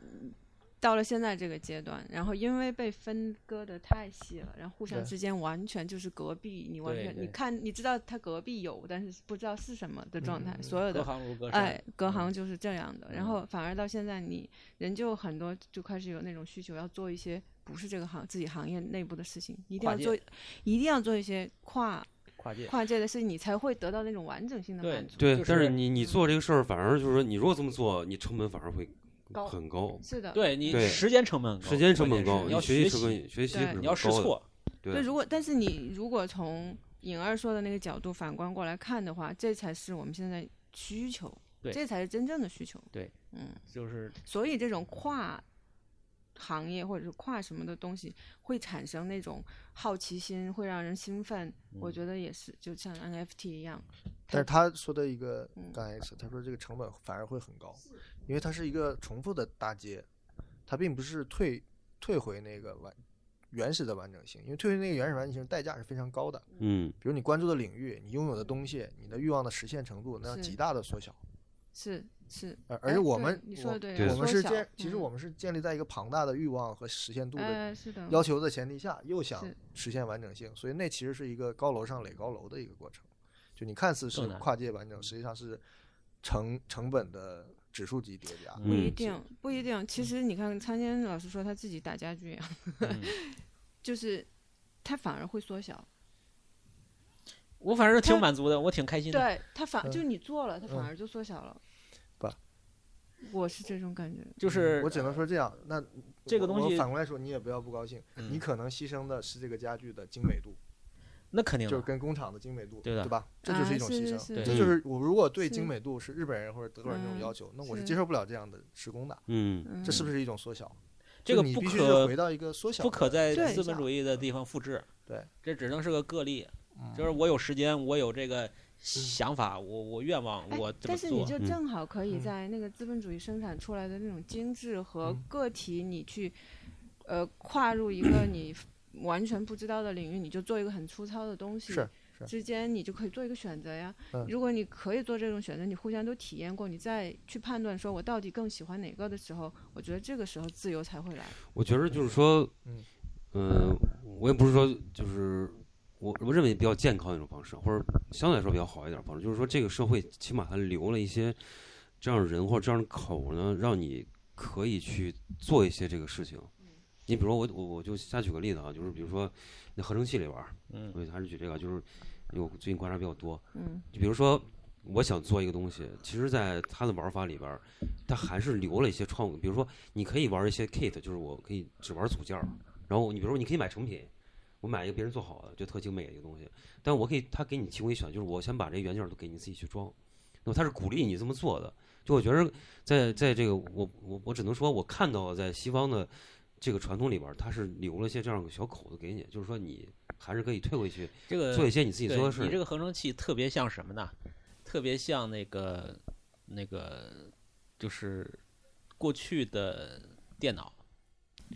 S6: 嗯到了现在这个阶段，然后因为被分割的太细了，然后互相
S5: 对
S6: 之间完全就是隔壁，你完
S3: 对
S6: 全
S3: 对
S6: 你看你知道它隔壁有，但是不知道是什么的状态，所
S3: 做
S6: 有
S3: 的隔
S6: 的。
S3: 行如隔山，
S6: 哎，隔行就是这样的，
S3: 嗯
S6: 然后反而到现在，你人就很多就开始有那种需求，要做一些不是这个行自己行业内部的事情，一定
S3: 跨
S6: 要做
S3: 界，
S6: 一定要做一些跨
S3: 跨界。
S6: 跨界的事情，你才会得到那种完整性的
S3: 对
S6: 满足。
S7: 对，
S3: 就
S7: 但是
S3: 是
S7: 你你做这个事儿，反而就是说，你如果这么做，你成本反而会
S6: 高
S7: 很高，
S6: 是的，
S3: 对你
S7: 对
S3: 时间成本很高，
S7: 时间成
S3: 关
S7: 本
S3: 键是
S7: 高，
S3: 你要
S7: 你学
S3: 习
S7: 习成本学习
S6: 对
S3: 你
S7: 是很
S3: 要试
S7: 高的
S3: 错，
S6: 对，
S7: 对，
S6: 如果但是你如果从颖儿说的那个角度反观过来看的话，这才是我们现在需求，
S3: 对
S6: 这才是真正的需求。
S3: 对，
S6: 嗯，
S3: 就是
S6: 所以这种跨行业或者是跨什么的东西，会产生那种好奇心，会让人兴奋。
S5: 嗯
S6: 我觉得也是，就像 NFT 一样，
S5: 但是他说的一个
S6: 嗯
S5: 刚才也是，他说这个成本反而会很高，因为它是一个重复的搭接，它并不是退退回那个完原始的完整性，因为退回那个原始完整性代价是非常高的，
S7: 嗯
S5: 比如你关注的领域、你拥有的东西、你的欲望的实现程度，那
S6: 是
S5: 极大的缩小。
S6: 是是。
S5: 而而
S6: 哎
S5: 且我
S6: 对
S5: 们
S6: 你
S5: 我
S6: 说的
S7: 对
S6: 对，
S5: 我们是
S6: 缩小
S5: 建，其实
S6: 嗯
S5: 我们是建立在一个庞大的欲望和实现度的
S6: 呃是的，
S5: 要求的前提下，又想
S6: 是
S5: 实现完整性，所以那其实是一个高楼上垒高楼的一个过程。就你看似是
S3: 更难
S5: 跨界完整，实际上是成成本的指数级叠加。
S6: 不一
S7: 嗯
S6: 定，不一定。其实你看，参坚老师说他自己打家具一样，
S3: 嗯
S6: 就是他反而会缩小。
S3: 我反正挺满足的，我挺开心的。
S6: 对他反就你做了，他反
S5: 嗯
S6: 而就缩小了。
S5: 不，
S6: 我是这种感觉。
S3: 就是
S5: 我只能说这样，那
S3: 这个
S5: 我
S3: 东
S5: 我
S3: 西嗯
S5: 反过来说，你也不要不高兴，你可能牺牲的是这个家具的精美度，
S3: 那肯定
S5: 就是
S3: 的，
S5: 跟工厂的精美度，
S3: 对的嗯
S5: 吧？这就是
S6: 啊
S5: 一种
S6: 是
S5: 牺
S6: 是
S5: 牲。
S6: 是
S3: 对
S5: 这就是我如果对
S6: 是
S5: 精美度是日本人或者德国人这种
S6: 嗯
S5: 要求，那我是
S6: 是
S5: 接受不了这样的施工的，
S7: 嗯
S6: 嗯
S5: 这是不是一种缩小？
S3: 这
S5: 就
S3: 个
S5: 你
S3: 不
S5: 必须
S3: 可
S5: 是回到一个缩小的
S3: 不
S5: 情况
S3: 可在
S5: 下，
S6: 对
S3: 资本主义的地方复制。
S5: 对，
S3: 这只能是个个例。
S5: 嗯
S3: 就是我有时间，我有这个想法，我我愿望，
S6: 哎
S3: 我这么
S6: 但是你
S3: 做。
S6: 就
S7: 嗯
S6: 正好可以
S5: 嗯
S6: 在那个资本主义生产出来的那种精致和
S5: 嗯
S6: 个体，你去、呃跨入一个你完全不知道的领域，你就做一个很粗糙的东西。
S5: 是是
S6: 之间你就可以做一个选择呀。
S5: 嗯
S6: 如果你可以做这种选择，你互相都体验过，你再去判断说我到底更喜欢哪个的时候，我觉得这个时候自由才会来。
S7: 我觉得就是说，
S5: 嗯
S7: 嗯，我也不是说就是我我认为比较健康的一种方式，或者相对来说比较好一点的方式，就是说这个社会起码它留了一些这样的人或者这样的口呢，让你可以去做一些这个事情。你比如说我我我就瞎举个例子啊，就是比如说那合成器里边儿，
S3: 嗯
S7: 我还是举这个，就是因为我最近观察比较多，
S6: 嗯
S7: 就比如说，我想做一个东西，其实，在它的玩法里边儿，它还是留了一些创意。比如说，你可以玩一些 kit，就是我可以只玩组件儿，然后你比如说，你可以买成品，我买一个别人做好的，就特精美的一个东西。但我可以，他给你提供一选，就是我先把这原件儿都给你自己去装。那么他是鼓励你这么做的。就我觉得在，在这个我我我只能说，我看到在西方的这个传统里边儿，它是留了一些这样的小口子给你，就是说你还是可以退回去
S3: 这个
S7: 做一些你自己
S3: 对
S7: 做的事
S3: 你这
S7: 儿。
S3: 个合成器特别像什么呢？特别像那个那个，就是过去的电脑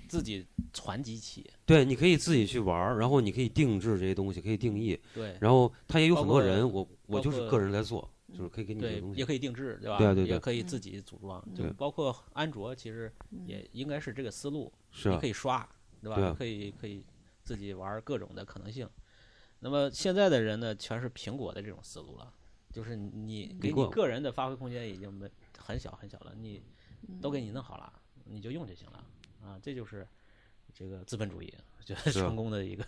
S3: 自己传机器，
S7: 对，你可以自己去玩儿，然后你可以定制这些东西，可以定义。
S3: 对
S7: 然后他也有很
S3: 包括
S7: 多人，我我
S3: 包
S7: 就是
S3: 括嗯
S7: 个人来做，就是可以给你这个
S3: 对
S7: 东，西
S3: 也。可以定制，对吧？
S7: 对啊对嗯对
S3: 也可以自己组装，
S7: 对
S3: 就包括安卓其实
S6: 嗯
S3: 也应该是这个思路，
S7: 是
S3: 你
S7: 啊
S3: 可，以刷，对吧？
S7: 对啊
S3: 你可以可以自己玩各种的可能性。那么现在的人呢，全是苹果的这种思路了，就是你给你
S7: 过
S3: 个人的发挥空间已经没很小很小了，你
S6: 嗯
S3: 都给你弄好了，你就用就行了啊，这就是这个资本主义觉得
S7: 是啊
S3: 成功的一个，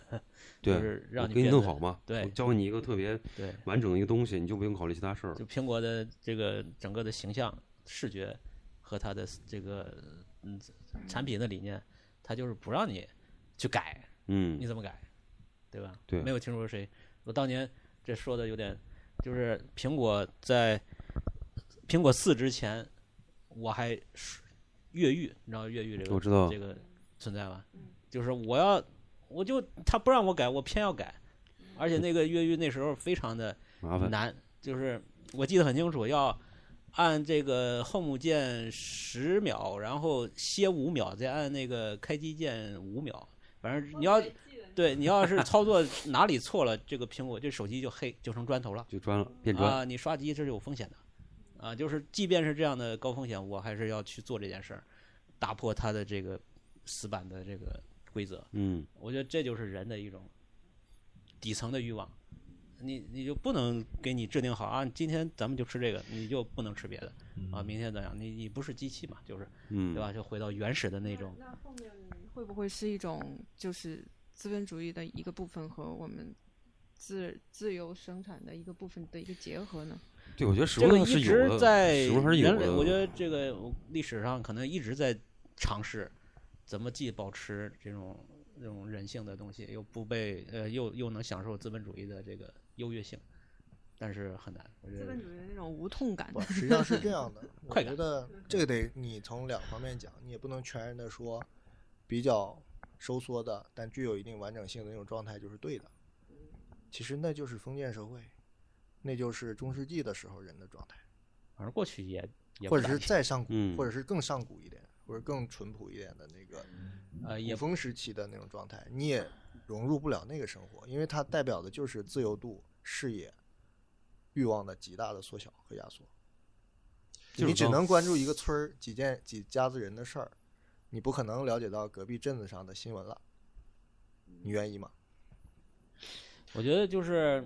S3: 就
S7: 对，
S3: 是让
S7: 我
S3: 你
S7: 给你
S3: 变
S7: 弄
S3: 得
S7: 好嘛。
S3: 对
S7: 我教你一个特别
S3: 对，
S7: 完整的一个东西，你就不用考虑其他事儿了。
S3: 就苹果的这个整个的形象、视觉和它的这个嗯产品的理念，它就是不让你去改，你
S7: 嗯，
S3: 怎么改，对吧？
S7: 对
S3: 没有听说谁。我当年这说的有点，就是苹果在苹果四之前，我还是越狱，你知道越狱这个
S7: 我知道
S3: 这个存在吧？就是我要，我就他不让我改，我偏要改，而且那个越狱那时候非常的
S7: 麻烦。
S3: 难，就是我记得很清楚，要按这个 home 键十秒，然后歇五秒，再按那个开机键五秒。反正你要对你要是操作哪里错了，这个苹果这手机就黑就成砖头了
S7: 就砖了，变砖。
S3: 啊！你刷机这是有风险的啊，就是即便是这样的高风险，我还是要去做这件事儿，打破它的这个死板的这个规则。
S7: 嗯，
S3: 我觉得这就是人的一种底层的欲望。你你就不能给你制定好啊，今天咱们就吃这个，你就不能吃别的啊，明天怎样？你你不是机器嘛，就是
S7: 嗯，
S3: 对吧？就回到原始的那种，
S1: 那后面
S6: 会不会是一种就是资本主义的一个部分和我们自自由生产的一个部分的一个结合呢？
S7: 对，我觉得始
S3: 这个
S7: 终
S3: 一
S7: 是
S3: 直
S7: 有的，
S3: 在
S7: 始终还是有
S3: 人类，
S7: 的。
S3: 我觉得这个历史上可能一直在尝试怎么既保持这种这种人性的东西，又不被呃又又能享受资本主义的这个优越性，但是很难。我觉
S6: 资
S3: 得
S6: 本主义的那种无痛感
S5: 不，实际 上是这样的。我
S3: 快
S5: 觉
S3: 感
S5: 得这个得你从两方面讲，你也不能全然的说比较收缩的，但具有一定完整性的那种状态就是对的。其实那就是封建社会，那就是中世纪的时候人的状态，
S3: 反正过去也也不
S5: 或者是
S3: 咋地
S5: 再上古，
S7: 嗯
S5: 或者是更上古一点，或者更淳朴一点的那个
S3: 呃也
S5: 古风时期的那种状态，你也融入不了那个生活，因为它代表的就是自由度、视野、欲望的极大的缩小和压缩。
S7: 就是
S5: 你只
S7: 刚
S5: 能关注一个村儿几件几家子人的事儿，你不可能了解到隔壁镇子上的新闻了。你愿意吗？
S3: 我觉得就是，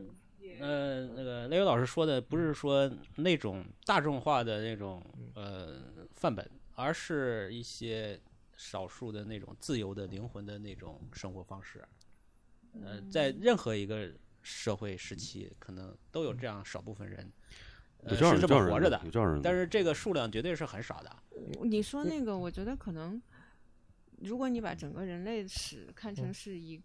S3: 呃，那个雷雨老师说的不是说那种大众化的那种呃范本，而是一些少数的那种自由的灵魂的那种生活方式。呃，在任何一个社会时期，可能都有这样少部分人，呃，
S7: 有这样
S3: 是
S7: 人
S3: 这
S7: 有这样
S3: 么
S7: 人
S3: 活着
S7: 的有这样人的
S3: 但是这个数量绝对是很少的。
S6: 你说那个，我觉得可能，如果你把整个人类史看成是一、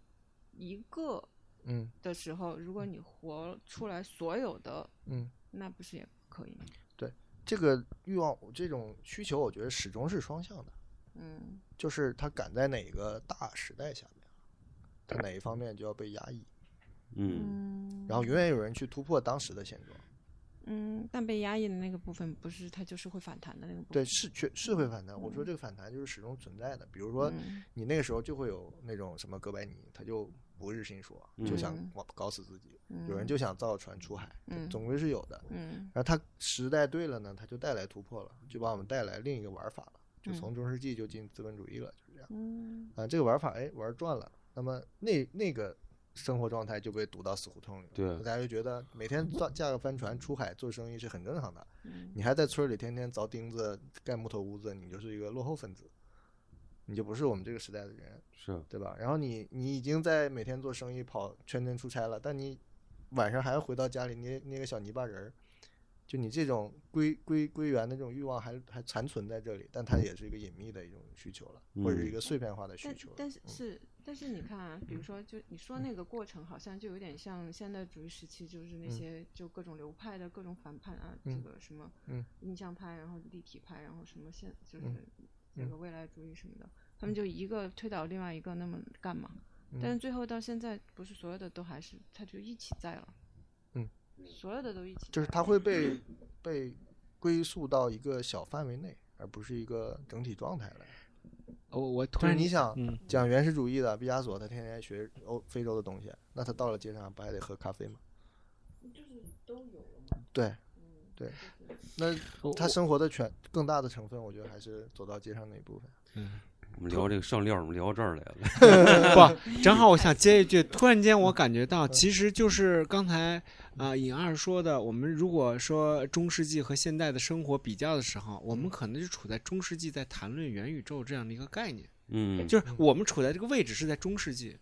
S6: 一个
S5: 嗯
S6: 的时候，如果你活出来所有的，
S5: 嗯，
S6: 那不是也可以吗？
S5: 这个欲望这种需求，我觉得始终是双向的。
S6: 嗯
S5: 就是它赶在哪个大时代下面，它哪一方面就要被压抑，
S7: 嗯，
S6: 嗯
S5: 然后永远有人去突破当时的现状。
S6: 嗯，但被压抑的那个部分，不是它就是会反弹的那个部分。
S5: 对，是确是会反弹。我说这个反弹就是始终存在的。比
S6: 嗯
S5: 如说，你那个时候就会有那种什么哥白尼，他就不日心说，就想
S6: 嗯
S5: 往搞死自己；
S6: 嗯，
S5: 有人就想造船出海，这
S6: 嗯
S5: 总归是有的。
S6: 嗯
S5: 然后它时代对了呢，它就带来突破了，就把我们带来另一个玩法了，
S6: 嗯
S5: 就从中世纪就进资本主义了，就是这样。
S6: 嗯
S5: 啊，这个玩法哎玩转了，那么那那个生活状态就被堵到死胡同里了。
S7: 对
S5: 大家就觉得每天造驾个帆船出海做生意是很正常的，
S6: 嗯
S5: 你还在村儿里天天凿钉子盖木头屋子，你就是一个落后分子，你就不是我们这个时代的人，
S7: 是啊
S5: 对吧？然后你你已经在每天做生意跑全天出差了，但你晚上还要回到家里捏捏个小泥巴人儿。就你这种归归归园的这种欲望还还残存在这里，但它也是一个隐秘的一种需求了，或者是一
S7: 嗯
S5: 个碎片化的需
S6: 但
S5: 求了。嗯
S6: 但是是，但是你看啊，比如说，就你说那个过程，好像就有点像现代主义时期，就是那
S5: 嗯
S6: 些就各种流派的各种反叛啊，
S5: 嗯
S6: 这个什么
S5: 嗯
S6: 印象派，然后立体派，然后什么现就是
S5: 嗯
S6: 这个未来主义什么的，他们就一个推倒另外一个，那么干嘛？
S5: 嗯
S6: 但是最后到现在，不是所有的都还是，它就一起在了，
S5: 嗯，
S6: 所有的都一起在了，
S5: 就是它会被被归宿到一个小范围内，而不是一个整体状态来。
S8: 我我突
S5: 就是
S8: 然
S5: 你想
S8: 嗯
S5: 讲原始主义的毕加索，他天天学欧非洲的东西，那他到了街上不还得喝咖啡吗？就是
S1: 嗯
S5: 都有了嘛。 对，对，那他生活的全更大的成分，我觉得还是走到街上那一部分。
S8: 嗯
S7: 我们聊这个上料，我们聊到这儿来 了。
S8: 不，正好我想接一句，突然间我感觉
S7: 嗯
S8: 到，其实就是刚才啊尹二说的，我们如果说中世纪和现代的生活比较的时候，我们可能就处在中世纪在谈论元宇宙这样的一个概念，
S7: 嗯，
S8: 就是我们处在这个位置是在中世纪，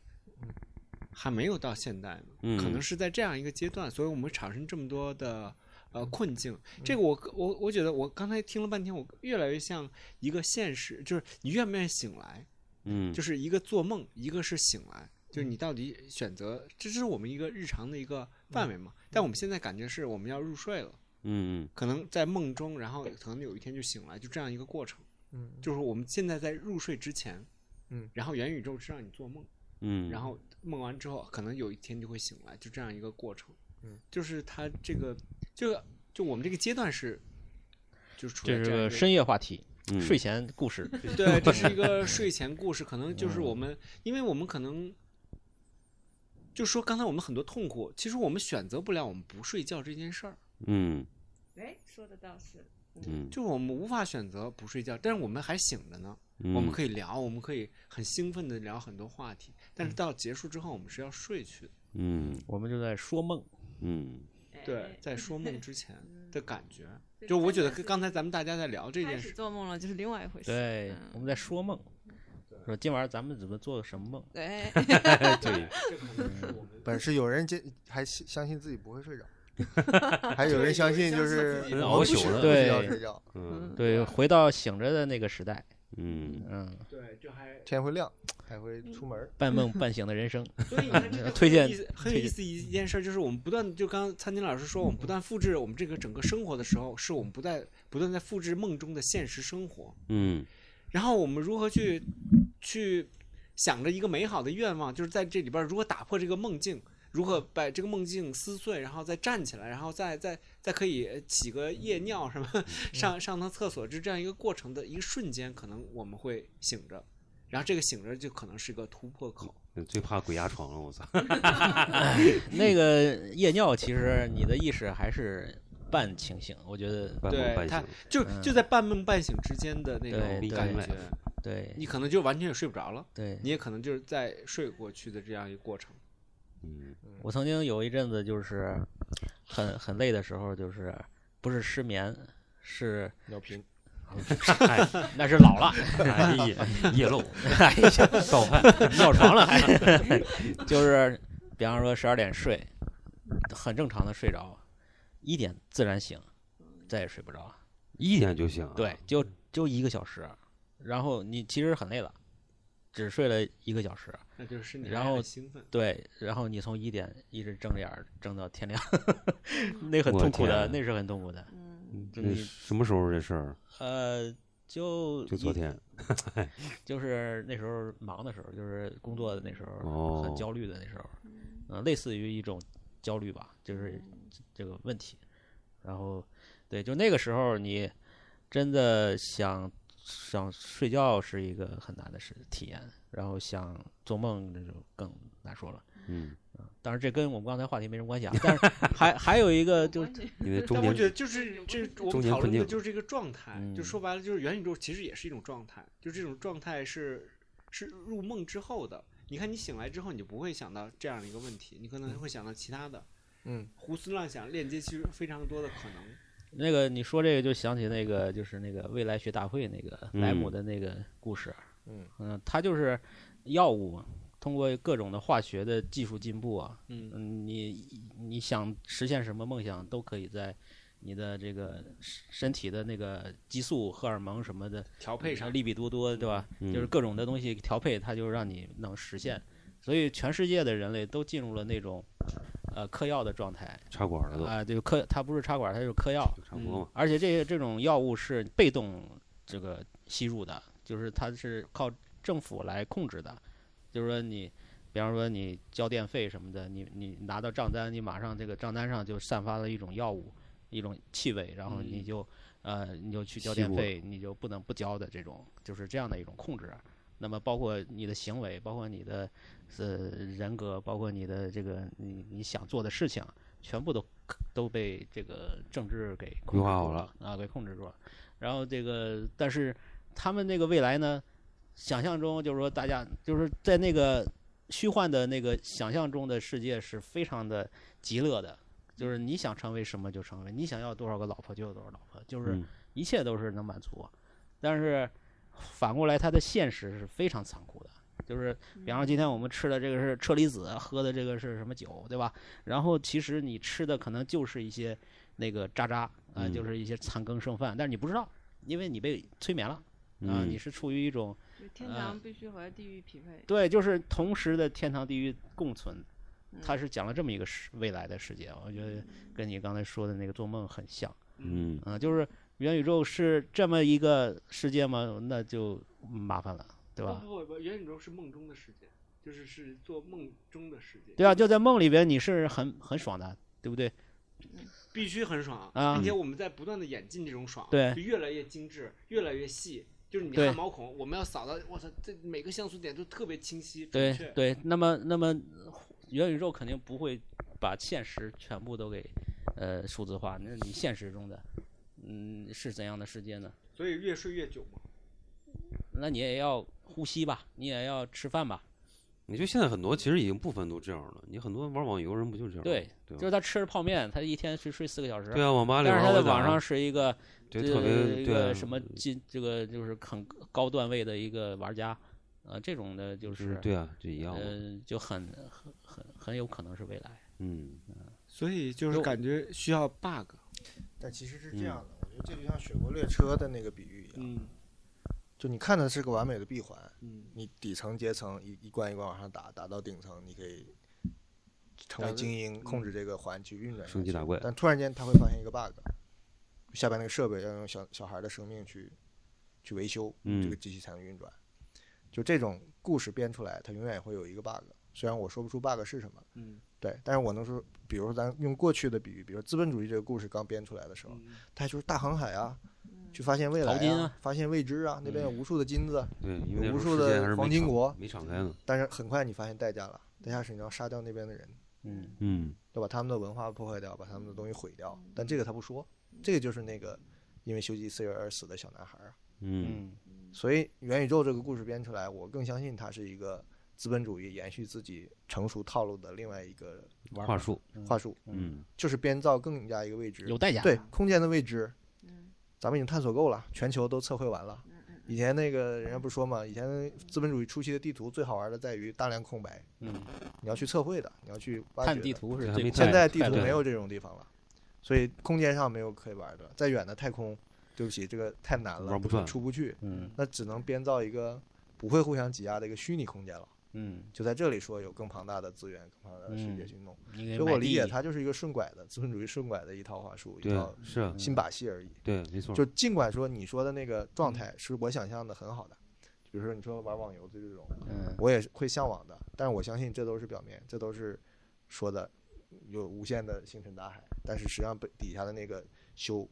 S8: 还没有到现代呢。
S7: 嗯
S8: 可能是在这样一个阶段，所以我们产生这么多的呃困境。
S7: 嗯
S8: 这个我我我觉得我刚才听了半天，我越来越像一个现实，就是你愿不愿意醒来，
S7: 嗯，
S8: 就是一个做梦，一个是醒来，就是你到底选择，这是我们一个日常的一个范围嘛。但我们现在感觉是我们要入睡了，
S7: 嗯
S8: 可能在梦中，然后可能有一天就醒来，就这样一个过程。
S5: 嗯，
S8: 就是我们现在在入睡之前，
S5: 嗯
S8: 然后元宇宙是让你做梦。
S7: 嗯，
S8: 然后梦完之后，可能有一天就会醒来，就这样一个过程。
S5: 嗯，
S8: 就是他这个，就就我们这个阶段是，就是处在
S3: 这是
S8: 样一
S3: 个
S8: 个
S3: 深夜话题，
S7: 嗯
S3: 睡前故事。
S8: 对，这是一个睡前故事，可能就是我们，因为我们可能。就说刚才我们很多痛苦，其实我们选择不了我们不睡觉这件事儿，
S7: 嗯
S6: 哎，说的倒是，
S7: 嗯，
S8: 就是我们无法选择不睡觉，但是我们还醒着呢，
S7: 嗯
S8: 我们可以聊，我们可以很兴奋的聊很多话题，但是到结束之后，我们是要睡去的。
S7: 嗯
S3: 我们就在说梦，
S7: 嗯
S6: 哎
S8: 对，在说梦之 前的感觉，
S6: 嗯对
S8: 就我觉
S6: 真
S8: 得跟
S6: 的是
S8: 刚才咱们大家在聊这
S6: 开
S8: 件
S6: 始
S8: 事，
S6: 做梦了就是另外一回事，
S3: 对，我
S6: 嗯
S3: 们在说梦，说今晚上咱们怎么做个什么梦？
S6: 对，
S7: 对，
S5: 本是有人坚还信相信自己不会 睡着，还有人相信就
S8: 自
S5: 是
S8: 己
S7: 熬宿了
S5: 不需要
S3: 对
S5: 睡觉，
S7: 嗯
S3: 对，回到醒着的那个时代，
S7: 嗯，
S3: 嗯，
S8: 对，就还
S5: 天会亮还会出门儿。
S3: 半梦半醒的人生。
S8: 所以你看这个
S3: 推荐
S8: 很有意思很有意思一件事儿，就是我们不断地就刚刚餐厅老师说，我们不断复制我们这个整个生活的时候，是我们不在不断在复制梦中的现实生活，
S7: 嗯
S8: 然后我们如何去去想着一个美好的愿望，就是在这里边儿如何打破这个梦境，如何把这个梦境撕碎，然后再站起来，然后再再再可以呃起个夜尿什么，
S3: 嗯
S8: 上上趟厕所，就这样一个过程的一个瞬间，可能我们会醒着，然后这个醒着就可能是个突破口。
S7: 嗯最怕鬼压床了，我操！
S3: 那个夜尿，其实你的意识还是半清醒，我觉得
S7: 半
S8: 对
S7: 梦半
S8: 他
S7: 醒，
S8: 就
S3: 嗯
S8: 就在半梦半醒之间的
S3: 对
S8: 那种
S3: 对
S8: 感觉，
S3: 对
S8: 你可能就完全也睡不着了，
S3: 对。
S8: 你也可能就是在睡过去的这样一个过程。
S7: 嗯，
S3: 我曾经有一阵子就是很很累的时候，就是不是失眠，是
S5: 尿频，
S3: 哎，那是老了，
S7: 哎夜夜漏，
S3: 哎呀，
S7: 盗汗，
S3: 尿床了还， 就是比方说十二点睡，很正常的睡着，一点自然醒，再也睡不着，
S7: 一点就醒啊。
S3: 对，就就一个小时，然后你其实很累了，只睡了一个小时，
S8: 那就是你
S3: 然后
S8: 爱的兴奋，
S3: 对，然后你从一点一直睁着眼儿睁到天亮， 那很
S7: 我
S3: 痛苦的，
S7: 天
S3: 那是很痛苦的。
S6: 嗯，
S7: 嗯，
S3: 就
S7: 这
S3: 你
S7: 什么时候这事儿？
S3: 呃，就
S7: 就昨
S3: 一
S7: 天。
S3: 就是那时候忙的时候，就是工作的那时候，
S7: 哦
S3: 很焦虑的那时候，嗯，类似于一种焦虑吧，就是这个问题。然后，对，就那个时候你真的想想睡觉是一个很难的事体验，然后想做梦那就更难说了。
S7: 嗯，
S3: 当然，这跟我们刚才话题没什么关系啊。但是还还有一个就
S1: 没关系
S7: 你的中
S8: 但我觉
S7: 年
S8: 得就是这我
S7: 中
S8: 们
S7: 年
S8: 讨
S7: 困
S8: 论的
S7: 境
S8: 就是这个状态，就
S3: 嗯
S8: 说白了就是元宇宙其实也是一种状态，就这种状态是是入梦之后的。你看你醒来之后，你就不会想到这样的一个问题，你可能会想到其他的
S5: 嗯，
S8: 胡思乱想，链接其实非常多的可能。
S3: 那个你说这个就想起那个就是那个未来学大会那个莱姆的那个故事，
S5: 嗯
S3: 他就是药物嘛通过各种的化学的技术进步啊，
S8: 嗯，
S3: 嗯，你你想实现什么梦想都可以在你的这个身身体的那个激素、荷尔蒙什么的
S8: 调配上，
S3: 利比多多对吧？就是
S7: 嗯
S3: 各种的东西调配，它就让你能实现。所以全世界的人类都进入了那种呃嗑药的状态
S7: 插管了都，
S3: 啊、对，嗑它不是插管，它就是嗑药。
S7: 差不多嘛。
S3: 嗯而且这个这种药物是被动这个吸入的，就是它是靠政府来控制的，就是说你，比方说你交电费什么的，你你拿到账单，你马上这个账单上就散发了一种药物，一种气味，然后你
S8: 嗯
S3: 就、呃你就去交
S7: 吸
S3: 电
S7: 入
S3: 费，你就不能不交的这种，就是这样的一种控制。啊那么包括你的行为，包括你的呃人格，包括你的这个你你想做的事情，全部都都被这个政治给控制
S7: 规划
S3: 住
S7: 好
S3: 了啊，给控制住了。然后这个，但是他们那个未来呢，想象中就是说大家就是在那个虚幻的那个想象中的世界是非常的极乐的，就是你想成为什么就成为，你想要多少个老婆就有多少老婆，就是
S7: 嗯
S3: 一切都是能满足。但是反过来，它的现实是非常残酷的。就是，比方说今天我们吃的这个是车厘子，喝的这个是什么酒，对吧？然后其实你吃的可能就是一些那个渣渣，啊，
S7: 嗯
S3: 就是一些残羹剩饭，但是你不知道，因为你被催眠了，啊、
S7: 嗯
S3: 你是处于一种
S6: 就天
S3: 啊
S6: 堂必须和地狱匹配。
S3: 对，就是同时的天堂地狱共存。
S6: 嗯
S3: 他是讲了这么一个世未来的世界，我觉得跟你刚才说的那个做梦很像。
S7: 嗯，
S3: 啊，就是元宇宙是这么一个世界吗？那就麻烦了，对吧
S8: 哦不？不不，元宇宙是梦中的世界，就是是做梦中的世界。
S3: 对啊，就在梦里边你是很很爽的，对不对？
S8: 必须很爽
S3: 啊
S8: 并且我们在不断的演进这种爽，
S3: 对
S8: 就越来越精致，越来越细。就是你
S3: 对
S8: 看毛孔，我们要扫到，我操，这每个像素点都特别清晰准
S3: 对
S8: 确。
S3: 对，那么那么元宇宙肯定不会把现实全部都给呃数字化，那你现实中的嗯是怎样的世界呢？
S8: 所以越睡越久嘛。
S3: 那你也要呼吸吧，你也要吃饭吧，
S7: 你就现在很多其实已经部分都这样了。你很多玩网游人不就这样吗？
S3: 对
S7: 对
S3: 就是
S7: 吧
S3: 他吃着泡面，他一天睡睡四个小时，
S7: 对啊，网吧里
S3: 但
S7: 玩
S3: 是他在
S7: 我打
S3: 网上是一个
S7: 对
S3: 这
S7: 特别
S3: 一
S7: 对啊
S3: 个什么进这个就是很高段位的一个玩家，呃，这种的就
S7: 就是
S3: 是
S7: 对啊，就一样嘛。
S3: 呃，就很很很很有可能是未来。
S7: 嗯，
S8: 所以就是感觉需要 bug。
S5: 但其实是
S7: 嗯
S5: 这样的，我觉得这就像雪国列车的那个比喻一样，
S8: 嗯
S5: 就你看的是个完美的闭环，
S8: 嗯，
S5: 你底层阶层一一关一关往上打，打到顶层，你可以成
S8: 打
S5: 为
S8: 个
S5: 精英，控制这个环去运转下
S7: 升级
S5: 去
S7: 打怪
S5: 但突然间他会发现一个 bug，下边那个设备要用小小孩的生命去去维修
S7: 嗯
S5: 这个机器才能运转。就这种故事编出来，它永远会有一个 bug。虽然我说不出 bug 是什么，
S8: 嗯，
S5: 对，但是我能说，比如说咱用过去的比喻，比如说资本主义这个故事刚编出来的
S8: 嗯
S5: 时候，它就是大航海啊，去发现未来
S3: 淘金
S5: 啊，
S3: 啊
S5: 发现未知啊，那边有无数的金子，
S7: 对，因
S5: 有
S7: 为那
S5: 无
S7: 时候
S5: 数
S7: 世界
S5: 的
S7: 还是没
S5: 黄金
S7: 敞
S5: 国
S7: 没敞开呢。
S5: 但是很快你发现代价了，代价是你要杀掉那边的人，
S3: 嗯
S7: 嗯
S5: 要把他们的文化破坏掉，把他们的东西毁掉。但这个他不说，这个就是那个因为修吉四月而死的小男孩儿啊。
S7: 嗯
S5: 所以元宇宙这个故事编出来，我更相信它是一个资本主义延续自己成熟套路的另外一个
S3: 玩
S7: 话术，
S5: 话术，
S7: 嗯
S5: 就是编造更加一个未知，
S3: 有代价，
S5: 对空间的未知，咱们已经探索够了，全球都测绘完了。以前那个人家不是说嘛，以前资本主义初期的地图最好玩的在于大量空白，
S3: 嗯，
S5: 你要去测绘的，你要去挖掘
S3: 看
S5: 的
S3: 地图
S7: 这
S3: 是
S7: 还
S3: 最
S7: 没
S3: 快
S5: 现
S3: 的
S5: 在地
S3: 快
S5: 图
S3: 乐
S5: 没
S3: 的
S5: 有这种地方了，所以空间上没有可以玩的。再远的太空，对不起，这个太难了，
S7: 玩不转
S5: 出不去，
S3: 嗯
S5: 那只能编造一个不会互相挤压的一个虚拟空间了。
S3: 嗯，
S5: 就在这里说有更庞大的资源、更庞大的世界
S3: 嗯
S5: 去弄，
S3: 你给
S5: 所以我
S3: 买
S5: 理解
S3: 地
S5: 它就是一个顺拐的资本主义顺拐的一套话术，一
S7: 对
S5: 套
S7: 是啊，
S5: 新把戏而已。
S7: 对没
S5: 嗯
S7: 错，
S5: 就尽管说你说的那个状态是我想象的很好的，比如说你说玩网游的这种，
S3: 嗯
S5: 我也是会向往的，但是我相信这都是表面，这都是说的有无限的星辰大海，但是实际上被底下的那个修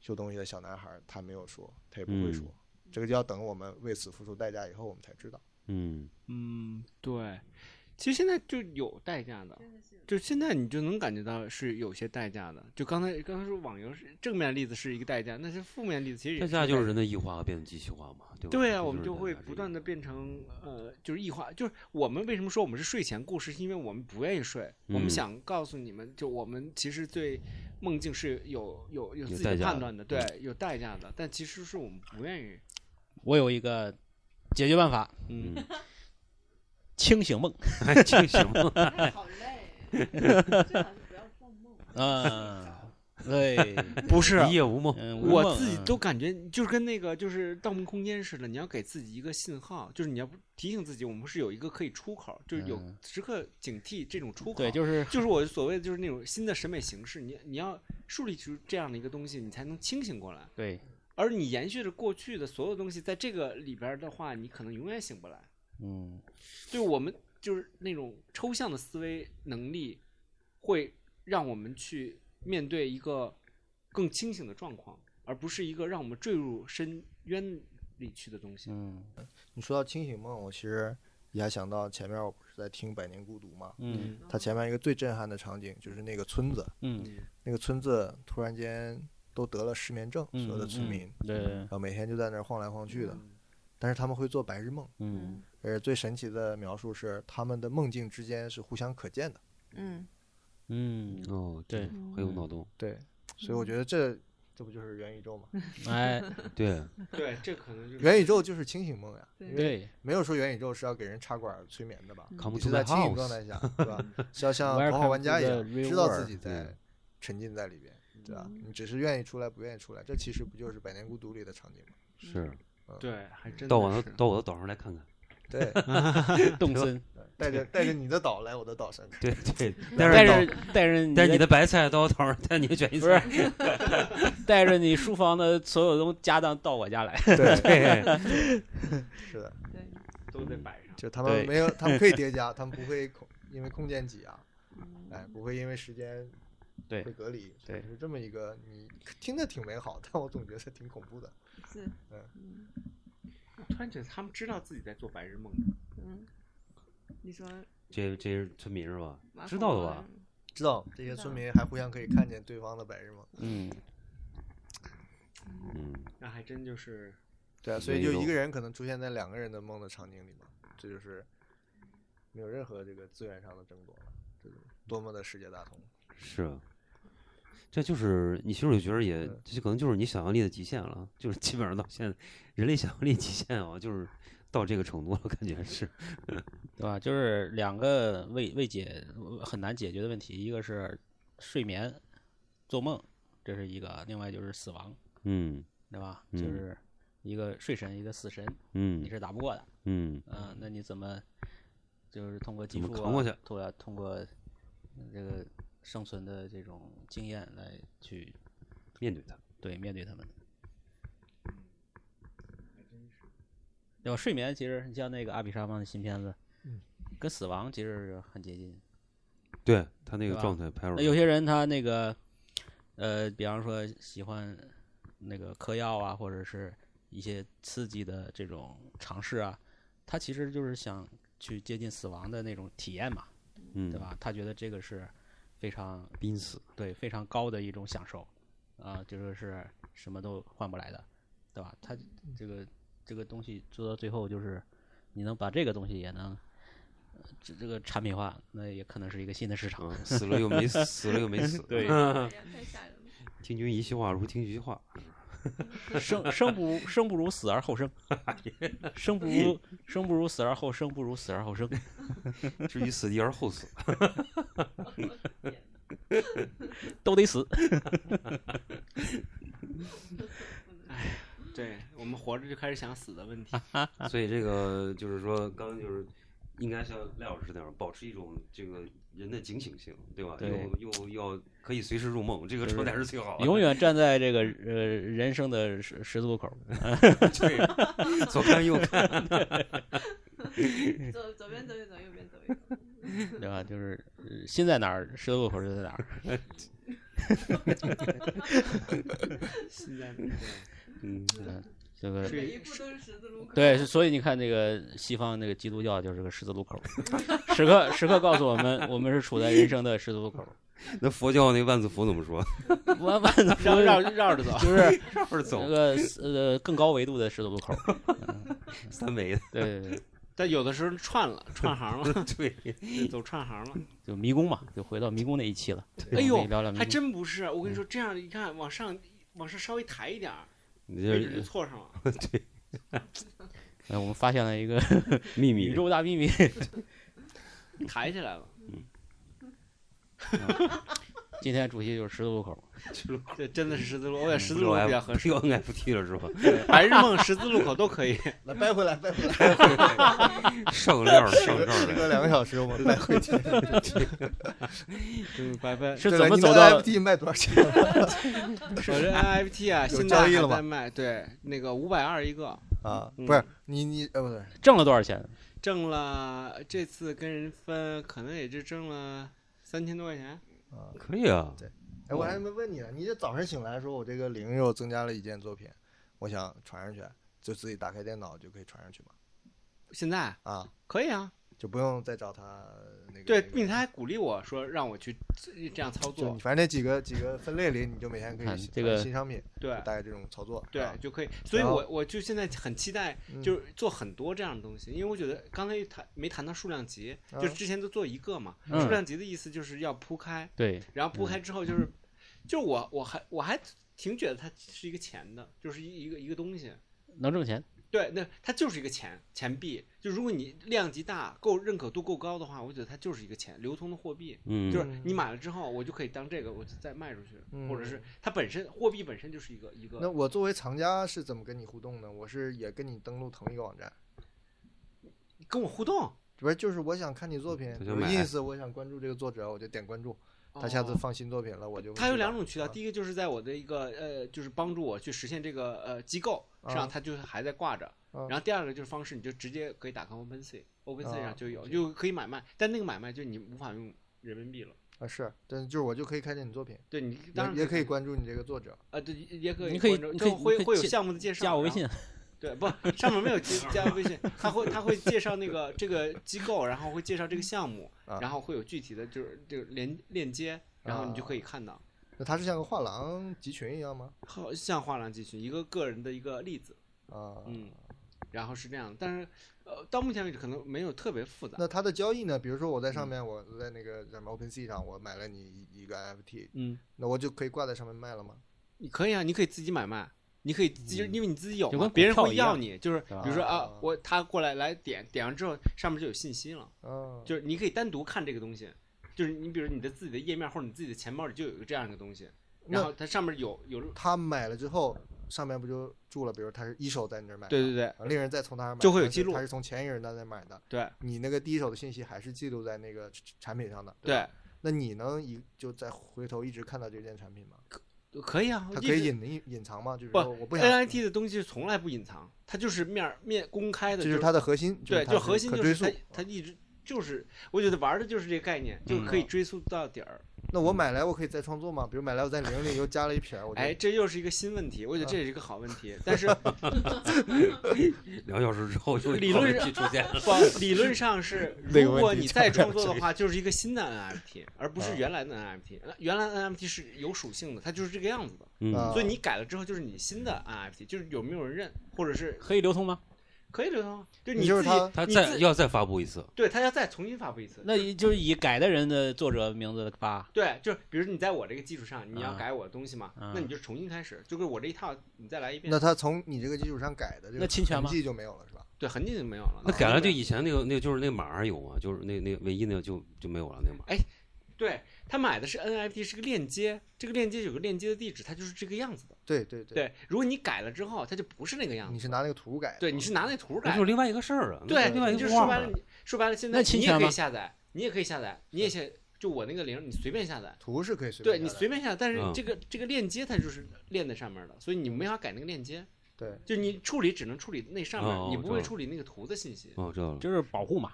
S5: 修东西的小男孩儿他没有说，他也不会
S7: 嗯
S5: 说，这个就要等我们为此付出代价以后我们才知道。
S7: 嗯
S8: 嗯，对，其实现在就有代价的，就现在你就能感觉到是有些代价的。就刚才刚才说网游是正面例子是一个代价，那是负面例子其实也
S7: 代
S8: 是
S7: 价
S8: 个
S7: 就是人的异化变得机器化嘛，对吧？
S8: 对
S7: 这
S8: 啊，我们就
S7: 就
S8: 会不断的变成呃，就是异化。就是我们为什么说我们是睡前故事，是因为我们不愿意睡，我
S7: 嗯
S8: 们想告诉你们，就我们其实对梦境是有有有
S7: 有
S8: 自己
S7: 代
S8: 的
S7: 价
S8: 判
S7: 的嗯
S8: 断的，对，有代价的。但其实是我们不愿意，
S3: 我有一个解决办法，
S8: 嗯，
S3: 清醒梦，
S7: 还 清 醒
S1: 哎好累，啊最好是不要做梦。
S3: 嗯，对，
S8: 不是啊
S7: 一夜无梦，
S3: 嗯，无
S8: 我
S3: 梦
S8: 自己
S3: 嗯
S8: 都感觉就是跟那个就是《盗梦空间》似的，你要给自己一个信号，就是你要不提醒自己，我们是有一个可以出口，就是有
S3: 嗯
S8: 时刻警惕这种出口。
S3: 对， 就是
S8: 就是我所谓的就是那种新的审美形式，你你要树立出这样的一个东西，你才能清醒过来。
S3: 对，
S8: 而你延续着过去的所有东西，在这个里边儿的话，你可能永远醒不来。
S3: 嗯，
S8: 就是我们就是那种抽象的思维能力，会让我们去面对一个更清醒的状况，而不是一个让我们坠入深渊里去的东西。
S3: 嗯
S5: 你说到清醒梦，我其实一下想到前面我不是在听《百年孤独》嘛，
S3: 嗯
S5: 它前面一个最震撼的场景就是那个村子，
S3: 嗯，
S5: 那个村子突然间都得了失眠症，所有的村
S3: 嗯
S5: 民，
S3: 对
S5: 然，后每天就在那儿晃来晃去的，
S8: 嗯
S5: 但是他们会做白日梦。
S3: 嗯
S5: 而最神奇的描述是，他们的梦境之间是互相可见的。
S6: 嗯，
S3: 嗯，
S7: 哦，这
S3: 对，
S7: 很
S8: 嗯
S7: 有脑洞，
S5: 对，所以我觉得这这不就是元宇宙吗？
S3: 哎，
S7: 对，
S8: 对，这可能就是
S5: 元宇宙就是清醒梦呀，因为
S3: 对，
S5: 没有说元宇宙是要给人插管儿催眠的吧？
S7: Come
S5: 你
S7: to
S5: 是在
S7: my
S5: 清醒
S7: house
S5: 状态下，对吧？是要 像
S3: Welcome
S5: 头号玩家一
S3: to
S5: 样
S3: the，real
S5: 知道自己
S3: world
S5: 在
S7: 对
S5: 沉浸在里边，对吧？你只是愿意出来，不愿意出来，这其实不就是《百年孤独》里的场景吗？
S7: 是
S8: 对，还真
S7: 到
S8: 的
S7: 我的
S8: 是
S7: 到我的岛上来看看，
S5: 对，
S3: 动森，
S5: 带着带着你的岛来我的岛上看，
S7: 对对，
S3: 带
S7: 但
S3: 着
S7: 是
S3: 带着你
S7: 但是你的白菜到我岛上，但你的卷心
S3: 不是 带着你书房的所有东家当到我家来，
S5: 对，
S7: 对，
S5: 是的，
S6: 对，
S8: 都得摆上。
S5: 就他
S3: 对
S5: 们没有，他们可以叠加，他们不会空因为空间挤压，哎，不会因为时间
S3: 对
S5: 会隔离，
S3: 对
S5: 就是这么一个，你听着挺美好，但我总觉得挺恐怖的。
S6: 是，嗯
S8: 突然觉得他们知道自己在做白日梦，
S6: 嗯，你说
S7: 这这是村民是吧？
S6: 马
S7: 知
S6: 孔
S7: 道的
S6: 王
S7: 吧？
S5: 知道这些村民还互相可以看见对方的白日梦，
S3: 嗯，
S7: 嗯，
S8: 那还真就是
S5: 对啊，所
S7: 元
S5: 以
S7: 宇
S5: 就一
S7: 宙
S5: 个人可能出现在两个人的梦的场景里嘛，这就是没有任何这个资源上的争夺了，这是多么的世界大同。
S7: 是。这就是你其实我觉得也，这可能就是你想象力的极限了，就是基本上到现在，人类想象力极限啊，就是到这个程度了，感觉是，
S3: 对吧？就是两个未未解很难解决的问题，一个是睡眠、做梦，这是一个；另外就是死亡，
S7: 嗯
S3: 对吧？
S7: 嗯
S3: 就是一个睡神，一个死神，
S7: 嗯
S3: 你是打不过的。
S7: 嗯，
S3: 嗯、那你怎么就是通过技
S7: 怎
S3: 术、
S7: 么
S3: 啊、
S7: 扛过去
S3: 通过通过嗯这个生存的这种经验来去
S7: 面对它，
S3: 对面对他们？对吧？睡眠其实你像那个阿比沙邦的新片子，
S5: 嗯
S3: 跟死亡其实很接近。
S7: 对他那
S3: 对
S7: 个
S3: 吧
S7: 状态拍出
S3: 那
S7: 来，
S3: 有些人他那个，呃，比方说喜欢那个嗑药啊，或者是一些刺激的这种尝试啊，他其实就是想去接近死亡的那种体验嘛，
S7: 嗯，
S3: 对？吧？他觉得这个是非常
S7: 濒死，
S3: 对非常高的一种享受，啊、就说是什么都换不来的，对吧？他这个这个东西做到最后，就是你能把这个东西也能呃这这个产品化，那也可能是一个新的市场。
S7: 嗯，死了又没死，死了又没死，
S3: 对
S1: 哎太吓人了。
S7: 听君一席话，如听菊话，
S3: 生生不生不如死而后生，
S8: 哎
S3: 生不如生不如死而后生，不如死而后生。
S7: 至于死地而后死，
S3: 都得死。
S1: 嗯
S8: 对我们活着就开始想死的问题。
S7: 所以这个就是说，刚刚就是应该像赖老师那样，保持一种这个人的警醒性，对吧？
S3: 对
S7: 又又要可以随时入梦，这个
S3: 就是
S7: 状态是最好的。
S3: 永远站在这个呃人生的十十字路口，
S7: 对，左看右看，
S3: 哎
S1: 左左边走一走，右边嗯走一走。
S3: 对吧？就是、呃心在哪儿，十字路口就在哪儿。
S8: 现在
S7: 嗯，
S3: 嗯，这个
S1: 每一步都是十字路口。
S3: 对，是所以你看那个西方那个基督教就是个十字路口，时刻时刻告诉我们，我们是处在人生的十字路 口，
S7: 那佛教那万字符怎 么说？
S3: 弯弯的
S8: 绕绕
S3: 就
S8: 绕着走，
S3: 是
S7: 绕着走
S3: 那，个呃更高维度的十字路口。
S7: 三维的，
S3: 对对对，
S8: 但有的时候串了串行了，
S7: 对，
S8: 走串行了。
S3: 就迷宫嘛，就回到迷宫那一期了。
S8: 哎
S3: 我们
S8: 呦
S3: 也聊聊迷
S8: 还
S3: 宫。
S8: 真不是，我跟你说，这样一看往上往上稍微抬一点儿，
S7: 你
S8: 位置就
S7: 这
S8: 错上了。
S3: 呃，我们发现了一个
S7: 秘密
S3: 宇宙大秘密。
S8: 抬起来了，
S3: 今天主题就是十字路口，
S8: 这真的是十字路，我感觉十字
S7: 不
S8: 路
S7: 知道
S8: 口比较合适，
S7: 又 NFT 了是吧？
S8: 白日梦、十字路口都可以。
S5: 来掰回来，掰回来，
S7: 上料上这
S5: 时
S7: 儿
S5: 隔
S7: 来，
S5: 两个小时，我们掰回 去。
S8: 嗯，拜 拜。
S3: 是
S5: 对
S3: 怎
S5: 了
S3: 么
S5: 你
S3: 走
S5: 那
S3: 到
S5: FT 卖多少钱？
S8: 我这 NFT 啊，
S5: 有
S8: 现
S5: 交
S8: 在
S5: 易
S8: 还
S5: 了
S8: 在
S5: 吗
S8: 卖，对，那个五百二一个，
S5: 啊，
S8: 嗯
S5: 不是你你呃不对，
S3: 挣了多少钱？
S8: 挣了这次跟人分，可能也就挣了三千多块钱。
S5: 啊，
S7: 可以啊，
S5: 哎，我还没问你呢，你这早上醒来说我这个灵肉增加了一件作品，我想传上去，就自己打开电脑就可以传上去嘛，
S8: 现在
S5: 啊，
S8: 可以啊，
S5: 就不用再找他那个。
S8: 对，
S5: 那个
S8: 并且他还鼓励我说让我去这样操
S5: 就
S8: 作
S5: 你，反正那几个几个分类里，你就每天可以
S3: 看
S5: 新
S3: 这个
S5: 新商品，
S8: 对
S5: 就大概这种操作。啊
S8: 对
S5: 是吧，
S8: 就可以。所以
S5: 然后
S8: 我我就现在很期待，
S5: 嗯
S8: 就是做很多这样的东西，因为我觉得刚才谈没谈到数量级，
S5: 嗯
S8: 就是之前都做一个嘛，
S3: 嗯
S8: 数量级的意思就是要铺开，
S3: 对，
S8: 然后铺
S5: 嗯
S8: 开之后就是，就是我我还我还挺觉得它是一个钱的，就是一一个一个东西。
S3: 能挣钱。
S8: 对，那它就是一个钱钱币。就如果你量级大、够认可度够高的话，我觉得它就是一个钱，流通的货币。
S7: 嗯，
S8: 就是你买了之后，我就可以当这个，我就再卖出去，
S5: 嗯
S8: 或者是它本身货币本身就是一个一
S5: 那
S8: 个。
S5: 我作为藏家是怎么跟你互动呢？我是也跟你登录同一个网站，
S8: 跟我互动，
S5: 不是就是我想看你作品，
S7: 他
S5: 比
S7: 就
S5: 如
S7: 买
S5: ins 我想关注这个作者，我就点关注，他下次
S8: 哦
S5: 放新作品了，我就会
S8: 它有
S5: 知道
S8: 两种渠道，
S5: 啊
S8: 第一个就是在我的一个呃，就是帮助我去实现这个呃机构
S5: 啊
S8: 上，它就是还在挂着。
S5: 啊
S8: 然后第二个就是方式，你就直接可以打开 OpenSea，OpenSea
S5: 啊
S8: 上就有，
S5: ，OK
S8: 就可以买卖，但那个买卖就你无法用人民币了。
S5: 啊是，但是就是我就可以看见你作品，
S8: 对你当
S5: 也
S8: 然
S5: 也可以
S8: 看
S5: 关注你这个作者。
S8: 啊，对，也可以关注，
S3: 你可以你可以
S8: 就会
S3: 你可以
S8: 会有
S3: 加
S8: 项目的介绍，
S3: 加我微
S8: 然后
S3: 信，
S8: 对，不，上面没有加加微信，他会他会介绍那个这个机构，然后会介绍这个项目，
S5: 啊
S8: 然后会有具体的就是这个连链接，然后你就可以看
S5: 啊
S8: 到，
S5: 那它是像个画廊集群一样吗？
S8: 好像画廊集群一个个人的一个例子，
S5: 啊，
S8: 嗯，然后是这样的，但是呃，到目前为止可能没有特别复杂，
S5: 那它的交易呢？比如说我在
S8: 嗯
S5: 上面，我在那个什么 OpenSea 上，我买了你一一个 NFT，
S8: 嗯，
S5: 那我就可以挂在上面卖了吗？
S8: 你可以啊，你可以自己买卖。你可以自己，因为你自己有
S3: 就
S8: 嘛，
S3: 跟股
S8: 别人
S3: 票
S8: 会
S3: 一
S8: 要
S3: 样
S8: 你，就是
S3: 对吧
S8: 比如说啊
S5: 嗯啊，
S8: 我他过来来点点完之后，上面就有信息了。
S5: 啊，
S8: 就是你可以单独看这个东西，就是你比如你的自己的页面或者你自己的钱包里就有一个这样一个东西，
S5: 那
S8: 然后它上面有有
S5: 他买了之后，上面不就注了？比如他是一手在你这儿买的，
S8: 对对对
S5: 啊，另一人再从他那儿买，
S8: 就会有
S5: 但是
S8: 记录
S5: 他是从前一人那儿买的，
S8: 对
S5: 你那个第一手的信息还是记录在那个产品上的，吧
S8: 对，
S5: 那你能一就再回头一直看到这件产品吗？
S8: 可以啊，
S5: 它
S8: 一
S5: 可以
S8: 直
S5: 隐匿隐藏吗？就是
S8: 不
S5: 说我不想，
S8: NIT 的东西从来不隐藏，它就是面儿面公开的，
S5: 这
S8: 就
S5: 就是它的核心，
S8: 对，
S5: 是它
S8: 就是核心
S5: 可
S8: 就
S5: 追
S8: 是
S5: 溯啊
S8: 它。它一直就是，我觉得玩的就是这个概念，就
S3: 嗯
S8: 可以追溯到底儿。
S5: 那我买来我可以再创作吗？比如买来我在零里又加了一撇儿，我就
S8: 哎，这又是一个新问题，我觉得这也是一个好问 题。但是不，
S7: 两小时之后就
S8: 理论上
S7: 出现了。
S8: 理论上是，
S5: 那个
S8: 如
S5: 问
S8: 果
S5: 题
S8: 你
S5: 差
S8: 再
S5: 不了
S8: 创作的
S5: 这
S8: 话，就是一个新的 NFT，而不是
S5: 啊
S8: 原来的 NFT。那原来 NFT 是有属性的，它就是这个样子的。
S5: 啊
S7: 嗯，
S8: 所以你改了之后，就是你新的 NFT，就是有没有人认，或者是
S3: 可以流通吗？
S8: 可以流通啊，就是
S5: 你
S8: 你
S5: 就
S8: 自
S5: 是
S8: 己
S5: 它，
S7: 他
S8: 你
S7: 再
S8: 自啊
S7: 要再发布一次，
S8: 对，它要再重新发布一次。
S3: 那也就是以改的人的作者名字发。
S8: 对，就是比如你在我这个基础上，你要
S3: 啊
S8: 改我的东西嘛，
S3: 啊
S8: 那你就重新开始，就是我这一套，你再来一遍
S5: 那。它从你这个基础上改的这
S3: 那
S5: 个
S3: 侵权
S5: 痕
S3: 吗
S5: 迹就没有了，是吧？
S8: 对，痕迹就没有了。
S7: 那改了就
S8: 对
S7: 以前那个那个就是那码儿有啊，就是那那唯一那个就就没有了那个码儿。
S8: 对他买的是 NFT，是个链接，这个链接有个链接的地址，它就是这个样子的。
S5: 对对对，
S8: 对，如果你改了之后，它就不是那个样
S5: 你
S8: 子。
S5: 是拿那个图改的，
S8: 对，你是拿那图
S7: 那
S8: 改
S7: 就是
S8: 的。
S7: 另外一个事儿啊，那
S8: 对，
S7: 另外一
S8: 你就
S7: 个
S8: 是说
S7: 画
S8: 白
S7: 儿
S8: 了
S7: 啊。
S8: 你，说白了，现在
S3: 那侵
S8: 你也
S3: 权
S8: 可以
S3: 吗
S8: 下载，你也可以下载，你也先就我那个零，你随便下载。
S5: 图是可以随
S8: 对
S5: 便
S8: 你
S5: 下载
S8: 随便下载，但是
S7: 嗯
S8: 这个这个链接它就是链在上面的，所以你没法改那个链接。
S5: 对，
S8: 就你处理只能处理那上面，
S7: 哦
S8: 你
S7: 我
S8: 不
S7: 知
S8: 会
S7: 道
S8: 处理那个图的信息。
S7: 哦，知道了。
S3: 就是保护嘛，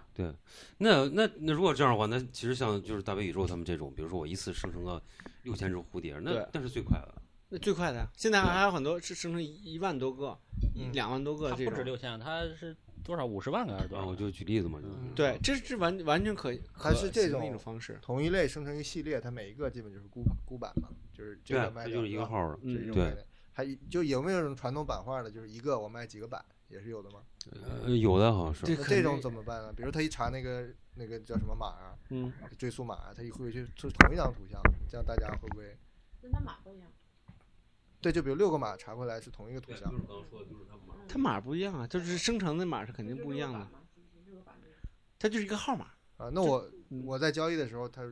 S7: 那那那如果这样的话，那其实像就是大北宇宙他们这种，比如说我一次生成个六千只蝴蝶，那
S8: 对
S7: 那是最快的。
S8: 那最快的，现在还有很多是生成一万多个、
S5: 嗯
S8: 两万多个
S3: 它
S8: 这
S3: 不止
S8: 种。
S3: 六千，它是多少五十万个还是多
S7: 啊，
S3: 少？
S7: 我就举例子嘛，就是
S5: 嗯
S8: 对，这是完完全可
S5: 还是
S8: 可
S5: 这
S8: 行的
S5: 种
S8: 一种方式。
S5: 同一类生成一系列，它每一个基本就是孤孤版嘛，就是这
S7: 对
S5: 个
S7: 啊，
S5: 卖
S7: 这
S5: 掉
S7: 就是一个
S5: 那
S7: 号儿啊。
S5: 这
S8: 嗯
S5: 种
S7: 对
S5: 概念。还就有没有那种传统版画的，就是一个我卖几个版，也是有的吗？
S7: 呃，有的好像是。
S8: 这
S5: 那
S8: 肯
S5: 这
S8: 定
S5: 种怎么办呢？啊比如他一查那个那个叫什么码啊，
S8: 嗯，
S5: 追溯码啊，他一会去是同一张图像，这样大家会不会？
S1: 跟他码不一样，
S5: 对，就比如六个码查回来是同一个图像，
S7: 刚刚说的，就是他们
S8: 它码不一样啊，就是生成的码是肯定不一样的，它就是一个号码。
S5: 啊，那我
S8: 嗯
S5: 我在交易的时候，它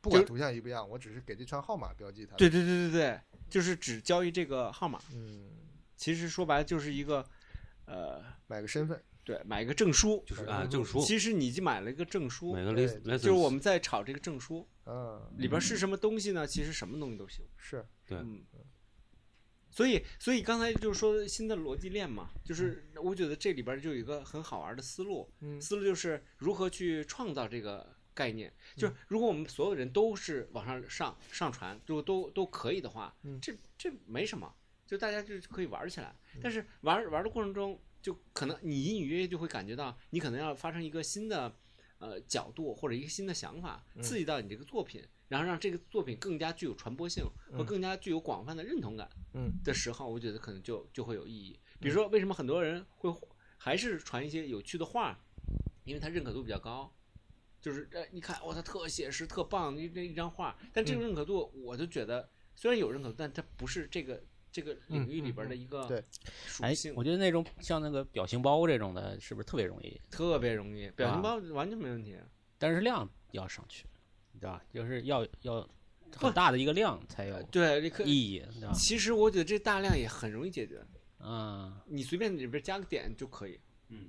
S5: 不
S8: 就
S5: 管图像一不一样，我只是给这串号码标记它。
S8: 对，对对对对，就是只交易这个号码。
S5: 嗯，
S8: 其实说白了就是一个，呃，
S5: 买个身份，
S8: 对，买一个证书。
S7: 就是啊，证书，
S8: 其实你已经买了一个证书，
S7: 每个
S5: 对
S7: license
S8: 就是我们在炒这个证书
S5: 嗯，
S8: 里边是什么东西呢？其实什么东西都行。
S5: 是，
S7: 对
S8: 嗯，所以，所以刚才就是说新的逻辑链嘛，就是我觉得这里边就有一个很好玩的思路，
S5: 嗯
S8: 思路就是如何去创造这个概念。
S5: 嗯
S8: 就是如果我们所有人都是往上上上传，如果都都可以的话，
S5: 嗯
S8: 这这没什么，就大家就可以玩起来。但是玩玩的过程中，就可能你隐隐约约就会感觉到，你可能要发生一个新的呃角度或者一个新的想法，刺激到你这个作品，然后让这个作品更加具有传播性和
S5: 嗯
S8: 更加具有广泛的认同感。
S5: 嗯
S8: 的时候，我觉得可能就就会有意义。比如说，为什么很多人会还是传一些有趣的画，因为他认可度比较高。就是呃，你看，哇，他特写实，特棒，一那一张画。但这个认可度，我就觉得虽然有认可度，但它不是这个这个领域里边的一个
S5: 对
S8: 属
S3: 哎
S8: 性，
S3: 我，觉得那种像那个表情包这种的，是不是特别容易？
S8: 特别容易。表情包完全没问题。
S3: 但是量要上去，你知道吧？就是要要很大的一个量才有
S8: 对，你可以。
S3: 意义，你知道吧？
S8: 其实我觉得这大量也很容易解决，
S3: 嗯，
S8: 你随便里边加个点就可以。
S7: 嗯，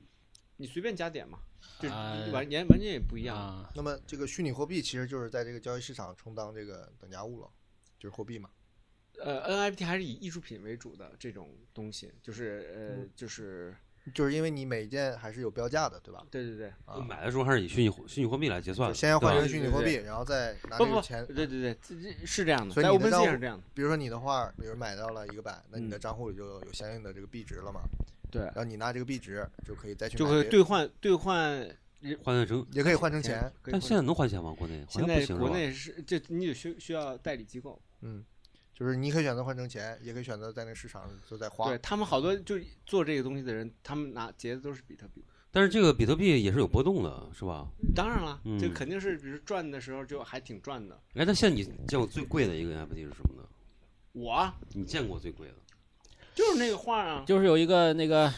S8: 你随便加点嘛，就
S3: 啊
S8: 完全完全也不一样。
S3: 啊，
S5: 那么这个虚拟货币其实就是在这个交易市场充当这个等价物了，就是货币嘛。
S8: 呃，NFT 还是以艺术品为主的这种东西，就是呃，
S7: 嗯
S8: 就是
S5: 就是因为你每一件还是有标价的，对吧？
S8: 对对对，
S5: 啊，
S7: 买的时候还是以虚拟货虚拟货币来结算
S5: 就
S7: 的，
S5: 先要
S7: 对
S5: 换
S7: 吧
S5: 成虚拟货币，然后再拿
S8: 不
S5: 这个
S8: 不，
S5: 钱。
S8: 对对对，这这是这样的，
S5: 所以
S8: 在
S5: 你的
S8: OpenSea
S5: 账户
S8: 是这样的，
S5: 比如说你的画，比如买到了一个版，那你的
S8: 嗯
S5: 账户里就有相应的这个币值了嘛？
S8: 对
S5: 然，后你拿这个币值就可以再去
S8: 就
S5: 买
S8: 会
S5: 别
S8: 兑换兑换
S7: 换算成。
S5: 也可以换成钱。，
S8: 可以
S7: 但
S8: 换
S7: 现在能换钱吗？国内好
S8: 现
S7: 像不
S8: 在
S7: 行
S8: 国
S7: 是吧？
S8: 内是这你得需需要代理机构，
S5: 嗯，就是你可以选择换成钱，也可以选择在那个市场就在花
S8: 对。他们好多就做这个东西的人，他们拿结的都是比特币。
S7: 但是这个比特币也是有波动的，是吧？
S8: 当然了，这
S7: 嗯
S8: 肯定是，比如赚的时候就还挺赚的。
S7: 哎，那现在你见过最贵的一个 NFT 是什么呢？
S8: 我啊
S7: 你见过最贵的？
S8: 就是那个画啊，
S3: 就是有一个那个，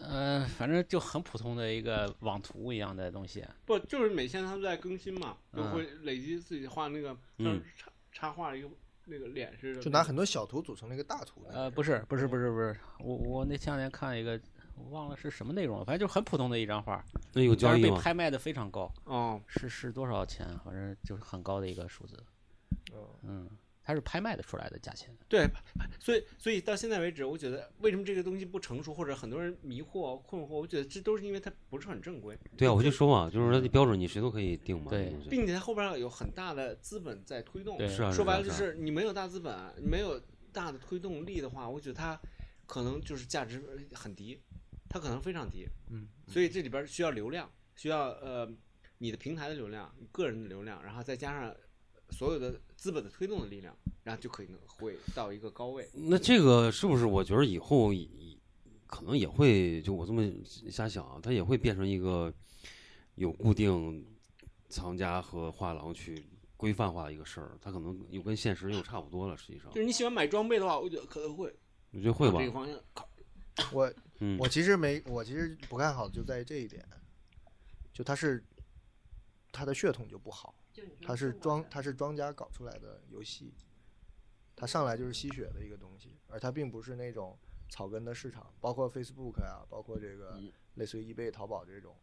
S3: 呃，反正就很普通的一个网图一样的东西，
S8: 不就是每天他们在更新嘛，就
S3: 嗯
S8: 会累积自己画那个，
S7: 嗯
S8: 像插插画一个那个脸似的那种，
S5: 就拿很多小图组成了一个大图。
S3: 呃，不是，不是，不是，不是，我我那前两天看一个，我忘了是什么内容了，反正就很普通的一张画，
S7: 那有
S3: 但
S7: 交
S3: 是
S7: 易
S3: 被
S7: 吗？
S3: 拍卖的非常高，
S8: 哦，
S3: 是是多少钱？反正就是很高的一个数字。
S5: 哦
S3: 嗯，它是拍卖的出来的价钱。
S8: 对，所以所以到现在为止，我觉得为什么这个东西不成熟，或者很多人迷惑、困惑，我觉得这都是因为它不是很正规，
S7: 对啊，我就说嘛，就是说这标准你谁都可以定嘛。
S3: 对
S7: 这东西
S8: 并且它后边有很大的资本在推动。
S3: 对
S7: 是啊，
S8: 说白
S7: 啊
S8: 了就是
S7: 啊
S8: 是你没有大资本，你没有大的推动力的话，我觉得它可能就是价值很低，它可能非常低。
S3: 嗯，
S8: 所以这里边需要流量，需要呃你的平台的流量、你个人的流量，然后再加上所有的资本的推动的力量，然后就可以能会到一个高位。
S7: 那这个是不是？我觉得以后以以可能也会，就我这么瞎想啊，它也会变成一个有固定藏家和画廊去规范化的一个事儿。它可能又跟现实又差不多了。实际上
S8: 就，是你喜欢买装备的话，我觉得可能会
S7: 我觉得会
S8: 往
S7: 吧
S8: 这。个方向靠。
S5: 我
S7: 嗯
S5: 我，其实没，我其实不看好就在于这一点，就它是它的血统就不好，它是庄它是庄家搞出来的游戏，它上来就是吸血的一个东西，而它并不是那种草根的市场，包括 Facebook 啊，包括这个类似于 eBay、淘宝这种，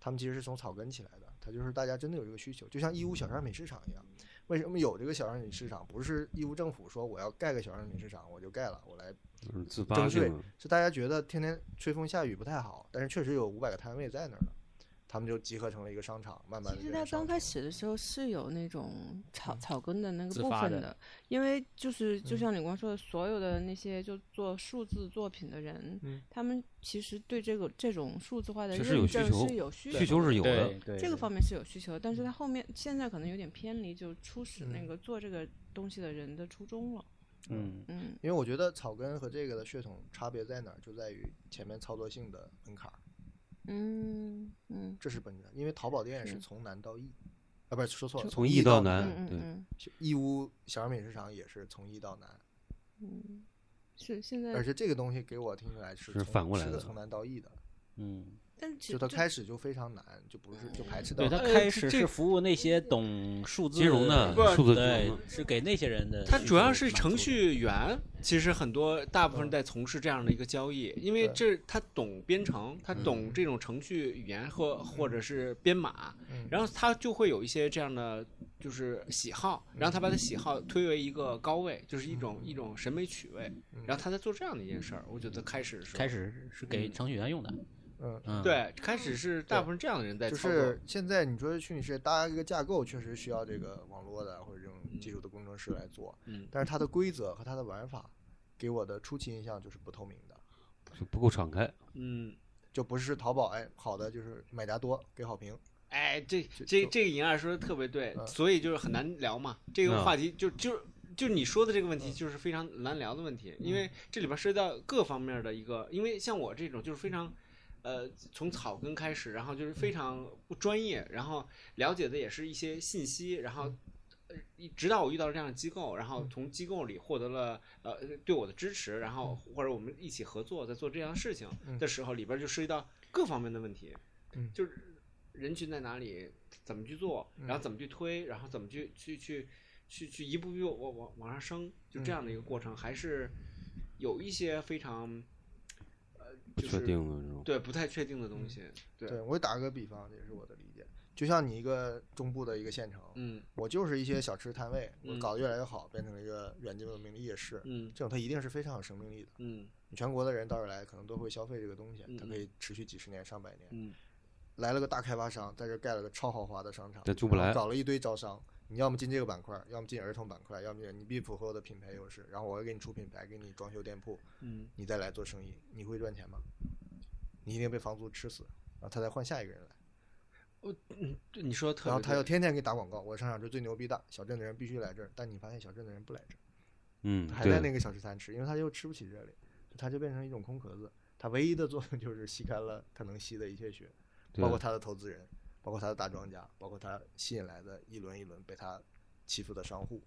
S5: 他们其实是从草根起来的，它就是大家真的有这个需求，就像义乌小商品市场一样，为什么有这个小商品市场？不是义乌政府说我要盖个小商品市场我就盖了，我来
S7: 就是自发
S5: 征
S7: 性
S5: 税
S7: 的，
S5: 是大家觉得天天吹风下雨不太好，但是确实有五百个摊位在那儿了，他们就集合成了一个商场，慢慢的。
S6: 其实它刚开，始的时候是有那种草草根的那个
S3: 自
S6: 部
S3: 发
S6: 分
S3: 的
S6: 的，因为就是就像你刚说的，所有的那些就做数字作品的人，
S5: 嗯
S6: 他们其实对这个这种数字化的
S7: 其实有
S6: 认
S7: 需
S6: 证
S7: 求
S6: 是有需
S7: 需求
S6: 的
S7: 是有的。
S3: 对
S6: 这个方面是有需求，但是它后面现在可能有点偏离，就初始那个做这个东西的人的初衷了。
S3: 嗯，
S6: 嗯，
S5: 因为我觉得草根和这个的血统差别在哪儿，就在于前面操作性的门槛儿，
S6: 嗯嗯
S5: 这是本质。因为淘宝店是从南到易，啊，不是说错了，
S7: 从
S5: 易
S7: 易到
S5: 南。
S6: 嗯嗯
S7: 难，对，
S6: 嗯
S5: 义乌小商品市场也是从易到南，
S6: 嗯，是现在
S5: 而，且这个东西给我听起来是
S7: 是
S5: 从
S7: 反过来
S5: 是个
S7: 的
S5: 从南到易的，
S3: 嗯，
S6: 但是其实
S5: 就它
S6: 这
S5: 开始就非常难，就不是就排斥到
S3: 对，它
S8: 呃
S3: 开始
S8: 这
S3: 是服务那些懂数字
S7: 哦金融的
S8: 不
S7: 数字金
S3: 对
S7: 融的，
S3: 是给那些人的需求
S8: 它
S3: 满足的。嗯
S8: 主要是程序员，其实很多大部分在从事这样的一个交易，因为
S5: 对
S8: 这他懂编程，他
S3: 嗯
S8: 懂这种程序语言或或者是编码，
S3: 嗯
S8: 然后他就会有一些这样的就是喜好，然后他把他喜好推为一个高位，就是一种
S3: 嗯
S8: 一种审美趣味，然后他在做这样的一件事儿。我觉得开始是
S3: 开始是给程序员用的，
S5: 嗯
S3: 嗯，
S8: 对，开始是大部分这样的人在
S5: 就
S8: 操作
S5: 是现在你说虚拟世界搭一个架构，确实需要这个网络的或者这种技术的工程师来做，
S8: 嗯
S5: 但是它的规则和它的玩法，给我的初期印象就是不透明的，
S7: 就不够敞开。
S8: 嗯。
S5: 就不是淘宝哎好的就是买家多给好评，
S8: 哎，这
S5: 这
S8: 这
S5: 就
S8: 这个银二说的特别对，
S5: 嗯
S8: 所以就是很难聊嘛。这个
S7: 嗯
S8: 话题就就就你说的这个
S5: 嗯
S8: 问题，就是非常难聊的问题，因为这里边涉及到各方面的一个，因为像我这种就是非常。呃，从草根开始，然后就是非常不专业，然后了解的也是一些信息，然后
S5: 嗯
S8: 呃，一直到我遇到这样的机构，然后从机构里获得了呃对我的支持，然后
S5: 嗯
S8: 或者我们一起合作在做这样的事情的时候，里边就涉及到各方面的问题，
S5: 嗯
S8: 就是人群在哪里，怎么去做，
S5: 嗯
S8: 然后怎么去推，然后怎么去去去去去一步步往往往上升，就这样
S5: 嗯
S8: 的一个过程，还是有一些非常呃
S7: 不
S8: 就
S7: 确
S8: 是
S7: 定的这种，
S8: 对不太确定的东西，对
S5: 嗯对我打个比方，这也是我的理解，就像你一个中部的一个县城，
S8: 嗯
S5: 我就是一些小吃摊位，我
S8: 嗯
S5: 搞得越来越好，变成了一个远近闻名的夜市，
S8: 嗯
S5: 这种它一定是非常有生命力的，
S8: 嗯
S5: 你全国的人到这儿来可能都会消费这个东西
S8: 嗯，
S5: 它可以持续几十年上百年。
S8: 嗯，
S5: 来了个大开发商，在这儿盖了个超豪华的商场，
S7: 但住不
S5: 然后
S7: 来
S5: 搞了一堆招商。你要么进这个板块，要么进儿童板块，要么进你必符合我的品牌优势，然后我要给你出品牌，给你装修店铺，
S8: 嗯
S5: 你再来做生意，你会赚钱吗？你一定被房租吃死，然后他再换下一个人来，
S8: 嗯，对你说的特别对，
S5: 然后他又天天给你打广告，我商场是最牛逼的，小镇的人必须来这儿，但你发现小镇的人不来这儿，
S7: 嗯，
S5: 他还在
S7: 对。
S5: 那个小吃摊吃，因为他又吃不起这里，他就变成一种空壳子。他唯一的作用就是吸干了他能吸的一切血，
S7: 对
S5: 包括他的投资人，包括他的大庄家，包括他吸引来的一轮一轮被他欺负的商户。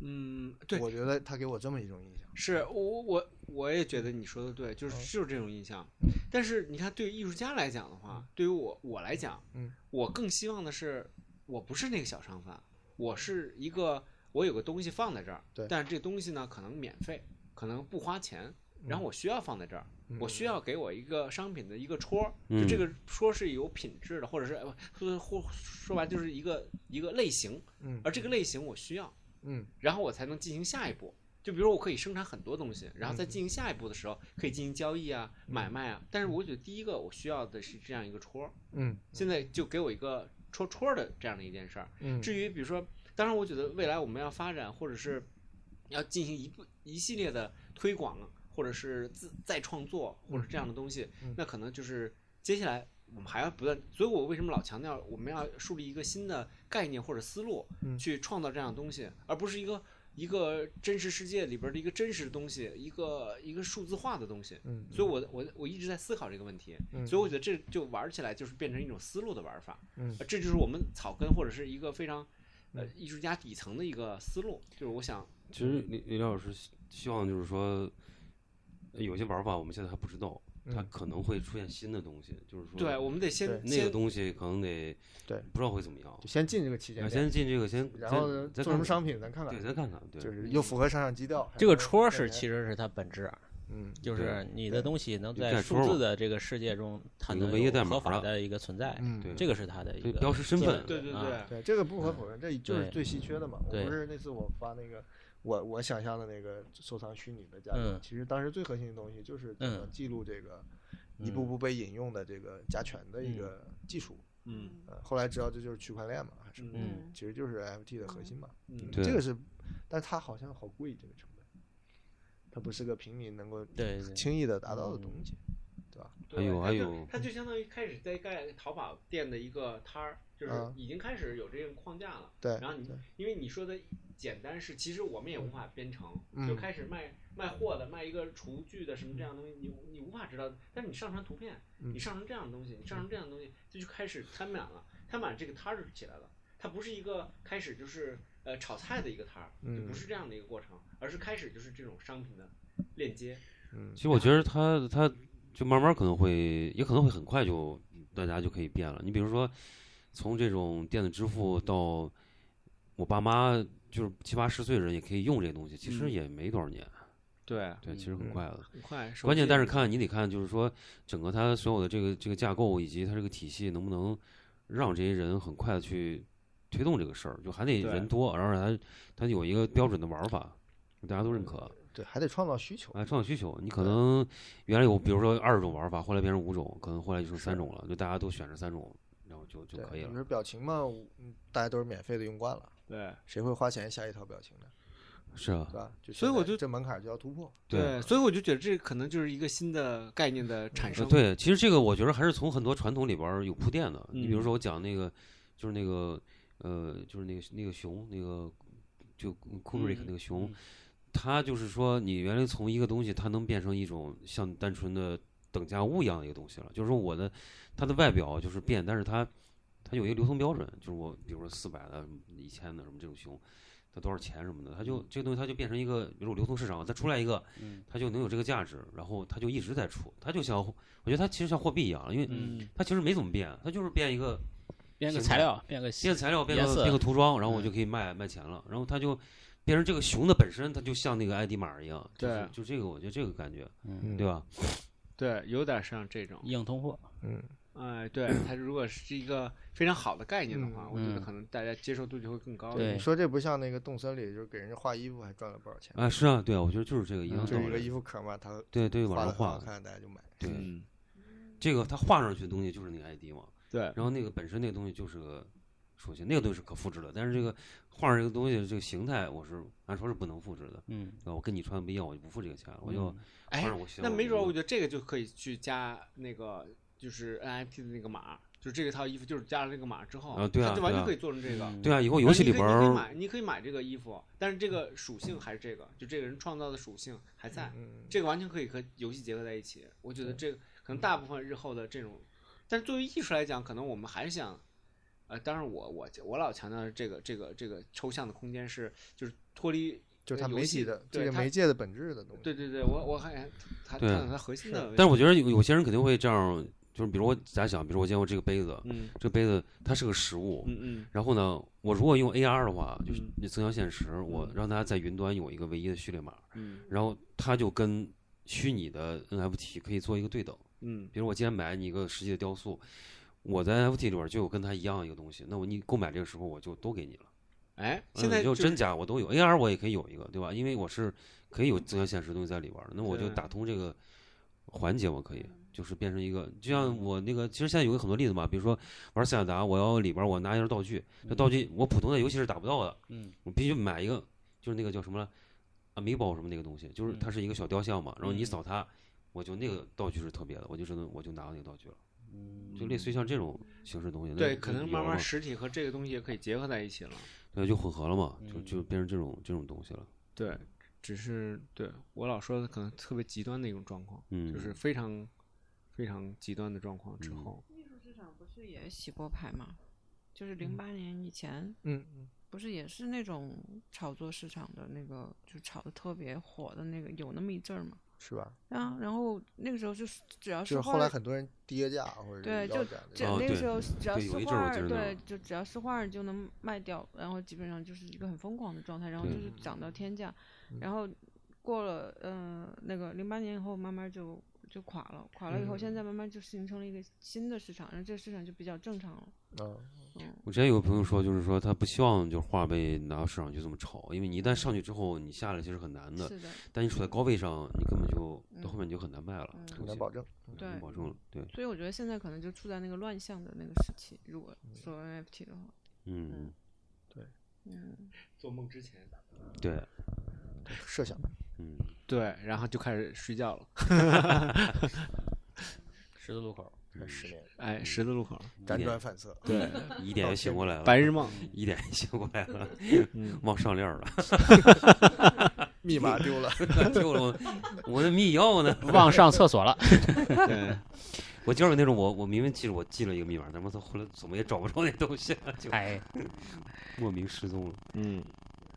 S8: 嗯对，
S5: 我觉得他给我这么一种印象。
S8: 是我我我也觉得你说的对，就是
S5: 嗯
S8: 就是这种印象。但是你看，对于艺术家来讲的话，对于我我来讲，
S5: 嗯，
S8: 我更希望的是，我不是那个小商贩，我是一个我有个东西放在这儿，
S5: 对
S8: 但是这东西呢可能免费，可能不花钱，
S5: 嗯
S8: 然后我需要放在这儿，我需要给我一个商品的一个戳儿，就这个戳是有品质的，或者是呃不说说说白了就是一个一个类型，
S5: 嗯
S8: 而这个类型我需要，
S5: 嗯
S8: 然后我才能进行下一步。就比如我可以生产很多东西，然后再
S5: 嗯
S8: 进行下一步的时候，可以进行交易啊、买卖啊。但是我觉得第一个我需要的是这样一个戳儿，
S5: 嗯
S8: 现在就给我一个戳戳儿的这样的一件事儿。
S5: 嗯
S8: 至于比如说，当然我觉得未来我们要发展，或者是要进行一步一系列的推广，或者是自再创作，或者这样的东西，
S5: 嗯
S8: 那可能就是接下来我们还要不断。所以我为什么老强调我们要树立一个新的概念或者思路，
S5: 嗯
S8: 去创造这样的东西，而不是一个。一个真实世界里边的一个真实的东西，一个一个数字化的东西，
S5: 嗯
S8: 所以我我我一直在思考这个问题，
S5: 嗯
S8: 所以我觉得这就玩起来就是变成一种思路的玩法，
S5: 嗯
S8: 呃这就是我们草根或者是一个非常呃艺术家底层的一个思路，就是我想
S7: 其实李李廖老师希希望就是说，呃有些玩法我们现在还不知道，它
S5: 嗯
S7: 可能会出现新的东西，就是说，
S8: 对，我们得
S5: 对
S8: 先
S7: 那个
S8: 先
S7: 东西可能得，
S5: 对
S7: 不知道会怎么样
S5: 就。先进这个旗
S7: 啊
S5: 舰
S7: 先
S5: 店，
S7: 进这个先，
S5: 然后呢
S7: 再再
S5: 做什么
S7: 看看
S5: 商品咱看
S7: 对，
S5: 看，
S7: 再看看，对，
S5: 就是又符合市场基调。
S3: 这个戳是
S5: 其
S3: 其实是它本质，啊
S5: 嗯
S3: 就是你
S5: 对
S3: 的东西能
S7: 你盖
S3: 在
S7: 戳
S3: 数
S7: 嘛
S3: 字的这个世界中，它
S7: 你能
S3: 能
S7: 唯一
S3: 有
S7: 代码
S3: 合法
S7: 了
S3: 的一个存在，
S5: 嗯
S7: 对
S3: 这个是它的一
S7: 对
S3: 个
S7: 标识身
S3: 基
S7: 份
S8: 对对
S3: 啊
S8: 对，
S5: 对，这个不可否认，这就是
S3: 对
S5: 最稀缺的嘛。我
S3: 对
S5: 不是那次我发那个我我想象的那个收藏虚拟的价格，
S3: 嗯
S5: 其实当时最核心的东西就是怎么
S3: 嗯
S5: 记录这个一步步被引用的这个加权的一个技术。
S8: 嗯
S5: 呃，后来知道这就是区块链嘛，还是
S3: 嗯
S5: 其实就是 NFT 的核心嘛。
S8: 嗯
S7: 对
S5: 这个是，但它好像好贵，这个成本，它不是个平民能够
S3: 对嗯对
S5: 轻易的达到的东西。
S7: 还有
S8: 对
S7: 还
S8: 它就
S7: 有
S8: 它就相当于开始在盖淘宝店的一个摊儿，就是
S5: 啊
S8: 已经开始有这个框架了。
S5: 对
S8: 然后你
S5: 对
S8: 因为你说的简单是，其实我们也无法编程，
S5: 嗯
S8: 就开始卖卖货的、卖一个厨具的什么这样的东西，你你无法知道。但是你上传图片，
S5: 嗯
S8: 你上传这样的东西，你上传这样的东西，这就开始摊满了，摊满这个摊儿就起来了。它不是一个开始就是呃炒菜的一个摊儿，就
S5: 嗯
S8: 不是这样的一个过程，而是开始就是这种商品的链接。
S5: 嗯
S7: 其实我觉得它它就慢慢可能会，也可能会很快就大家就可以变了。你比如说，从这种电子支付到我爸妈就是七八十岁的人也可以用这东西，其实
S8: 嗯
S7: 也没多少年，
S8: 对，
S7: 对，其实很
S5: 嗯
S7: 快了。
S8: 很快。手
S7: 关键
S8: 机啊
S7: 但是看你得看，就是说整个它所有的这个这个架构以及它这个体系能不能让这些人很快的去推动这个事儿，就还得
S8: 对
S7: 人多，然后让它它有一个标准的玩法，大家都认可。
S5: 对，还得创造需求。
S7: 啊，创造需求，你可能原来有比如说二十种玩法，后来变成五种，可能后来就剩三种了，就大家都选这三种，然后就就
S5: 对，
S7: 可以
S5: 比
S7: 了
S5: 如。表情嘛，我嗯大家都是免费的用惯了，
S8: 对。
S5: 谁会花钱下一套表情呢？
S7: 是啊
S5: 对，吧？就
S8: 所以
S5: 现在
S8: 我就
S5: 这门槛就要突破。
S8: 对，所以我就觉得这可能就是一个新的概念的产
S7: 呃
S8: 生。，
S7: 对，其实这个我觉得还是从很多传统里边儿有铺垫的。你比
S8: 嗯
S7: 如说我讲那个，就是那个呃，就是那个那个熊，那个就
S8: 嗯
S7: 库布里克那个熊，它就是说你原来从一个东西，它能变成一种像单纯的等价物一样的一个东西了。就是说我的它的外表就是变，但是它它有一个流通标准，就是我比如说四百的、什么一千的什么这种熊。它多少钱什么的，它就这个东西，它就变成一个，比如说流通市场，它出来一个，它就能有这个价值，然后它就一直在出，它就像我觉得它其实像货币一样，因为
S3: 嗯，
S7: 它其实没怎么变，它就是变一个
S3: 变个
S7: 形
S3: 材
S7: 态
S3: 料，变个
S7: 变个材料，变
S3: 颜
S7: 个
S3: 色
S7: 变个涂装，然后我
S3: 嗯
S7: 就可以卖卖钱了。然后它就变成这个熊的本身，它就像那个 ID 码一样，就是
S8: 对
S7: 就这个我觉得这个感觉，
S5: 嗯
S7: 对吧？
S8: 对，有点像这种。
S3: 硬通货，
S5: 嗯，
S8: 哎，对，它如果是一个非常好的概念的话，
S5: 嗯
S8: 我觉得
S3: 嗯
S8: 可能大家接受度就会更高一
S3: 对
S8: 点。
S5: 你说这不像那个动森里，就是给人家画衣服还赚了不少钱，
S7: 啊，是啊，对啊，我觉得就是这个一样
S5: 嗯就
S7: 道
S5: 是一个
S7: 理
S5: 衣。服壳嘛，他
S7: 对对，往
S5: 画的
S7: 上
S5: 很好
S7: 画，
S5: 看，大家就买。
S7: 对
S8: 嗯，
S7: 这个它画上去的东西就是那个 ID 嘛，
S8: 对，
S7: 然后那个本身那个东西就是个属性，那个东西是可复制的，但是这个画上这个东西这个形态，我是按说是不能复制的。
S3: 嗯，
S7: 对吧？我跟你穿的不一样，我就不付这个钱了，我就
S3: 嗯
S7: 画
S8: 哎
S7: 上我喜
S8: 那
S7: 欢的
S8: 没准儿
S7: 东
S8: 我
S7: 西
S8: 觉得这个就可以去加那个就是 NFT 的那个码，就这个套衣服就是加了这个码之后，
S7: 啊对啊
S8: 它就完
S7: 对
S8: 全
S7: 啊
S8: 可以做成这个。
S3: 嗯
S7: 对啊，以后
S8: 然
S7: 游
S8: 后
S7: 戏
S8: 你
S7: 里
S8: 可以
S7: 边
S8: 你可以
S7: 儿
S8: 买，你可以买这个衣服，但是这个属性还是这个，就这个人创造的属性还在。
S5: 嗯，
S8: 这个完全可以和游戏结合在一起。我觉得这个可能大部分日后的这种，但是作为艺术来讲，可能我们还是想，呃，当然我我我老强调的这个这个这个抽象的空间是就是脱离，呃
S5: 就是它
S8: 游
S5: 媒
S8: 戏
S5: 体的这
S8: 对
S5: 个
S8: 它
S5: 媒介的本质的东西。
S8: 对对对，我我还还
S7: 对
S8: 探讨它核心的问题，
S7: 但是我觉得有有些人肯定会这样，就是比如我假想，比如我见过这个杯子，
S8: 嗯
S7: 这个杯子它是个实物，
S8: 嗯嗯
S7: 然后呢，我如果用 AR 的话，就是
S8: 嗯
S7: 你增强现实，我
S8: 嗯
S7: 让它在云端有一个唯一的序列码，
S8: 嗯
S7: 然后它就跟虚拟的 NFT 可以做一个对等。
S8: 嗯
S7: 比如我今天买你一个实际的雕塑，我在 NFT 里边就有跟它一样一个东西，那我你购买这个时候我就都给你了，
S8: 哎，
S7: 嗯
S8: 现在
S7: 你就真
S8: 是
S7: 假我都有，AR 我也可以有一个，对吧？因为我是可以有增强现实的东西在里边儿的，那我就
S8: 对嗯
S7: 打通这个环节，我可以就是变成一个，就像我那个，其实现在有个很多例子嘛，比如说玩塞尔达，我要里边儿我拿一件道具，这
S8: 嗯
S7: 道具我普通的游戏是打不到的，
S3: 嗯
S7: 我必须买一个，就是那个叫什么了，Amiibo 什么那个东西，就是
S8: 嗯
S7: 它是一个小雕像嘛，然后你
S3: 嗯
S7: 扫它，我就那个道具是特别的，我就只能我就拿到那个道具了，
S3: 嗯，
S7: 就类似于像这种形式的东西，那
S8: 对，
S7: 就
S8: 可
S7: 是
S8: 能
S7: 有
S8: 慢
S7: 了
S8: 慢
S7: 嘛
S8: 实体和这个东西也可以结合在一起了。
S7: 对就混合了嘛，就
S3: 嗯
S7: 就变成这种这种东西了，
S8: 对，只是对我老说的可能特别极端的一种状况，
S7: 嗯，
S8: 就是非常非常极端的状况之
S7: 嗯
S8: 后，
S6: 艺术市场不是也洗过牌吗？就是零八年以前，
S5: 嗯嗯，
S6: 不是也是那种炒作市场的那个，就炒的特别火的那个，有那么一阵儿嘛。
S5: 是吧？
S6: 啊，然后那个时候就是只要
S5: 就是
S6: 是
S5: 后来很多人跌价或者
S6: 对，
S5: 是
S6: 就
S5: 腰斩
S6: 这
S5: 这种
S7: 哦
S6: 那个
S7: 对
S6: 时候只要
S7: 对有
S6: 是
S7: 一阵
S6: 画
S7: 儿我记
S6: 儿，
S7: 得那
S6: 对
S7: 种，
S6: 就只要是画儿就能卖掉，然后基本上就是一个很疯狂的状态，然后就
S7: 对
S6: 是涨
S5: 嗯
S6: 到天价，然后过了呃那个零八年以后，慢慢就就垮了，垮了以
S5: 嗯
S6: 后，现在慢慢就形成了一个新的市场，然后这个市场就比较正常了，
S5: 嗯，
S7: 我之前有个朋友说，就是说他不希望就是话被拿到市场去这么炒，因为你一旦上去之后，你下来其实很难的。
S6: 是的，
S7: 但你处在高位上，你根本就到
S6: 嗯
S7: 后面你就很难卖了，
S6: 嗯
S7: 东
S5: 很难
S7: 西
S5: 保证。
S6: 对
S7: 很难保证了。对，
S6: 所以我觉得现在可能就处在那个乱象的那个时期，如果说 NFT 的话，
S7: 嗯，
S6: 嗯，
S8: 做梦之前，
S7: 对，
S5: 设想
S7: 嗯，
S8: 对，然后就开始睡觉了。
S3: 十字路口，
S5: 十年，
S7: 嗯
S8: 哎，十字路口，
S5: 辗转反侧，
S8: 对，
S7: 一点也醒过来了，
S8: 白日梦，
S7: 一点也醒过来了，
S8: 嗯，
S7: 忘上链儿了，
S5: 密码丢了，
S7: 丢了我我的密钥呢？
S3: 忘上厕所了。
S8: 对，
S7: 我就是那种我我明明记着我记了一个密码，但是我后来怎么也找不着那东西了，就
S3: 哎
S7: 莫名失踪了。
S8: 嗯，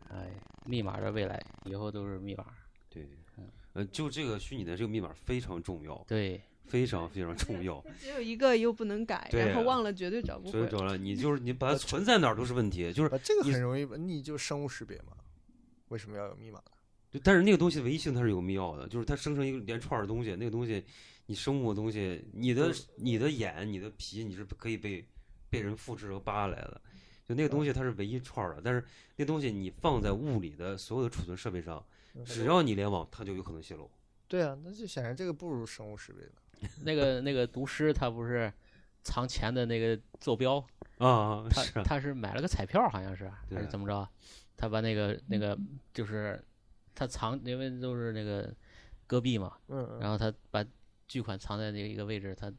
S3: 哎，密码的未来，以后都是密码。
S7: 对，
S8: 嗯
S7: 呃，就这个虚拟的这个密码非常重要，
S3: 对，
S7: 非常非常重要。
S6: 只有一个又不能改，
S7: 对啊
S6: 然后忘了绝对找不
S7: 所以
S6: 回，
S7: 找了你就是你把它存在哪儿都是问题，就是
S5: 啊这个
S7: 你
S5: 很容易，你就生物识别嘛，为什么要有密码？
S7: 就但是那个东西的唯一性它是有密钥的，就是它生成一个连串儿的东西，那个东西你生物的东西，你的你的眼、你的皮，你是可以被被人复制和扒下来的。就那个东西它是唯一串儿的，但是那东西你放在物理的所有的储存设备上，只要你联网，它就有可能泄露。
S5: 对啊，那就显然这个不如生物识别的。
S3: 那个那个毒师他不是藏钱的那个坐标，
S7: 啊，
S3: 他
S7: 是啊，
S3: 他是买了个彩票，好像是
S7: 对
S3: 还是怎么着？他把那个那个就是他藏，因为都是那个戈壁嘛，
S5: 嗯
S3: 然后他把巨款藏在那个一个位置，他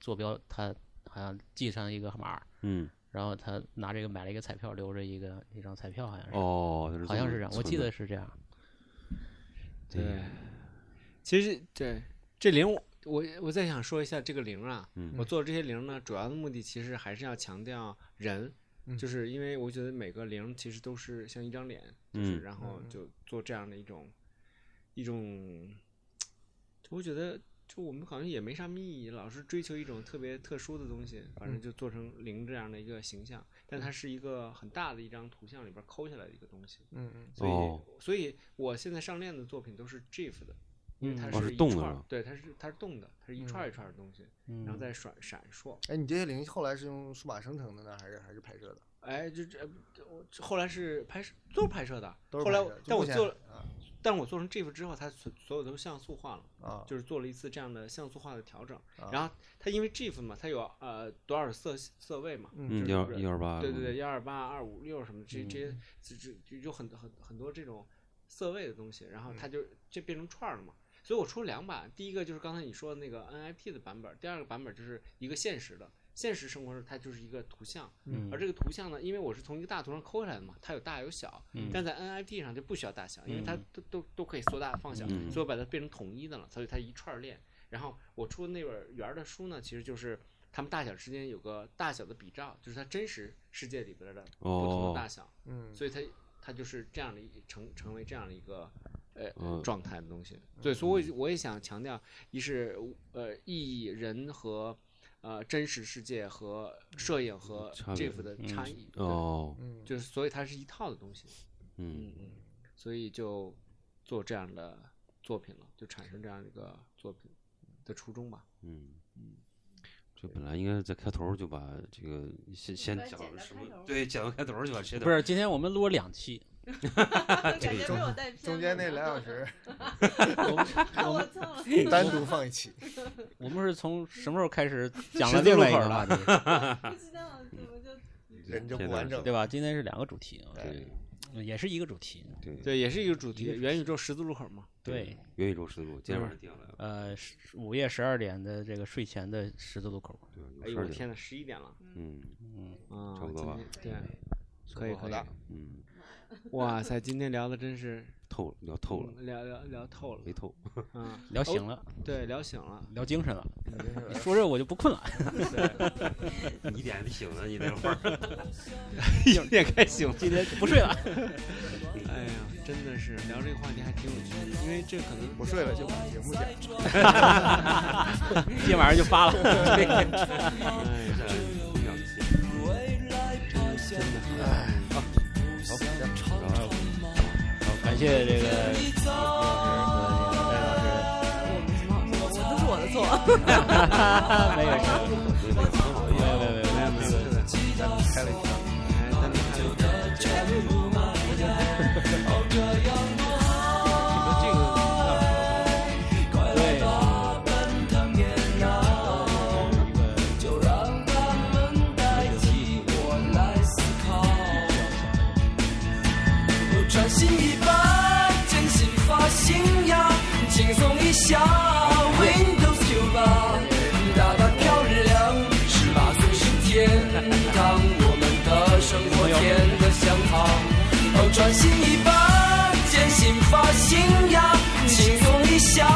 S3: 坐标他好像记上一个码儿，
S7: 嗯，
S3: 然后他拿这个买了一个彩票，留着一个一张彩票，好像是，
S7: 哦，它
S3: 好像是这样，我记得
S7: 是
S3: 是这样。
S7: 这么存的，对，
S8: 其实对这零我，我我再想说一下这个零啊，
S7: 嗯
S8: 我做这些零呢，主要的目的其实还是要强调人，
S5: 嗯
S8: 就是因为我觉得每个零其实都是像一张脸，就是
S7: 嗯
S8: 然后
S5: 嗯嗯
S8: 就做这样的一种一种，就我觉得就我们好像也没啥意义，老是追求一种特别特殊的东西，反正
S5: 嗯
S8: 就做成零这样的一个形象，但它是一个很大的一张图像里边抠下来的一个东西，
S5: 嗯嗯
S8: 所以、
S7: 哦
S8: 所以我现在上链的作品都是 GIF 的，因为
S3: 嗯
S8: 它
S7: 哦
S8: 是
S7: 是
S8: 一
S7: 动的
S8: 串儿
S7: 是吧
S8: 对，它是它是动的，它是一串
S5: 嗯
S8: 儿一串儿的东西，然
S3: 嗯
S8: 后再闪闪烁。
S5: 哎，你这些零后来是用数码生成的呢，还是还是拍摄的？
S8: 哎，就这我这后来是拍摄，都是拍摄的。
S5: 都是
S8: 后来
S5: 拍
S8: 我但我
S5: 摄的就目前
S8: 做了，
S5: 啊
S8: 但我做成 GIF 之后，它所所有都像素化了，
S5: 啊，
S8: 就是做了一次这样的像素化的调整。
S5: 啊
S8: 然后它因为 GIF 嘛，它有呃多少色色位嘛，
S5: 嗯
S7: 嗯，
S8: 就
S7: 幺
S8: 是
S7: 幺二八，嗯
S8: 对对对，幺二八、二五六什么这
S3: 嗯
S8: 这些，这这就有很很很多这种色位的东西，然后
S3: 嗯
S8: 它就这变成串儿了嘛。所以我出了两版，第一个就是刚才你说的那个 NFT 的版本，第二个版本就是一个现实的，现实生活中它就是一个图像，
S3: 嗯
S8: 而这个图像呢，因为我是从一个大图上抠下来的嘛，它有大有小，
S3: 嗯
S8: 但在 NFT 上就不需要大小，因为它
S3: 嗯
S8: 都都都可以缩大放小，
S7: 嗯
S8: 所以我把它变成统一的了，所以它一串儿链。然后我出的那本圆儿的书呢，其实就是它们大小之间有个大小的比照，就是它真实世界里边的不同的
S7: 哦
S8: 大，小，
S5: 嗯，
S8: 所以它它就是这样的一成成为这样的一个呃、
S7: 嗯
S8: 状态的东西。对，所以我我也想强调，一是呃意义人和呃真实世界和摄影和
S7: 嗯差别
S8: GIF 的差异，对
S7: 哦，
S5: 嗯
S8: 就是所以它是一套的东西。
S7: 嗯
S8: 嗯，嗯，所以就做这样的作品了，就产生这样一个作品的初衷吧。
S7: 嗯，就就本来应该在开头就把这个先先
S1: 把
S7: 讲
S1: 剪到
S7: 什
S1: 开
S7: 么
S1: 头，
S7: 对，讲到开头就把谁
S3: 不是，今天我们录了两期，
S7: 啊
S1: 感觉没有带片
S5: 中间那俩小 时
S3: 我们
S1: 我蹭了，
S5: 单独放一起，
S3: 我们是从什么时候开始讲了
S7: 十字
S3: 另
S7: 路
S3: 外一
S7: 口
S3: 个话
S7: 了
S3: 题，
S1: 不知道怎么就
S5: 人就不完 整
S3: 对吧？今天是两个主题啊，
S7: 对
S3: 也是一个主题。
S7: 对
S8: 对，也是一个主题，
S3: 一个主题
S8: 元宇宙十字路口嘛。
S3: 对，
S7: 元宇宙十字路，今天
S8: 嗯
S7: 晚上定下来了，
S3: 呃，十午夜十二点的这个睡前的十字路口，
S7: 对，
S8: 哎呦
S7: 有事
S8: 我
S7: 儿
S8: 的天
S7: 就
S8: 呐，十一点了
S7: 嗯
S8: 啊，
S7: 差不多吧
S8: 今天。对，可以
S5: 好
S8: 可
S5: 大
S8: 以。
S7: 嗯，
S8: 哇塞，今天聊的真是
S7: 透了，聊透了，哎
S8: 嗯聊聊聊透了
S7: 没透，
S8: 啊，
S3: 聊醒了，
S8: 对，聊醒了。
S3: 聊精神了。你说这我就不困了，
S7: 你一点就醒了，你那会儿。
S8: 有点开醒。
S3: 今天不睡了。
S8: 哎呀，真的是聊这个话题还挺有趣的，因为这可能
S5: 不睡了就把节目讲。
S3: 今天晚上就发了。
S8: 哎
S3: 感谢这个刘老师和这个戴老师。
S6: 我们怎么 好说？我都是我的错。
S3: 没有事，没有没有没有没有没有。
S8: 哎，咱们看这个这个
S3: 对。就让他们代替我来思考。专心一把，真心发信仰，轻松一下，Windows 九八，大大漂亮，十八岁是天堂，我们的生活甜得像糖。哦，专心一把，真心发信仰，轻松一下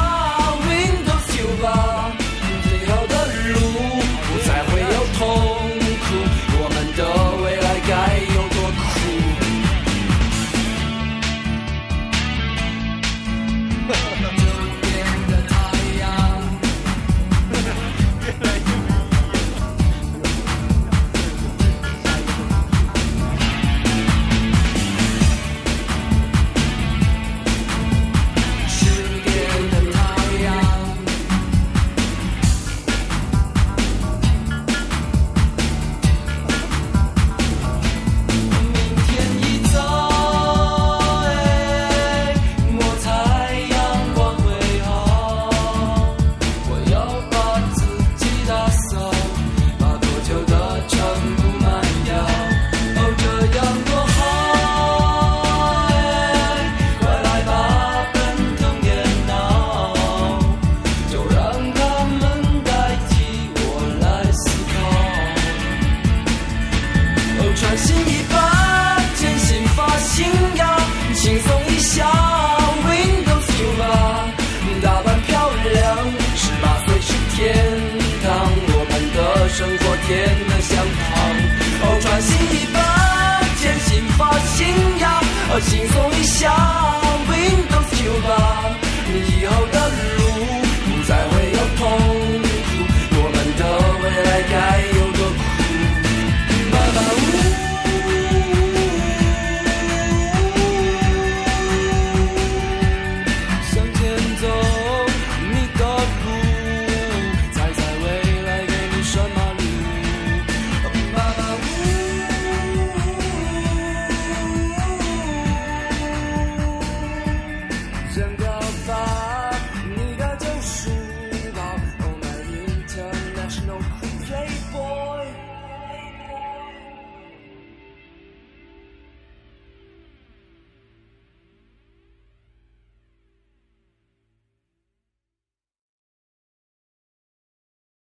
S3: ，Windows 九八，最好的路不再会有痛苦，我们的未来该有多酷？
S8: 哦
S10: 专心一把，真心发信仰，轻松一下，Windows 九八，打扮漂亮，十八岁是天堂，我们的生活甜得像糖。哦，专心一把，真心发信仰，哦，轻松一下，Windows 九八，以后的路，Oh